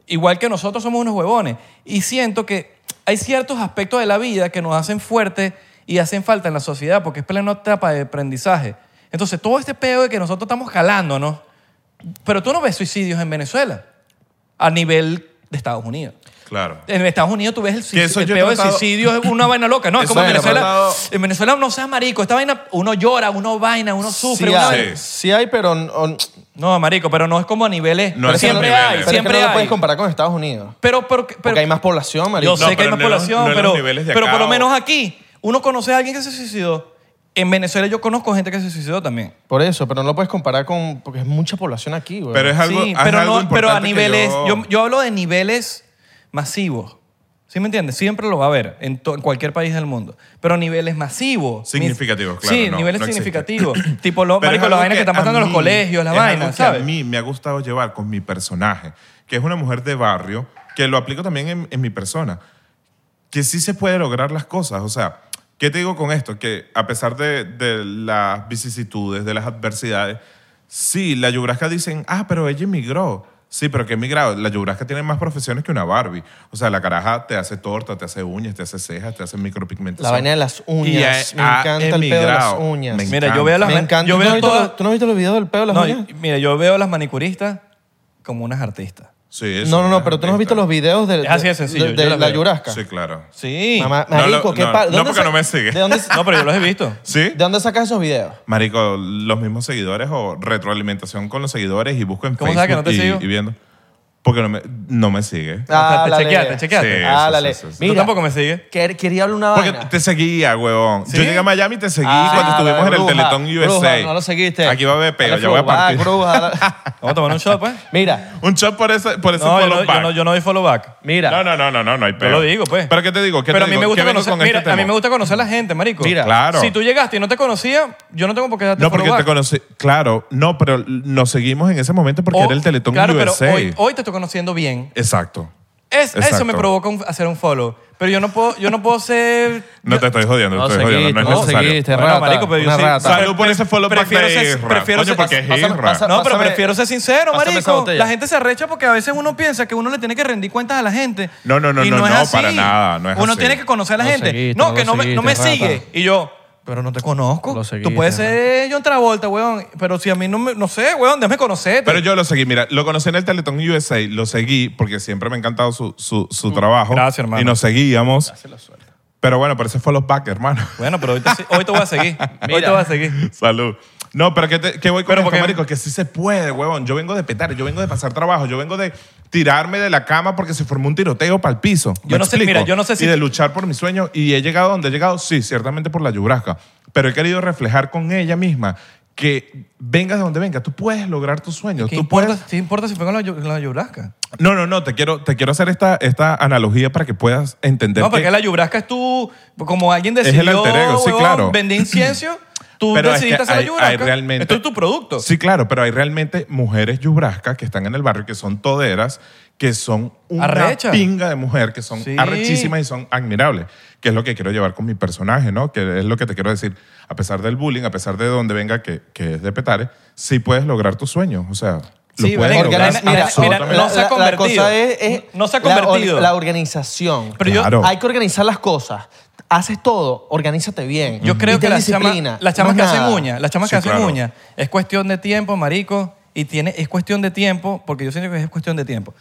Speaker 2: Igual que nosotros somos unos huevones. Y siento que hay ciertos aspectos de la vida que nos hacen fuertes y hacen falta en la sociedad porque es plena etapa de aprendizaje. Entonces, todo este pedo de que nosotros estamos jalándonos, pero tú no ves suicidios en Venezuela a nivel de Estados Unidos.
Speaker 3: Claro.
Speaker 2: En Estados Unidos tú ves el,
Speaker 3: Que eso
Speaker 2: suicidio, el
Speaker 3: yo he
Speaker 2: peo de
Speaker 3: tratado-
Speaker 2: suicidio es una vaina loca. No, es
Speaker 3: Eso
Speaker 2: como en
Speaker 3: yo he
Speaker 2: Venezuela.
Speaker 3: tratado-
Speaker 2: En Venezuela no seas marico. Esta vaina, uno llora, uno vaina, uno sufre.
Speaker 4: sí,
Speaker 2: una
Speaker 4: hay,
Speaker 2: vaina-
Speaker 3: Sí.
Speaker 4: sí hay, pero n- o n-
Speaker 2: No, marico, pero no es como a niveles.
Speaker 3: No
Speaker 2: pero
Speaker 3: es que
Speaker 2: siempre
Speaker 3: no-
Speaker 2: hay,
Speaker 3: pero es
Speaker 4: pero es que
Speaker 2: siempre
Speaker 4: no lo
Speaker 2: hay.
Speaker 4: puedes comparar con Estados Unidos.
Speaker 2: pero, pero, pero,
Speaker 4: Porque hay más población, marico.
Speaker 2: Yo sé
Speaker 3: No,
Speaker 2: que hay
Speaker 3: pero
Speaker 2: más
Speaker 3: no en los-
Speaker 2: población,
Speaker 3: no en los
Speaker 2: pero,
Speaker 3: niveles de
Speaker 2: pero
Speaker 3: acá
Speaker 2: por lo
Speaker 3: o-
Speaker 2: menos aquí, uno conoce a alguien que se suicidó. En Venezuela yo conozco gente que se suicidó también.
Speaker 4: Por eso, pero no lo puedes comparar con. Porque es mucha población aquí, güey.
Speaker 3: Pero es algo,
Speaker 2: sí,
Speaker 3: es
Speaker 2: pero,
Speaker 3: algo
Speaker 2: no, pero a
Speaker 3: importante que
Speaker 2: niveles.
Speaker 3: yo-
Speaker 2: Yo... yo hablo de niveles masivos. ¿Sí me entiendes? Siempre lo va a haber en, to- en cualquier país del mundo. Pero niveles masivos.
Speaker 3: Significativos,
Speaker 2: Mis-
Speaker 3: claro,
Speaker 2: Sí,
Speaker 3: no,
Speaker 2: niveles
Speaker 3: no existe.
Speaker 2: significativos. tipo, lo,
Speaker 3: Pero es
Speaker 2: marico,
Speaker 3: algo
Speaker 2: las vainas que, están
Speaker 3: a
Speaker 2: pasando en los
Speaker 3: mí-
Speaker 2: colegios, las
Speaker 3: es algo
Speaker 2: vainas,
Speaker 3: que
Speaker 2: ¿sabes?
Speaker 3: A mí me ha gustado llevar con mi personaje, que es una mujer de barrio, que lo aplico también en, en mi persona, que sí se puede lograr las cosas. O sea, ¿qué te digo con esto? Que a pesar de, de las vicisitudes, de las adversidades, sí, la yugrasca dicen, ah, pero ella emigró. Sí, pero que emigrado. La yugrasca tiene más profesiones que una Barbie. O sea, la caraja te hace torta, te hace uñas, te hace cejas, te hace micropigmentación.
Speaker 4: La vaina de las
Speaker 3: Y
Speaker 4: uñas.
Speaker 3: ha-
Speaker 4: Me
Speaker 3: ha
Speaker 4: encanta el pedo de las
Speaker 3: emigrado.
Speaker 4: uñas.
Speaker 3: Me
Speaker 2: Mira, yo
Speaker 3: encanta.
Speaker 2: veo las
Speaker 4: Me
Speaker 2: man-
Speaker 4: encanta.
Speaker 2: Yo
Speaker 4: ¿Tú,
Speaker 2: veo
Speaker 4: no has visto
Speaker 2: todo-
Speaker 4: los- tú no has visto los videos del pedo de las
Speaker 2: No,
Speaker 4: uñas?
Speaker 2: y- mira, yo veo a las manicuristas como unas artistas.
Speaker 3: Sí,
Speaker 4: No, no,
Speaker 3: son
Speaker 4: no, pero tú no has visto
Speaker 3: artistas.
Speaker 4: los videos del- de,
Speaker 2: Es así de sencillo,
Speaker 4: de-
Speaker 2: yo
Speaker 4: de
Speaker 2: las
Speaker 4: la
Speaker 2: veo.
Speaker 4: Yurasca.
Speaker 3: Sí, claro.
Speaker 2: Sí.
Speaker 4: Mamá,
Speaker 3: No,
Speaker 4: marico,
Speaker 3: lo-
Speaker 4: qué
Speaker 3: no,
Speaker 4: pa-
Speaker 3: no,
Speaker 4: ¿dónde
Speaker 3: porque
Speaker 4: sa-
Speaker 3: no me sigue.
Speaker 4: ¿De dónde, sa-
Speaker 2: No, pero yo los he visto.
Speaker 3: ¿Sí?
Speaker 4: de dónde sacas esos videos?
Speaker 3: Marico, los mismos seguidores o retroalimentación con los seguidores y busco en
Speaker 2: ¿Cómo
Speaker 3: Facebook
Speaker 2: sabes que no te
Speaker 3: y,
Speaker 2: sigo?
Speaker 3: y viendo. Porque no me, no me sigue.
Speaker 2: Ah, te
Speaker 4: Álale.
Speaker 2: chequeaste, chequeaste. Ah,
Speaker 3: Sí,
Speaker 4: Álale.
Speaker 3: sí, sí, sí.
Speaker 2: Tú tampoco me sigues.
Speaker 4: quer- Quería hablar una
Speaker 3: Porque
Speaker 4: vaina.
Speaker 3: te seguía, huevón.
Speaker 2: ¿Sí?
Speaker 3: Yo llegué a Miami y te seguí
Speaker 4: Ah,
Speaker 3: cuando estuvimos en el
Speaker 4: bruja,
Speaker 3: Teletón USA.
Speaker 4: bruja, no lo seguiste.
Speaker 3: Aquí va a haber peo,
Speaker 4: Dale
Speaker 3: ya voy a
Speaker 4: flow, va,
Speaker 3: partir.
Speaker 4: bruja, dale.
Speaker 2: Vamos a tomar un shot, pues.
Speaker 4: Mira,
Speaker 3: Un shot por ese, por ese
Speaker 2: No, yo
Speaker 3: follow
Speaker 2: no, yo
Speaker 3: back.
Speaker 2: no, yo no doy follow back.
Speaker 4: mira.
Speaker 3: no, no, no, no, no, no hay peo.
Speaker 2: lo digo, pues.
Speaker 3: Pero ¿qué te digo? ¿Qué
Speaker 2: pero
Speaker 3: te
Speaker 2: a mí
Speaker 3: digo?
Speaker 2: me gusta
Speaker 3: ¿Qué vengo
Speaker 2: conocer,
Speaker 3: con
Speaker 2: mira,
Speaker 3: este
Speaker 2: a mí
Speaker 3: tema?
Speaker 2: me gusta conocer a la gente, marico.
Speaker 4: Mira,
Speaker 3: Claro.
Speaker 2: Si tú llegaste y no te conocía, yo no tengo por qué darte
Speaker 3: No, porque
Speaker 2: follow
Speaker 3: te
Speaker 2: back.
Speaker 3: conocí. Claro, no, pero nos seguimos en ese momento porque
Speaker 2: O-
Speaker 3: era el Teletón
Speaker 2: Oh, claro,
Speaker 3: USA.
Speaker 2: pero hoy, hoy te estoy conociendo bien.
Speaker 3: Exacto.
Speaker 2: Es, eso
Speaker 3: Exacto.
Speaker 2: me provoca un- hacer un follow. Pero yo no puedo, yo no puedo ser... Este
Speaker 3: No te estoy jodiendo,
Speaker 4: No
Speaker 3: te estoy jodiendo,
Speaker 4: seguiste,
Speaker 3: no es
Speaker 4: no
Speaker 3: necesario.
Speaker 4: seguiste.
Speaker 2: Bueno,
Speaker 4: rata,
Speaker 2: marico, pero yo
Speaker 4: una
Speaker 2: sí-
Speaker 4: rata.
Speaker 3: Salud por ese follow back
Speaker 2: Prefiero
Speaker 3: de
Speaker 2: ser-
Speaker 3: Isra.
Speaker 2: prefiero
Speaker 3: Coño,
Speaker 2: ser-
Speaker 3: porque es
Speaker 4: pásame-
Speaker 3: Isra.
Speaker 4: pasa-
Speaker 2: No, pero
Speaker 4: pásame-
Speaker 2: prefiero ser sincero,
Speaker 4: pásame esa
Speaker 2: marico.
Speaker 4: botella.
Speaker 2: La gente se arrecha porque a veces uno piensa que uno le tiene que rendir cuentas a la gente.
Speaker 3: No, no, no,
Speaker 2: Y
Speaker 3: no,
Speaker 2: es
Speaker 3: no,
Speaker 2: así.
Speaker 3: para nada, no es
Speaker 2: Uno
Speaker 3: así.
Speaker 2: tiene que conocer a la
Speaker 4: No
Speaker 2: gente.
Speaker 4: seguiste,
Speaker 2: no,
Speaker 4: no
Speaker 2: que no, me- no me
Speaker 4: seguiste,
Speaker 2: sigue.
Speaker 4: rata.
Speaker 2: Y yo, pero no te conozco.
Speaker 4: Lo
Speaker 2: Tú
Speaker 4: seguiste,
Speaker 2: puedes ser John Travolta, weón. Pero si a mí no me, no sé, weón, déjame conocerte.
Speaker 3: Pero yo lo seguí, mira, lo conocí en el Teletón USA, lo seguí porque siempre me ha encantado su, su, su trabajo.
Speaker 2: Mm. Gracias, hermano.
Speaker 3: Y nos seguíamos. Pero bueno, por ese follow back, hermano.
Speaker 2: Bueno, pero hoy te, hoy te voy a seguir. Hoy te voy a seguir.
Speaker 3: Salud. No, pero que, te- que voy con
Speaker 2: Pero
Speaker 3: esto,
Speaker 2: porque-
Speaker 3: marico, que sí se puede, huevón. Yo vengo de petar, yo vengo de pasar trabajo, yo vengo de tirarme de la cama porque se formó un tiroteo para el piso.
Speaker 2: Yo
Speaker 3: ¿Me
Speaker 2: no sé,
Speaker 3: explico?
Speaker 2: mira, yo no sé si-
Speaker 3: Y de luchar por mis sueños. Y he llegado donde he llegado, sí, ciertamente por la yubrasca. Pero he querido reflejar con ella misma que vengas de donde vengas, tú puedes lograr tus sueños.
Speaker 2: ¿Qué
Speaker 3: Tú
Speaker 2: importa,
Speaker 3: puedes
Speaker 2: ¿Qué importa si fue con la, yu- la yubrasca?
Speaker 3: No, no, no, te quiero, te quiero hacer esta, esta analogía para que puedas entender.
Speaker 2: No,
Speaker 3: que-
Speaker 2: porque la yubrasca es tú, como alguien
Speaker 3: el
Speaker 2: decidió,
Speaker 3: alter ego, sí,
Speaker 2: weón,
Speaker 3: claro.
Speaker 2: vender incienso, tú
Speaker 3: Pero es
Speaker 2: decidiste
Speaker 3: que
Speaker 2: hacer
Speaker 3: hay-
Speaker 2: la yubrasca.
Speaker 3: hay realmente-
Speaker 2: Esto es tu producto.
Speaker 3: Sí, claro, pero hay realmente mujeres yubrascas que están en el barrio, que son toderas, que son una
Speaker 2: Arrecha.
Speaker 3: pinga de mujer, que son
Speaker 2: Sí.
Speaker 3: arrechísimas y son admirables, que es lo que quiero llevar con mi personaje, ¿no? Que es lo que te quiero decir. A pesar del bullying, a pesar de donde venga, que, que es de petare, sí puedes lograr tus sueños. O sea, lo
Speaker 2: Sí,
Speaker 3: puedes
Speaker 2: vale,
Speaker 3: lograr.
Speaker 4: Organiz- mira,
Speaker 2: mira,
Speaker 3: absolutamente.
Speaker 2: no se ha
Speaker 4: la- la
Speaker 2: convertido.
Speaker 4: cosa es- es
Speaker 2: No se ha
Speaker 4: la or-
Speaker 2: convertido.
Speaker 4: La, organización.
Speaker 2: Pero yo-
Speaker 3: Claro.
Speaker 4: Hay que organizar las cosas. Haces todo, organízate bien.
Speaker 2: Yo creo
Speaker 4: Y ten
Speaker 2: que las chamas,
Speaker 4: disciplina.
Speaker 2: las chamas
Speaker 4: más
Speaker 2: que hacen
Speaker 4: nada.
Speaker 2: uñas, las chamas
Speaker 3: Sí,
Speaker 2: que hacen
Speaker 3: claro.
Speaker 2: uñas, es cuestión de tiempo, marico, y tiene, es cuestión de tiempo, porque yo siento que es cuestión de tiempo.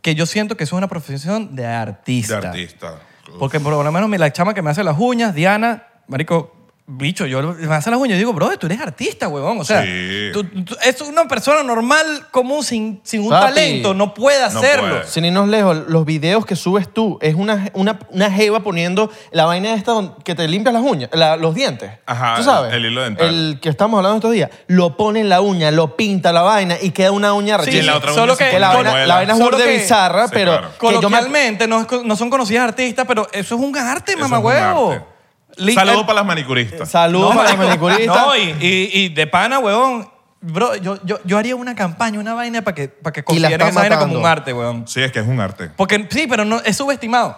Speaker 2: Que yo siento que eso es una profesión de
Speaker 3: De
Speaker 2: artista.
Speaker 3: artista.
Speaker 2: Porque por lo menos mi- la chama que me hace las uñas, Diana, marico, bicho, yo me hace las uñas y digo, bro, tú eres artista, huevón. O sea,
Speaker 3: Sí.
Speaker 2: tú- tú- es una persona normal, común, sin, sin un
Speaker 4: Papi.
Speaker 2: talento, no puede
Speaker 3: No
Speaker 2: hacerlo.
Speaker 3: puede.
Speaker 4: Sin irnos lejos, los videos que subes tú es una, una, una jeva poniendo la vaina esta don- que te limpias las uñas, la- los dientes.
Speaker 3: Ajá,
Speaker 4: ¿Tú sabes?
Speaker 3: el hilo dental.
Speaker 4: El que estamos hablando estos días. Lo pone en la uña, lo pinta la vaina y queda una uña
Speaker 2: Sí,
Speaker 3: Y en
Speaker 4: rechísima.
Speaker 3: la otra
Speaker 2: solo
Speaker 3: uña se
Speaker 2: que-
Speaker 4: Que
Speaker 3: pone
Speaker 4: la
Speaker 2: solo-
Speaker 4: vaina,
Speaker 3: muela.
Speaker 4: la vaina es
Speaker 2: solo
Speaker 4: burda de
Speaker 2: que-
Speaker 4: bizarra,
Speaker 3: Sí,
Speaker 4: pero
Speaker 3: claro.
Speaker 4: que yo me-
Speaker 2: Coloquialmente no, es- no son conocidas artistas, pero eso es un arte,
Speaker 3: Eso es un arte.
Speaker 2: mamagüevo. Li-
Speaker 3: Saludos
Speaker 2: eh,
Speaker 3: para las manicuristas.
Speaker 4: Saludos
Speaker 2: no,
Speaker 4: para los
Speaker 2: marico,
Speaker 4: manicuristas.
Speaker 2: No, y, y- y de pana, huevón. Bro, yo, yo, yo haría una campaña, una vaina para que, para que
Speaker 4: Y la
Speaker 2: consideren
Speaker 4: están
Speaker 2: esa vaina
Speaker 4: matando.
Speaker 2: como un arte, huevón.
Speaker 3: sí, es que es un arte.
Speaker 2: Porque sí, pero no, es subestimado.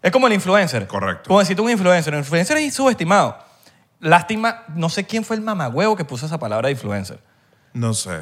Speaker 2: Es como el influencer.
Speaker 3: Correcto.
Speaker 2: Como decirte un influencer. El influencer es subestimado. Lástima, no sé quién fue el mamagüevo que puso esa palabra de influencer.
Speaker 3: No sé.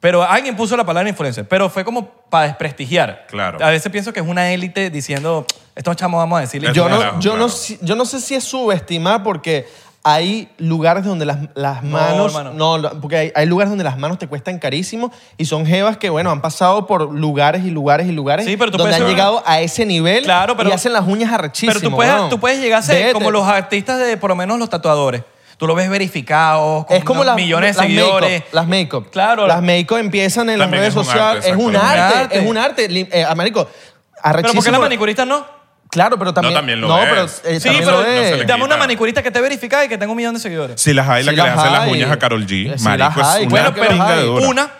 Speaker 2: Pero alguien puso la palabra influencer, pero fue como para desprestigiar.
Speaker 3: Claro.
Speaker 2: A veces pienso que es una élite diciendo, estos chamos vamos a decirle.
Speaker 3: Es
Speaker 4: Yo
Speaker 3: un
Speaker 4: no,
Speaker 3: carajo,
Speaker 4: yo, no,
Speaker 3: claro.
Speaker 4: si- yo no sé si es subestimar porque hay lugares donde las, las manos...
Speaker 2: hermano.
Speaker 4: No, lo- porque hay, hay lugares donde las manos te cuestan carísimo y son jevas que, bueno, han pasado por lugares y lugares y lugares
Speaker 2: Sí, pero tú
Speaker 4: donde
Speaker 2: puedes
Speaker 4: han
Speaker 2: ser-
Speaker 4: llegado a ese nivel
Speaker 2: Claro, pero-
Speaker 4: y hacen las uñas arrechísimas.
Speaker 2: Pero tú puedes, tú puedes llegar a ser como los artistas de, por lo menos, los tatuadores. Tú lo ves verificados, con
Speaker 4: es como
Speaker 2: unos
Speaker 4: las
Speaker 2: millones de
Speaker 4: las make-up,
Speaker 2: seguidores.
Speaker 4: las make-up.
Speaker 2: Claro.
Speaker 4: Las make-up empiezan en
Speaker 3: También
Speaker 4: las
Speaker 3: es un
Speaker 4: redes sociales.
Speaker 3: arte,
Speaker 4: es un
Speaker 3: exacto.
Speaker 4: arte,
Speaker 2: Un arte.
Speaker 4: es un arte. Lim- eh, ah, marico,
Speaker 2: pero ¿por qué
Speaker 4: arrechísimo.
Speaker 2: las manicuristas no?
Speaker 4: Claro, pero también...
Speaker 3: también lo
Speaker 4: no,
Speaker 3: es.
Speaker 4: pero, eh,
Speaker 3: Sí,
Speaker 2: Sí,
Speaker 4: también
Speaker 2: pero
Speaker 4: lo
Speaker 3: no se
Speaker 4: es.
Speaker 3: le
Speaker 2: dame una
Speaker 3: quita.
Speaker 2: manicurista que esté verificada y que tenga un millón de seguidores.
Speaker 3: Si las hay, la
Speaker 4: Sí
Speaker 3: que le
Speaker 4: las
Speaker 3: hace las
Speaker 4: hay.
Speaker 3: uñas a Carol
Speaker 4: Sí
Speaker 3: G.
Speaker 4: las
Speaker 3: Marico,
Speaker 4: hay,
Speaker 3: es una
Speaker 4: claro
Speaker 2: bueno,
Speaker 4: que
Speaker 2: pero
Speaker 4: las
Speaker 3: pinga de
Speaker 4: hay.
Speaker 3: dura.
Speaker 2: una.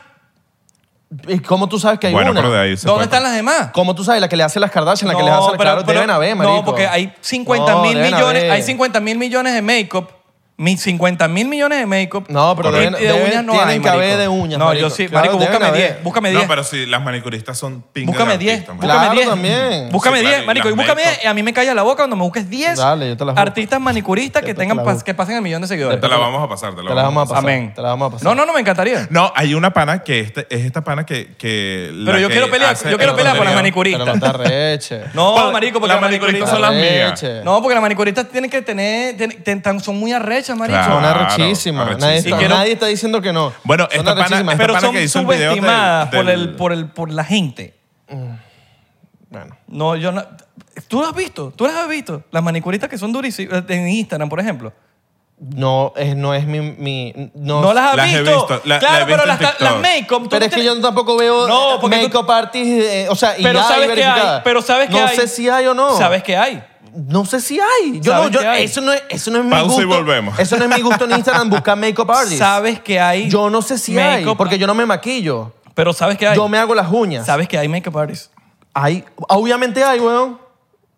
Speaker 4: ¿Y cómo tú sabes que hay
Speaker 3: Bueno,
Speaker 4: una?
Speaker 3: pero de ahí se
Speaker 2: ¿Dónde
Speaker 3: puede-
Speaker 2: están las demás?
Speaker 4: ¿Cómo tú sabes? La que le hace las Kardashian, la que le hace las
Speaker 2: pero-
Speaker 4: Claro,
Speaker 2: pero-
Speaker 4: deben haber, marico.
Speaker 2: No, porque hay 50
Speaker 4: No,
Speaker 2: mil
Speaker 4: deben
Speaker 2: millones,
Speaker 4: haber.
Speaker 2: hay 50 mil millones de make-up. Mis 50 mil millones de make-up.
Speaker 4: No, pero
Speaker 2: Y-
Speaker 4: deben-
Speaker 2: y de
Speaker 4: deben-
Speaker 2: uñas no
Speaker 4: tienen
Speaker 2: hay,
Speaker 4: que haber
Speaker 2: marico.
Speaker 4: de uñas,
Speaker 2: No,
Speaker 4: marico.
Speaker 2: yo sí.
Speaker 4: Claro,
Speaker 2: Marico,
Speaker 4: deben
Speaker 2: búscame
Speaker 4: haber.
Speaker 2: 10. Búscame 10.
Speaker 3: No, pero sí, las manicuristas son pingas
Speaker 2: Búscame
Speaker 3: de
Speaker 2: 10.
Speaker 3: artistas,
Speaker 2: Búscame
Speaker 4: Claro,
Speaker 2: 10.
Speaker 4: también.
Speaker 2: Búscame
Speaker 3: Sí,
Speaker 2: 10,
Speaker 3: claro, y
Speaker 2: marico. Y
Speaker 3: las
Speaker 2: búscame
Speaker 3: make-up.
Speaker 2: 10. A mí me calla la boca cuando me busques 10
Speaker 4: Dale, yo te las busco.
Speaker 2: artistas manicuristas que
Speaker 4: Yo te
Speaker 2: tengan
Speaker 4: las
Speaker 2: pas-
Speaker 4: busco.
Speaker 2: que pasen el millón de seguidores.
Speaker 3: Te la vamos a pasar, te la,
Speaker 4: Te la vamos a
Speaker 3: vamos a pasar.
Speaker 4: pasar.
Speaker 2: Amén.
Speaker 4: Te la vamos a pasar.
Speaker 2: No, no, no, me encantaría.
Speaker 3: No, hay una pana que este- es esta pana que. que la
Speaker 2: Pero yo
Speaker 3: que
Speaker 2: quiero pelear,
Speaker 3: hace
Speaker 2: yo quiero
Speaker 3: el
Speaker 2: pelear con las
Speaker 3: contenido.
Speaker 4: Pero no
Speaker 2: manicuristas.
Speaker 4: te arreches.
Speaker 2: No,
Speaker 3: Pero
Speaker 2: marico, porque
Speaker 3: las
Speaker 2: las
Speaker 3: manicuristas
Speaker 2: manicuristas
Speaker 3: son las mías.
Speaker 4: Leche.
Speaker 2: No, porque las manicuristas tienen que tener, ten- ten- tan- son muy arrechas, marico.
Speaker 3: Claro.
Speaker 4: Son arrechísimas.
Speaker 3: arrechísimas.
Speaker 4: Nadie,
Speaker 3: Y
Speaker 4: está,
Speaker 2: quiero-
Speaker 4: nadie está diciendo que no.
Speaker 3: Bueno,
Speaker 4: Son
Speaker 3: esta pana-
Speaker 4: arrechísimas.
Speaker 3: esta
Speaker 2: Pero
Speaker 3: pana
Speaker 2: son
Speaker 3: que hizo el video del-
Speaker 2: subestimadas por,
Speaker 3: del-
Speaker 2: el, por, el, por la gente.
Speaker 4: Bueno,
Speaker 2: No, yo no. Tú las has visto, tú las has visto. Las manicuristas que son durísimas eh, en Instagram, por ejemplo.
Speaker 4: no es, no es mi... mi no,
Speaker 2: No, las has
Speaker 3: las he
Speaker 2: visto.
Speaker 3: visto, la-
Speaker 2: claro,
Speaker 3: la he visto
Speaker 2: pero
Speaker 3: en
Speaker 2: las, ta-
Speaker 3: TikTok.
Speaker 2: las make-up. tú
Speaker 4: Pero
Speaker 2: no
Speaker 4: es que
Speaker 2: tienes-
Speaker 4: yo tampoco veo
Speaker 2: No, porque tú-
Speaker 4: make-up artists, eh, o sea, y
Speaker 2: Pero
Speaker 4: ya
Speaker 2: sabes que hay.
Speaker 4: verificada.
Speaker 2: Pero sabes que
Speaker 4: no
Speaker 2: hay.
Speaker 4: sé si hay o no.
Speaker 2: Sabes que hay.
Speaker 4: No sé si hay. Yo
Speaker 2: ¿Sabes
Speaker 4: no, yo,
Speaker 2: qué hay?
Speaker 4: Eso, no es, eso no es mi
Speaker 3: Pausa y
Speaker 4: gusto.
Speaker 3: volvemos.
Speaker 4: Eso no es mi gusto en Instagram buscar makeup artists.
Speaker 2: Sabes que hay.
Speaker 4: Yo no sé si hay,
Speaker 2: make-up-
Speaker 4: porque yo no me maquillo.
Speaker 2: Pero sabes que hay.
Speaker 4: Yo me hago las uñas.
Speaker 2: Sabes que hay make-up artists.
Speaker 4: Hay, obviamente hay, weón.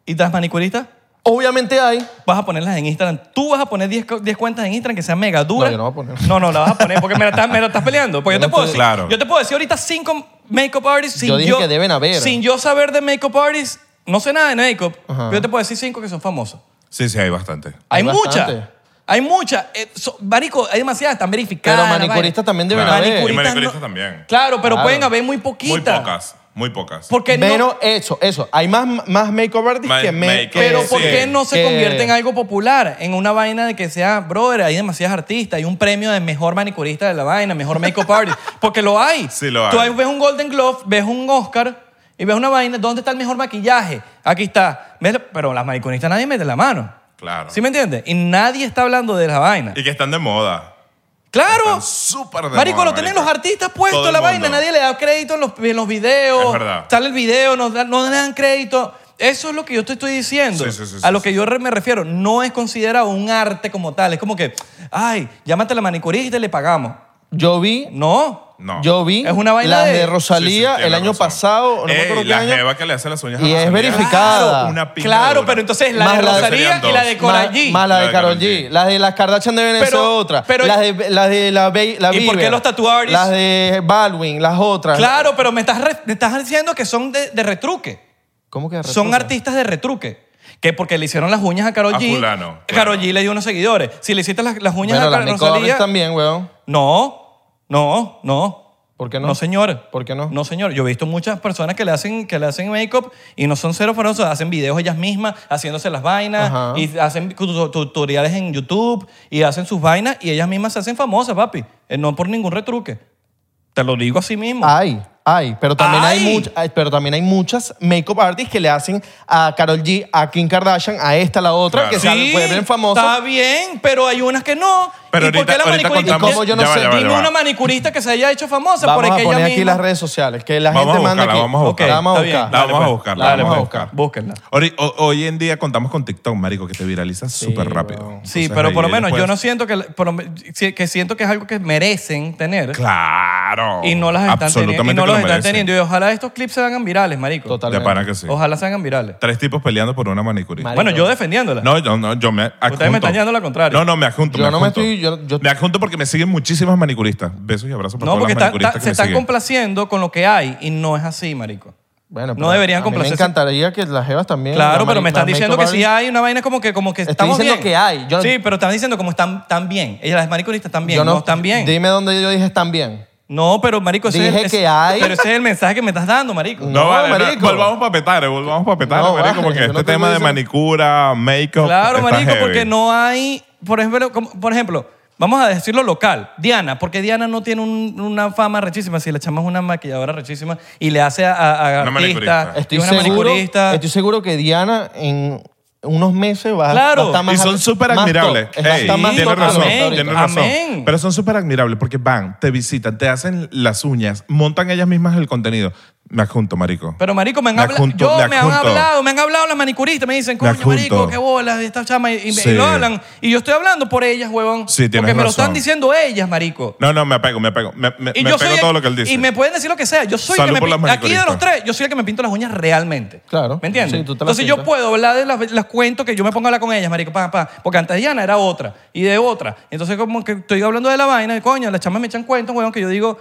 Speaker 2: Y las manicuristas
Speaker 4: Obviamente hay.
Speaker 2: vas a ponerlas en Instagram. Tú vas a poner 10 co- 10 cuentas en Instagram que sean mega duras.
Speaker 4: No, yo no voy a poner.
Speaker 2: No, no, la vas a poner porque me la estás, me la estás peleando. Porque yo, te
Speaker 4: no
Speaker 2: puedo
Speaker 4: estoy-
Speaker 2: decir,
Speaker 3: Claro.
Speaker 2: yo te puedo decir ahorita cinco makeup artists sin
Speaker 4: Yo dije que deben haber.
Speaker 2: Sin yo saber de makeup artists, no sé nada de makeup, pero yo te puedo decir cinco que son famosos.
Speaker 3: Sí, sí, hay bastante.
Speaker 2: Hay,
Speaker 4: Hay bastante.
Speaker 2: muchas. Hay muchas. Eh, so- marico, hay demasiadas, están verificadas.
Speaker 4: Pero
Speaker 2: la vaina.
Speaker 4: manicuristas también deben
Speaker 3: Claro.
Speaker 4: haber.
Speaker 3: Y
Speaker 2: Manicuristas
Speaker 3: manicuristas
Speaker 2: no-
Speaker 3: también.
Speaker 2: Claro, pero
Speaker 4: Claro.
Speaker 2: pueden haber muy poquitas.
Speaker 3: Muy pocas, muy pocas.
Speaker 2: Porque no-
Speaker 4: Pero eso, eso. Hay más, más makeup artists
Speaker 3: Ma-
Speaker 4: que make
Speaker 3: make-
Speaker 2: Pero
Speaker 3: Sí.
Speaker 2: ¿por qué no se
Speaker 4: que-
Speaker 2: convierte en algo popular? En una vaina de que sea, brother, hay demasiadas artistas, hay un premio de mejor manicurista de la vaina, mejor make-up artist, porque lo hay.
Speaker 3: Sí, lo
Speaker 2: Tú
Speaker 3: hay.
Speaker 2: ahí ves un Golden Glove, ves un Oscar y ves una vaina, ¿dónde está el mejor maquillaje? Aquí está. Ves- Pero las manicuristas nadie mete la mano.
Speaker 3: Claro.
Speaker 2: ¿Sí me entiendes? Y nadie está hablando de la vaina.
Speaker 3: Y que están de moda.
Speaker 2: ¡Claro!
Speaker 3: Están súper de
Speaker 2: Marico,
Speaker 3: moda,
Speaker 2: lo tienen
Speaker 3: marico.
Speaker 2: los artistas
Speaker 3: Todo
Speaker 2: puesto
Speaker 3: el
Speaker 2: la vaina,
Speaker 3: mundo.
Speaker 2: nadie le da crédito en los, en los videos.
Speaker 3: Es verdad.
Speaker 2: Sale el video, no, da- no le dan crédito. Eso es lo que yo te estoy diciendo.
Speaker 3: Sí, sí, sí,
Speaker 2: a
Speaker 3: sí,
Speaker 2: lo
Speaker 3: sí.
Speaker 2: que yo re- me refiero, no es considerado un arte como tal. Es como que, ay, llámate a la manicurista y le pagamos.
Speaker 4: Yo vi,
Speaker 2: No.
Speaker 3: No.
Speaker 4: yo vi
Speaker 2: Es una vaina
Speaker 4: las de,
Speaker 2: de-
Speaker 4: Rosalía
Speaker 3: Sí, sí,
Speaker 4: el
Speaker 3: tiene
Speaker 4: año
Speaker 3: razón.
Speaker 4: pasado. No me
Speaker 3: Ey,
Speaker 4: acuerdo qué
Speaker 3: la
Speaker 4: año.
Speaker 3: jeva que le hace las uñas a
Speaker 4: Y es
Speaker 3: Rosalía.
Speaker 4: verificada.
Speaker 3: Claro, una pinga
Speaker 2: Claro,
Speaker 3: dura.
Speaker 2: pero entonces la
Speaker 4: Más
Speaker 2: de
Speaker 4: la-
Speaker 2: Rosalía
Speaker 3: serían
Speaker 2: y la
Speaker 3: dos.
Speaker 2: de
Speaker 4: Más,
Speaker 2: Karol G.
Speaker 4: más la de Karol G.
Speaker 3: G.
Speaker 4: Las de las Kardashian deben ser
Speaker 2: Pero-
Speaker 4: otra.
Speaker 2: pero-
Speaker 4: las, de, las de la, Be- la
Speaker 2: ¿Y por qué
Speaker 4: Bieber.
Speaker 2: los tatuadores?
Speaker 4: Las de Baldwin, las otras.
Speaker 2: Claro, pero me estás, re- me estás diciendo que son de, de retruque.
Speaker 4: ¿Cómo que
Speaker 2: Son
Speaker 4: arrecho?
Speaker 2: artistas de retruque. Que porque le hicieron las uñas a Karol
Speaker 3: A
Speaker 2: G.
Speaker 3: fulano, claro.
Speaker 2: Karol G le dio unos seguidores. Si le hiciste las, las uñas
Speaker 4: Bueno,
Speaker 2: a
Speaker 4: las
Speaker 2: Karol
Speaker 4: Nicole
Speaker 2: Rosalía.
Speaker 4: también, weón.
Speaker 2: No, no, no.
Speaker 4: ¿Por qué no?
Speaker 2: No, señor.
Speaker 4: ¿Por qué no?
Speaker 2: No, señor. Yo he visto muchas personas que le hacen, que le hacen make-up y no son cero famosos. Hacen videos ellas mismas haciéndose las vainas
Speaker 4: Ajá.
Speaker 2: y hacen tu- tutoriales en YouTube y hacen sus vainas y ellas mismas se hacen famosas, papi. Eh, No por ningún retruque. Te lo digo así mismo.
Speaker 4: Hay. Hay, pero también hay,
Speaker 2: ¡Ay!
Speaker 4: much- ay, pero también hay muchas make-up artists que le hacen a Carol G, a Kim Kardashian, a esta, a la otra,
Speaker 3: Claro.
Speaker 4: que se pues,
Speaker 2: Sí,
Speaker 4: vuelven famosas.
Speaker 2: Está bien, pero hay unas que no.
Speaker 3: Pero
Speaker 2: ¿Y por
Speaker 3: ahorita-
Speaker 2: qué la
Speaker 3: ahorita
Speaker 2: manicurista?
Speaker 3: contamos-
Speaker 4: ¿Y cómo yo no
Speaker 3: ya va,
Speaker 4: sé?
Speaker 3: ya va, ya
Speaker 2: Dime
Speaker 3: va.
Speaker 2: una manicurista que se haya hecho famosa por
Speaker 4: Vamos a
Speaker 2: porque
Speaker 4: poner
Speaker 2: ella
Speaker 4: aquí
Speaker 2: misma-
Speaker 4: las redes sociales, que la
Speaker 3: Vamos
Speaker 4: gente
Speaker 3: a
Speaker 4: manda
Speaker 3: buscarla,
Speaker 4: aquí.
Speaker 3: vamos a
Speaker 2: Ok,
Speaker 3: buscarla.
Speaker 4: La vamos a
Speaker 2: está bien.
Speaker 4: buscar.
Speaker 3: La vamos a
Speaker 2: pues.
Speaker 3: buscar, la
Speaker 2: Dale,
Speaker 3: vamos a
Speaker 2: pues.
Speaker 3: buscar.
Speaker 2: Búsquenla.
Speaker 3: Hoy, ho- hoy en día contamos con TikTok, marico, que te viraliza súper rápido.
Speaker 2: Sí,
Speaker 3: Entonces,
Speaker 2: pero
Speaker 3: ahí pues.
Speaker 2: por lo menos yo
Speaker 3: después-
Speaker 2: no siento que, la- por lo me- sí, que siento que es algo que merecen tener
Speaker 3: Claro.
Speaker 2: y no las están teniendo. Y
Speaker 3: Absolutamente
Speaker 2: no
Speaker 3: que
Speaker 2: los
Speaker 3: lo
Speaker 2: están
Speaker 3: merecen.
Speaker 2: teniendo. Y ojalá estos clips se hagan virales, marico.
Speaker 4: Total.
Speaker 3: De pana que sí.
Speaker 2: Ojalá se hagan virales.
Speaker 3: Tres tipos peleando por una manicurista.
Speaker 4: Marico.
Speaker 2: Bueno, yo defendiéndola.
Speaker 3: No, yo, no, yo me adjunto.
Speaker 2: me están llevando la contraria.
Speaker 3: No, no, me adjunto.
Speaker 4: Yo no me
Speaker 3: adjunto.
Speaker 4: estoy- yo- yo-
Speaker 3: Me adjunto porque me siguen muchísimas manicuristas. Besos y abrazos para
Speaker 2: No,
Speaker 3: todas
Speaker 2: porque
Speaker 3: las
Speaker 2: están-
Speaker 3: manicuristas
Speaker 2: están-
Speaker 3: que
Speaker 2: se
Speaker 3: me
Speaker 2: están
Speaker 3: siguen.
Speaker 2: complaciendo con lo que hay y no es así, marico.
Speaker 4: Bueno,
Speaker 2: No
Speaker 4: pero
Speaker 2: deberían
Speaker 4: a mí Me
Speaker 2: complacerse.
Speaker 4: encantaría que las jevas también.
Speaker 2: Claro,
Speaker 4: las
Speaker 2: pero me
Speaker 4: mari-
Speaker 2: están
Speaker 4: las
Speaker 2: diciendo que
Speaker 4: make-up
Speaker 2: sí ah, hay una vaina como que como que
Speaker 4: Estoy
Speaker 2: estamos
Speaker 4: diciendo
Speaker 2: bien.
Speaker 4: que hay, yo-
Speaker 2: sí, pero están diciendo como están tan bien. Ellas las manicuristas están bien,
Speaker 4: Yo
Speaker 2: no, están bien.
Speaker 4: Dime dónde yo dije están bien.
Speaker 2: No, pero marico, ese es el-
Speaker 4: Dije
Speaker 2: ese-
Speaker 4: que hay.
Speaker 2: Pero ese es el mensaje que me estás dando, marico.
Speaker 3: No,
Speaker 4: No,
Speaker 3: vale, no,
Speaker 4: marico.
Speaker 3: volvamos para petar, eh, volvamos para petar,
Speaker 4: No,
Speaker 3: marico,
Speaker 4: vale,
Speaker 3: porque
Speaker 4: yo no
Speaker 3: este
Speaker 4: te
Speaker 3: tema de
Speaker 4: digo-
Speaker 3: manicura, make-up.
Speaker 2: Claro,
Speaker 3: está
Speaker 2: marico,
Speaker 3: heavy.
Speaker 2: porque no hay, por ejemplo, como- por ejemplo, vamos a decirlo local, Diana, porque Diana no tiene un- una fama rechísima, si la echamos una maquilladora rechísima y le hace a, a, a
Speaker 3: Una
Speaker 2: artista,
Speaker 3: manicurista.
Speaker 4: Estoy
Speaker 2: y una
Speaker 4: seguro,
Speaker 2: manicurista.
Speaker 4: estoy seguro que Diana en unos meses va,
Speaker 2: Claro,
Speaker 4: va a estar más
Speaker 3: y son
Speaker 4: más
Speaker 3: súper
Speaker 4: top.
Speaker 3: admirables.
Speaker 4: Es- va a
Speaker 3: Ey,
Speaker 4: estar más
Speaker 3: tienes
Speaker 4: top
Speaker 3: razón,
Speaker 4: ahorita.
Speaker 2: Amén,
Speaker 3: tienes razón.
Speaker 2: amén.
Speaker 3: Pero son súper admirables porque van, te visitan, te hacen las uñas, montan ellas mismas el contenido. Me adjunto, marico.
Speaker 2: Pero marico, me han
Speaker 3: Me
Speaker 2: hablado,
Speaker 3: adjunto,
Speaker 2: yo
Speaker 3: me
Speaker 2: me han
Speaker 3: adjunto.
Speaker 2: hablado, me han hablado las manicuristas, me dicen, coño,
Speaker 3: adjunto.
Speaker 2: marico, qué bolas esta chama y, y me-
Speaker 3: Sí.
Speaker 2: y lo hablan y yo estoy hablando por ellas, huevón,
Speaker 3: Sí, tienes
Speaker 2: porque me lo
Speaker 3: razón.
Speaker 2: están diciendo ellas, marico.
Speaker 3: No, no, me apego, me apego. Me, me-
Speaker 2: Y
Speaker 3: me
Speaker 2: yo
Speaker 3: apego
Speaker 2: soy el-
Speaker 3: todo lo que él dice.
Speaker 2: Y me pueden decir lo que sea. Yo soy
Speaker 3: Salud
Speaker 2: el que
Speaker 3: por
Speaker 2: me
Speaker 3: las
Speaker 2: pin- Aquí de los
Speaker 3: manicuristas.
Speaker 2: tres, yo soy el que me pinto las uñas realmente.
Speaker 4: Claro.
Speaker 2: ¿Me entiendes?
Speaker 4: Sí, tú te las
Speaker 2: Entonces yo
Speaker 4: pintas.
Speaker 2: puedo hablar de las, las cuentos que yo me pongo a hablar con ellas, marico, pa, pa. Porque antes Diana era otra y de otra. Entonces como que estoy hablando de la vaina, de, coño, las chamas me echan cuentos, huevón, que yo digo,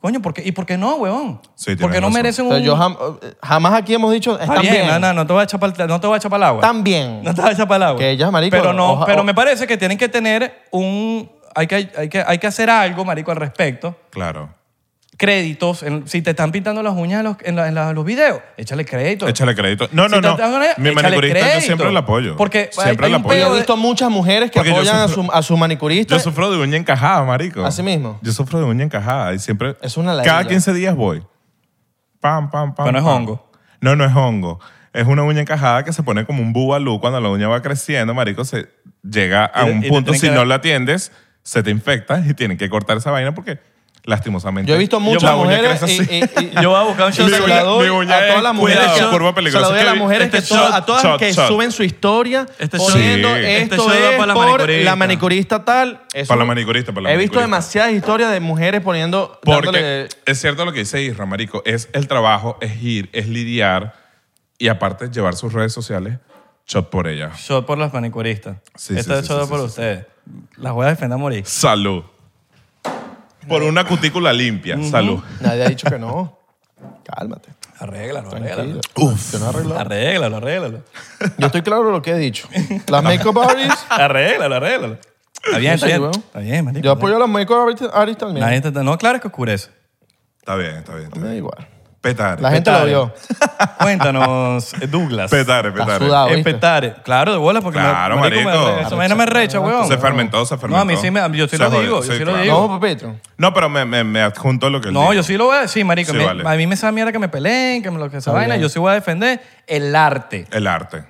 Speaker 2: coño, ¿por qué? ¿y por qué no, huevón?
Speaker 3: Sí, tienes
Speaker 2: porque no
Speaker 3: razón.
Speaker 2: merecen
Speaker 4: O sea,
Speaker 2: un...
Speaker 4: yo jam- jamás aquí hemos dicho
Speaker 2: Está
Speaker 4: están
Speaker 2: bien,
Speaker 4: bien.
Speaker 2: No, no, no te voy a echar pa'l- no te voy a echar para el agua.
Speaker 4: Están bien.
Speaker 2: No te voy a echar para el agua.
Speaker 4: Que ellas, marico,
Speaker 2: Pero, no,
Speaker 4: oja-
Speaker 2: pero
Speaker 4: o-
Speaker 2: me parece que tienen que tener un... Hay que, hay, que, hay que hacer algo, marico, al respecto.
Speaker 3: Claro.
Speaker 2: Créditos. en- si te están pintando las uñas en los, en la- en la- los videos, échale crédito.
Speaker 3: Échale crédito. No,
Speaker 2: Si
Speaker 3: no,
Speaker 2: te
Speaker 3: no.
Speaker 2: están dando-
Speaker 3: Mi
Speaker 2: échale
Speaker 3: manicurista yo
Speaker 2: crédito.
Speaker 3: siempre la apoyo.
Speaker 2: Porque
Speaker 3: siempre
Speaker 2: hay
Speaker 3: la
Speaker 2: un
Speaker 3: apoyo.
Speaker 4: Yo
Speaker 2: peo
Speaker 4: he visto muchas mujeres que
Speaker 3: Porque yo
Speaker 4: apoyan a, su,
Speaker 3: sufro-
Speaker 4: a su manicurista.
Speaker 3: Yo sufro de uña encajada, marico.
Speaker 4: Así mismo.
Speaker 3: Yo sufro de uña encajada y siempre...
Speaker 4: Es una ladilla.
Speaker 3: Cada 15 días voy. Pam, pam, pam.
Speaker 2: Pero no es
Speaker 3: pam.
Speaker 2: hongo.
Speaker 3: No, no es hongo. Es una uña encajada que se pone como un bubalú. Cuando la uña va creciendo, marico, se llega a
Speaker 2: Y-
Speaker 3: un
Speaker 2: y te
Speaker 3: punto.
Speaker 2: tienen
Speaker 3: Si
Speaker 2: que
Speaker 3: no
Speaker 2: dar-
Speaker 3: la atiendes, se te infecta y tienen que cortar esa vaina porque lastimosamente...
Speaker 4: Yo he visto muchas
Speaker 3: la uña
Speaker 4: mujeres.
Speaker 3: crece
Speaker 4: y-
Speaker 3: así.
Speaker 4: y- y-
Speaker 2: Yo voy a buscar un
Speaker 4: y
Speaker 2: shot
Speaker 4: se
Speaker 2: de
Speaker 4: la
Speaker 3: uña-
Speaker 4: doy
Speaker 3: mi uña
Speaker 4: a
Speaker 3: es
Speaker 4: todas las mujeres.
Speaker 3: cuidado,
Speaker 4: que-
Speaker 3: curva peligrosa.
Speaker 4: Se la doy a las
Speaker 2: Este
Speaker 4: mujeres que
Speaker 2: shot,
Speaker 4: todas- a todas
Speaker 3: shot,
Speaker 4: que
Speaker 3: shot.
Speaker 4: suben su historia
Speaker 2: Este
Speaker 4: poniendo
Speaker 3: shot. Sí.
Speaker 2: Este shot
Speaker 4: esto
Speaker 2: va
Speaker 4: es
Speaker 2: para la
Speaker 4: por
Speaker 2: manicurista.
Speaker 4: la manicurista tal. Eso-
Speaker 3: Para la manicurista, para la
Speaker 4: He visto
Speaker 3: manicurista.
Speaker 4: demasiadas historias de mujeres poniendo.
Speaker 3: Porque
Speaker 4: dándole-
Speaker 3: es cierto lo que dice Isra, marico. Es el trabajo, es ir, es lidiar y aparte llevar sus redes sociales shot por ella.
Speaker 2: Shot por las manicuristas.
Speaker 3: Sí,
Speaker 2: Esto
Speaker 3: sí,
Speaker 2: es
Speaker 3: sí,
Speaker 2: shot
Speaker 3: sí,
Speaker 2: por
Speaker 3: sí, sí.
Speaker 2: ustedes. Las voy a defender a morir.
Speaker 3: Salud. Por una cutícula limpia. Salud.
Speaker 4: Nadie ha dicho que no. Cálmate.
Speaker 2: Arréglalo,
Speaker 4: Tranquilo.
Speaker 2: arréglalo.
Speaker 4: Yo no he arreglado.
Speaker 2: Arréglalo, arréglalo.
Speaker 4: Yo estoy claro de lo que he dicho. Las makeup artists.
Speaker 2: Arréglalo, arréglalo. Está bien,
Speaker 4: Sí,
Speaker 2: está bien.
Speaker 4: weón.
Speaker 2: Está bien, marico.
Speaker 4: Yo apoyo a las makeup artists- artists también.
Speaker 2: La gente está- No, claro que oscurece.
Speaker 3: Está bien, está bien. Está
Speaker 4: Me da
Speaker 3: bien.
Speaker 4: igual.
Speaker 3: Petare.
Speaker 4: La gente lo vio.
Speaker 2: Cuéntanos, eh, Douglas.
Speaker 3: Petare,
Speaker 4: Está
Speaker 3: petare.
Speaker 4: sudado. Ah, ¿viste?
Speaker 2: Espetare. Claro, de bola, porque
Speaker 3: Claro,
Speaker 2: me, me
Speaker 3: marico.
Speaker 2: arrecha. Esa vaina me recha, weón.
Speaker 3: Se fermentó, se fermentó.
Speaker 2: No, a mí sí me, yo sí
Speaker 3: Se
Speaker 2: lo
Speaker 3: jodió,
Speaker 2: digo, yo
Speaker 3: sí,
Speaker 2: sí lo
Speaker 3: claro.
Speaker 2: digo.
Speaker 4: No, pa' Patreon.
Speaker 3: No, pero me, me, me adjunto lo que él
Speaker 2: No,
Speaker 3: dijo.
Speaker 2: yo sí lo voy a decir, marico.
Speaker 3: Sí,
Speaker 2: Me-
Speaker 3: vale.
Speaker 2: A mí me sabe mierda que me peleen, que me lo que esa vaina. Yo sí voy a defender el arte.
Speaker 3: El arte.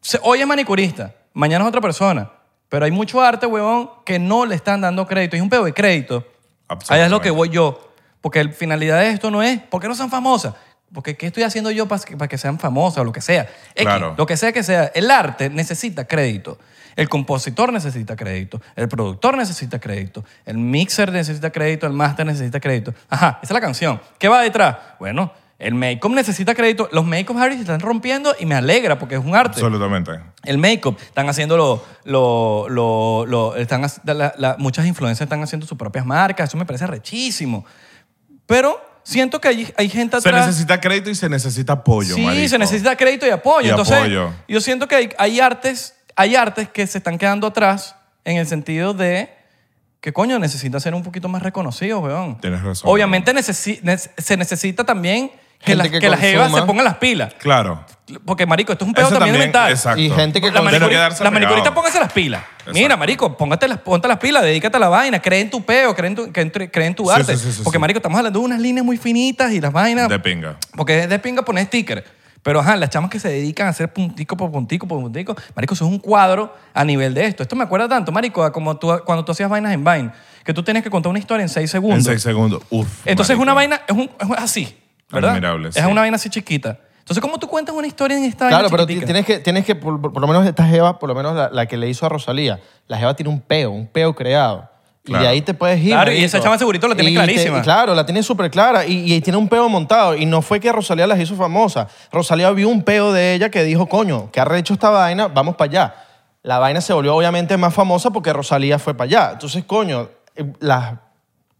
Speaker 2: Se- Hoy es manicurista, mañana es otra persona. Pero hay mucho arte, huevón, que no le están dando crédito. Es un pedo de crédito.
Speaker 3: Absolutamente.
Speaker 2: Allá es lo que voy yo. Porque la finalidad de esto no es, ¿por qué no son famosas? Porque ¿qué estoy haciendo yo para que, pa' que sean famosas o lo que sea? X,
Speaker 3: Claro.
Speaker 2: Lo que sea que sea. El arte necesita crédito. El compositor necesita crédito. El productor necesita crédito. El mixer necesita crédito. El máster necesita crédito. Ajá, esa es la canción. ¿Qué va detrás? Bueno, el make-up necesita crédito. Los make-up artists están rompiendo y me alegra porque es un arte.
Speaker 3: Absolutamente.
Speaker 2: El make-up, están haciendo lo, lo, lo, lo- están, ha- la- la- muchas influencias están haciendo sus propias marcas, eso me parece rechísimo. Pero siento que hay, hay gente
Speaker 3: Se
Speaker 2: atrás.
Speaker 3: necesita crédito y se necesita apoyo,
Speaker 2: sí,
Speaker 3: marico.
Speaker 2: se necesita crédito y apoyo.
Speaker 3: Y
Speaker 2: Entonces,
Speaker 3: apoyo.
Speaker 2: yo siento que hay, hay artes, hay artes que se están quedando atrás en el sentido de que coño necesitan ser un poquito más reconocidos, weón.
Speaker 3: Tienes razón.
Speaker 2: Obviamente necesi- ne- se necesita también que,
Speaker 4: Gente
Speaker 2: las,
Speaker 4: que
Speaker 2: que las jevas
Speaker 4: consuma.
Speaker 2: se pongan las pilas.
Speaker 3: Claro.
Speaker 2: Porque, marico, esto es un pedo
Speaker 3: Eso
Speaker 2: también,
Speaker 3: también,
Speaker 2: mental.
Speaker 3: exacto.
Speaker 4: Y gente que
Speaker 2: la,
Speaker 3: de no
Speaker 2: manicuri-
Speaker 3: quedarse
Speaker 2: la
Speaker 3: pegado.
Speaker 2: manicurista póngase las pilas. Mira, marico, póngate las, ponte las pilas, dedícate a la vaina, cree en tu peo, cree en tu, cree en tu- cree en tu
Speaker 3: Sí,
Speaker 2: arte.
Speaker 3: sí, sí, sí,
Speaker 2: porque,
Speaker 3: sí.
Speaker 2: marico, estamos hablando de unas líneas muy finitas y las vainas.
Speaker 3: De pinga.
Speaker 2: Porque es de pinga poner sticker. Pero, ajá, las chamas que se dedican a hacer puntico por puntico por puntico, marico, eso es un cuadro a nivel de esto. Esto me acuerda tanto, marico, a como tú, cuando tú hacías vainas en Vine, que tú tenías que contar una historia en seis segundos.
Speaker 3: En seis segundos. Uf.
Speaker 2: Entonces es
Speaker 3: marico.
Speaker 2: una vaina, es, un, es así, ¿verdad?
Speaker 3: Admirable,
Speaker 2: es
Speaker 3: sí.
Speaker 2: una vaina así chiquita. Entonces, ¿cómo tú cuentas una historia en esta
Speaker 4: Claro,
Speaker 2: vaina
Speaker 4: pero ti-
Speaker 2: chiquitica?
Speaker 4: tienes que, tienes que por, por lo menos esta Jeva, por lo menos la, la que le hizo a Rosalía, la Jeva tiene un peo, un peo creado. Y de
Speaker 3: Claro.
Speaker 4: ahí te puedes ir.
Speaker 2: Claro, y
Speaker 4: marico.
Speaker 2: esa chama segurito la tiene
Speaker 4: Y te-
Speaker 2: clarísima.
Speaker 4: y claro, la tiene súper clara. Y, y tiene un peo montado. Y no fue que Rosalía las hizo famosas. Rosalía vio un peo de ella que dijo, coño, que ha rehecho esta vaina, vamos para allá. La vaina se volvió obviamente más famosa porque Rosalía fue para allá. Entonces, coño, eh, las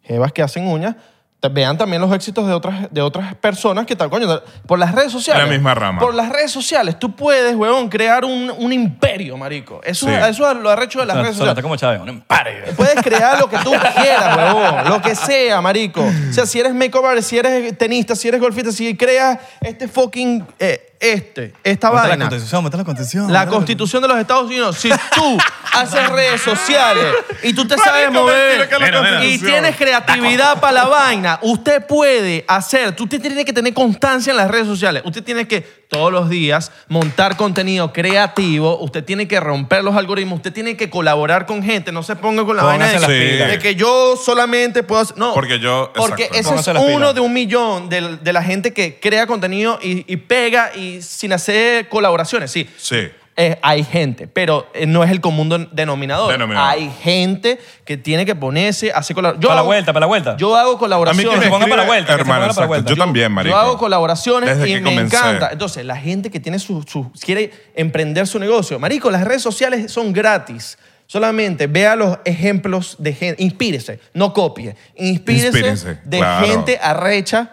Speaker 4: jevas que hacen uñas, ta- vean también los éxitos de otras, de otras personas que tal, coño, ta- por las redes sociales.
Speaker 3: La misma rama.
Speaker 4: Por las redes sociales, tú puedes, huevón, crear un, un imperio, marico. Eso,
Speaker 3: Sí.
Speaker 4: es- eso es lo arrecho de las
Speaker 2: Son-
Speaker 4: redes
Speaker 2: sonata
Speaker 4: sociales.
Speaker 2: como Chávez, un empare.
Speaker 4: Puedes crear lo que tú quieras, huevón, lo que sea, marico. O sea, si eres makeover, si eres tenista, si eres golfista, si creas este fucking, eh, este, esta
Speaker 2: Monta la
Speaker 4: vaina.
Speaker 2: constitución, monta la constitución.
Speaker 4: La constitución de los Estados Unidos. Si tú haces redes sociales y tú te
Speaker 3: Marico,
Speaker 4: sabes
Speaker 3: mentira
Speaker 4: mover
Speaker 3: que la
Speaker 4: Mira, mira. y
Speaker 3: Constitución.
Speaker 4: tienes creatividad para la vaina, usted puede hacer, tú te- tiene que tener constancia en las redes sociales. Usted tiene que todos los días montar contenido creativo, usted tiene que romper los algoritmos, usted tiene que colaborar con gente. No se ponga con la
Speaker 2: Póngase
Speaker 4: vaina
Speaker 2: las
Speaker 4: de,
Speaker 3: pilas.
Speaker 4: de que yo solamente puedo hacer. No.
Speaker 3: Porque yo-
Speaker 4: Porque
Speaker 3: exacto.
Speaker 4: ese
Speaker 2: Póngase
Speaker 4: es
Speaker 2: las
Speaker 4: uno
Speaker 2: pilas.
Speaker 4: de un millón de, de la gente que crea contenido y, y pega y sin hacer colaboraciones. Sí.
Speaker 3: Sí.
Speaker 4: Eh, hay gente, pero eh, no es el común den- denominador.
Speaker 3: Denominador.
Speaker 4: Hay gente que tiene que ponerse, hacer colaboraciones.
Speaker 2: Pa' la vuelta, pa' la vuelta.
Speaker 4: Yo
Speaker 3: A
Speaker 4: hago
Speaker 3: mí que
Speaker 4: colaboraciones.
Speaker 3: me
Speaker 2: se ponga para la
Speaker 3: escribe-
Speaker 2: vuelta, que se ponga
Speaker 3: Hermano,
Speaker 2: para la
Speaker 3: exacto.
Speaker 2: vuelta.
Speaker 3: Yo también, marico.
Speaker 4: Yo hago colaboraciones
Speaker 3: Desde
Speaker 4: y
Speaker 3: que
Speaker 4: me
Speaker 3: comencé.
Speaker 4: encanta. Entonces, la gente que tiene su, su- quiere emprender su negocio. Marico, las redes sociales son gratis. Solamente vea los ejemplos de gente. Inspírese, no copie. Inspírese,
Speaker 3: Inspírese,
Speaker 4: de
Speaker 3: claro.
Speaker 4: gente arrecha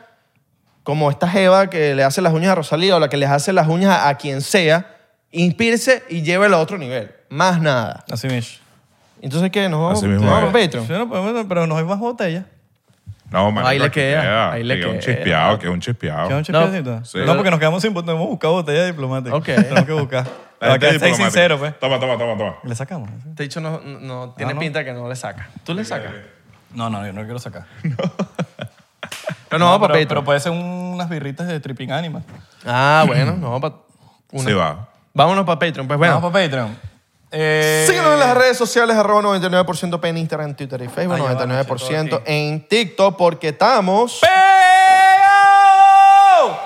Speaker 4: como esta jeva que le hace las uñas a Rosalía o la que les hace las uñas a, a quien sea. Inspírese y llévelo a otro nivel. Más nada.
Speaker 2: Así mismo.
Speaker 4: Entonces, ¿qué? ¿Nos vamos,
Speaker 3: Así mismo
Speaker 4: nos vamos
Speaker 3: es.
Speaker 4: para Patreon?
Speaker 2: Sí, no, pero, bueno, pero nos hay más botella.
Speaker 3: No, marico,
Speaker 4: Ahí le
Speaker 3: aquí
Speaker 4: queda, ahí le
Speaker 3: Aquí un
Speaker 4: queda.
Speaker 3: chispeado, que un chispeado.
Speaker 2: ¿Quieres un chispecito?
Speaker 3: sí.
Speaker 2: No, porque nos quedamos sin botella. Hemos buscado botella diplomática.
Speaker 4: Ok.
Speaker 2: Tenemos que buscar.
Speaker 3: La gente
Speaker 2: Acá
Speaker 3: es
Speaker 2: estáis
Speaker 3: diplomática.
Speaker 2: sincero, pues.
Speaker 3: Toma, toma, toma, toma.
Speaker 2: ¿Le sacamos?
Speaker 4: Te he dicho, no, no tiene
Speaker 2: Ah, ¿no?
Speaker 4: pinta que no le saca. ¿Tú le sacas?
Speaker 2: No, no, yo no quiero sacar.
Speaker 4: Pero no,
Speaker 2: pero,
Speaker 4: vamos para Patreon.
Speaker 2: pero puede ser unas birritas de Tripping Animal.
Speaker 4: Ah, bueno, nos vamos para...
Speaker 3: Sí va.
Speaker 4: Vámonos para Patreon, pues bueno.
Speaker 2: Vamos para Patreon. Eh,
Speaker 4: Síguenos en las redes sociales, arroba 99% P en Instagram, en Twitter y Facebook,
Speaker 2: Ahí va,
Speaker 4: 99%
Speaker 2: todo aquí.
Speaker 4: en TikTok, porque estamos...
Speaker 2: ¡Peo!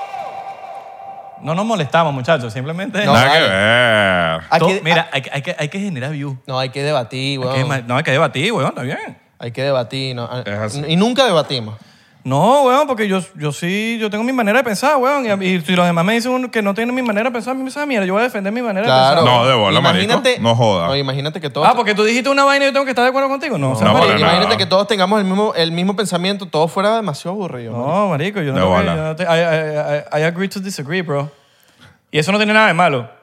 Speaker 2: No nos molestamos, muchachos. Simplemente...
Speaker 4: No,
Speaker 3: Nada que
Speaker 4: vale.
Speaker 3: ver.
Speaker 4: Hay
Speaker 2: To-
Speaker 4: que,
Speaker 2: mira, hay, que- hay que, hay que generar view.
Speaker 4: ah, no, hay que debatir,
Speaker 2: Hay que
Speaker 4: weón.
Speaker 2: ma- no, hay que debatir, weón, está bien.
Speaker 4: Hay que debatir. no, ah,
Speaker 3: Es así.
Speaker 4: y nunca debatimos.
Speaker 2: No, weón, porque yo, yo sí, yo tengo mi manera de pensar, weón. Y, a- y si los demás me dicen un- que no tienen mi manera de pensar, a mí me sabe mierda, yo voy a defender mi manera
Speaker 4: Claro.
Speaker 2: de pensar.
Speaker 3: No, de bola, marico. No joda.
Speaker 4: imagínate que todos...
Speaker 2: Ah, porque tú dijiste una vaina y yo tengo que estar de acuerdo contigo. No, o sea,
Speaker 3: No, para
Speaker 4: marico,
Speaker 2: marico,
Speaker 3: nada.
Speaker 4: imagínate que todos tengamos el mismo, el mismo pensamiento, todo fuera demasiado aburrido. marico.
Speaker 2: no, marico, yo no, creo
Speaker 3: De
Speaker 2: que-
Speaker 3: bola.
Speaker 2: yo no te- I, I- I- I agree to disagree, bro. Y eso no tiene nada de malo.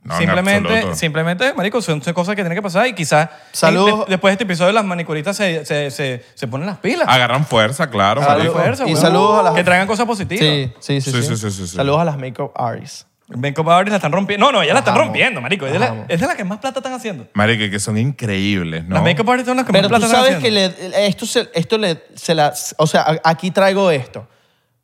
Speaker 3: No, en
Speaker 2: simplemente,
Speaker 3: absoluto.
Speaker 2: simplemente, marico, son, son cosas que tienen que pasar y quizás
Speaker 4: Saludos.
Speaker 2: de- después de este episodio las manicuristas se, se, se, se ponen las pilas.
Speaker 3: Agarran fuerza, claro,
Speaker 4: Claro.
Speaker 3: marico.
Speaker 2: Fuerza,
Speaker 4: Y
Speaker 2: weón.
Speaker 4: saludos a las-
Speaker 2: Que traigan cosas positivas.
Speaker 4: Sí, sí, sí, sí,
Speaker 3: Sí, sí, sí, sí, sí.
Speaker 4: Saludos a las makeup artists.
Speaker 2: Benko Bauer la están rompiendo. No, no, ya la están
Speaker 4: amo.
Speaker 2: rompiendo, marico. Ella es la-
Speaker 4: amo.
Speaker 2: es de las que más plata están haciendo.
Speaker 3: Marico, que son increíbles, ¿no?
Speaker 2: Las makeup artists son las que
Speaker 4: Pero
Speaker 2: más
Speaker 4: tú
Speaker 2: plata
Speaker 4: sabes
Speaker 2: están
Speaker 4: que
Speaker 2: haciendo.
Speaker 4: le- esto, se, esto le, se la... O sea, a- aquí traigo esto.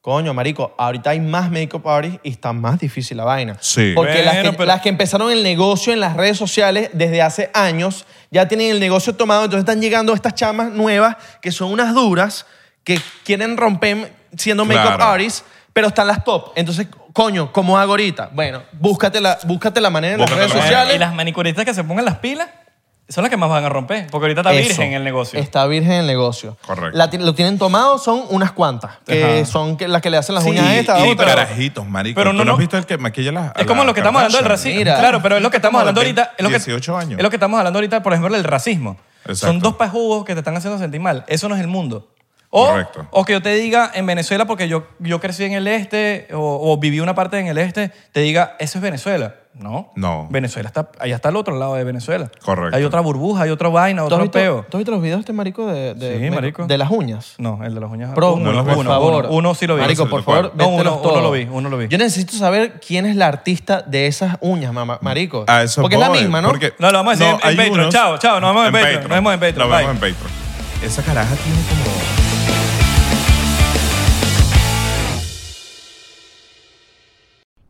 Speaker 4: Coño, marico, ahorita hay más makeup artists y está más difícil la vaina.
Speaker 3: Sí.
Speaker 4: Porque las, que,
Speaker 2: Bueno, pero-
Speaker 4: las que empezaron el negocio en las redes sociales desde hace años ya tienen el negocio tomado, entonces están llegando estas chamas nuevas que son unas duras que quieren romper siendo makeup
Speaker 3: Claro.
Speaker 4: artists, pero están las top. Entonces, coño, ¿cómo hago ahorita? Bueno, búscate la, búscate la manera en
Speaker 3: Búscate
Speaker 4: las
Speaker 3: la
Speaker 4: redes
Speaker 3: manera.
Speaker 4: sociales.
Speaker 2: Y las manicuristas que se pongan las pilas son las que más van a romper. Porque ahorita está
Speaker 4: Eso.
Speaker 2: virgen el negocio.
Speaker 4: Está virgen el negocio.
Speaker 3: Correcto.
Speaker 4: La ti- lo tienen tomado, son unas cuantas. Que
Speaker 2: Ajá.
Speaker 4: son que- las que le hacen las
Speaker 2: Sí,
Speaker 4: uñas a esta, a
Speaker 3: y, y
Speaker 4: otra.
Speaker 3: carajitos, marico.
Speaker 2: Pero
Speaker 3: Pero
Speaker 2: no,
Speaker 3: no, ¿Tú no
Speaker 2: no.
Speaker 3: has visto el que maquilla las
Speaker 2: Es como lo que estamos hablando del racismo.
Speaker 4: mira.
Speaker 2: Claro, pero es lo que estamos
Speaker 3: Como
Speaker 2: hablando
Speaker 3: de
Speaker 2: ahorita. Es lo que,
Speaker 3: 18 años.
Speaker 2: Es lo que estamos hablando ahorita, por ejemplo, del racismo. Son
Speaker 3: Exacto.
Speaker 2: dos pajugos que te están haciendo sentir mal. Eso no es el mundo. O,
Speaker 3: Correcto.
Speaker 2: o que yo te diga en Venezuela, porque yo, yo crecí en el este o, o viví una parte en el este, te diga, eso es Venezuela.
Speaker 7: No.
Speaker 3: No.
Speaker 7: Venezuela está, allá está al otro lado de Venezuela.
Speaker 3: Correcto.
Speaker 7: Hay otra burbuja, hay otra vaina,
Speaker 4: ¿Tú has
Speaker 7: otro
Speaker 4: visto-
Speaker 7: peo.
Speaker 4: ¿Tú has visto los videos de este marico de, de-
Speaker 7: Sí,
Speaker 4: de-
Speaker 7: marico.
Speaker 4: de las uñas?
Speaker 7: No, el de las uñas.
Speaker 4: Bro,
Speaker 7: uno,
Speaker 3: no,
Speaker 7: uno,
Speaker 3: por
Speaker 7: uno,
Speaker 4: favor.
Speaker 7: uno, uno sí lo vi.
Speaker 4: Marico,
Speaker 3: Sí,
Speaker 4: por
Speaker 3: lo cual.
Speaker 4: favor,
Speaker 7: No, uno,
Speaker 4: véntelos
Speaker 7: uno
Speaker 4: todos.
Speaker 7: lo vi, uno lo vi.
Speaker 4: Yo necesito saber quién es la artista de esas uñas, mamá, marico.
Speaker 3: A eso
Speaker 4: Porque es la
Speaker 3: voy,
Speaker 4: misma, ¿no?
Speaker 3: porque-
Speaker 7: No, lo vamos a decir en- en
Speaker 3: hay
Speaker 7: Patreon. Chao, chao, nos vemos en Patreon, nos vemos en Patreon,
Speaker 3: Nos
Speaker 7: bye.
Speaker 3: vemos en Patreon. Esa caraja tiene como...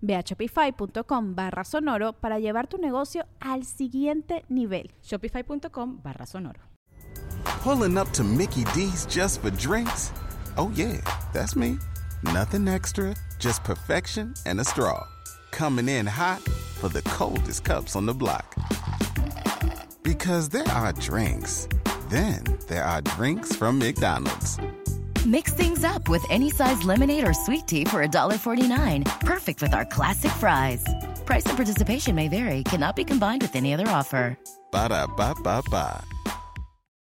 Speaker 5: Ve a shopify.com barra sonoro para llevar tu negocio al siguiente nivel.
Speaker 6: Shopify.com barra sonoro.
Speaker 8: Pulling up to Mickey D's just for drinks? Oh, yeah, that's me. Nothing extra, just perfection and a straw. Coming in hot for the coldest cups on the block. Because there are drinks, then there are drinks from McDonald's.
Speaker 9: Mix things up with any size lemonade or sweet tea for $1.49. Perfect with our classic fries. Price and participation may vary, cannot be combined with any other offer.
Speaker 8: Ba da ba ba ba.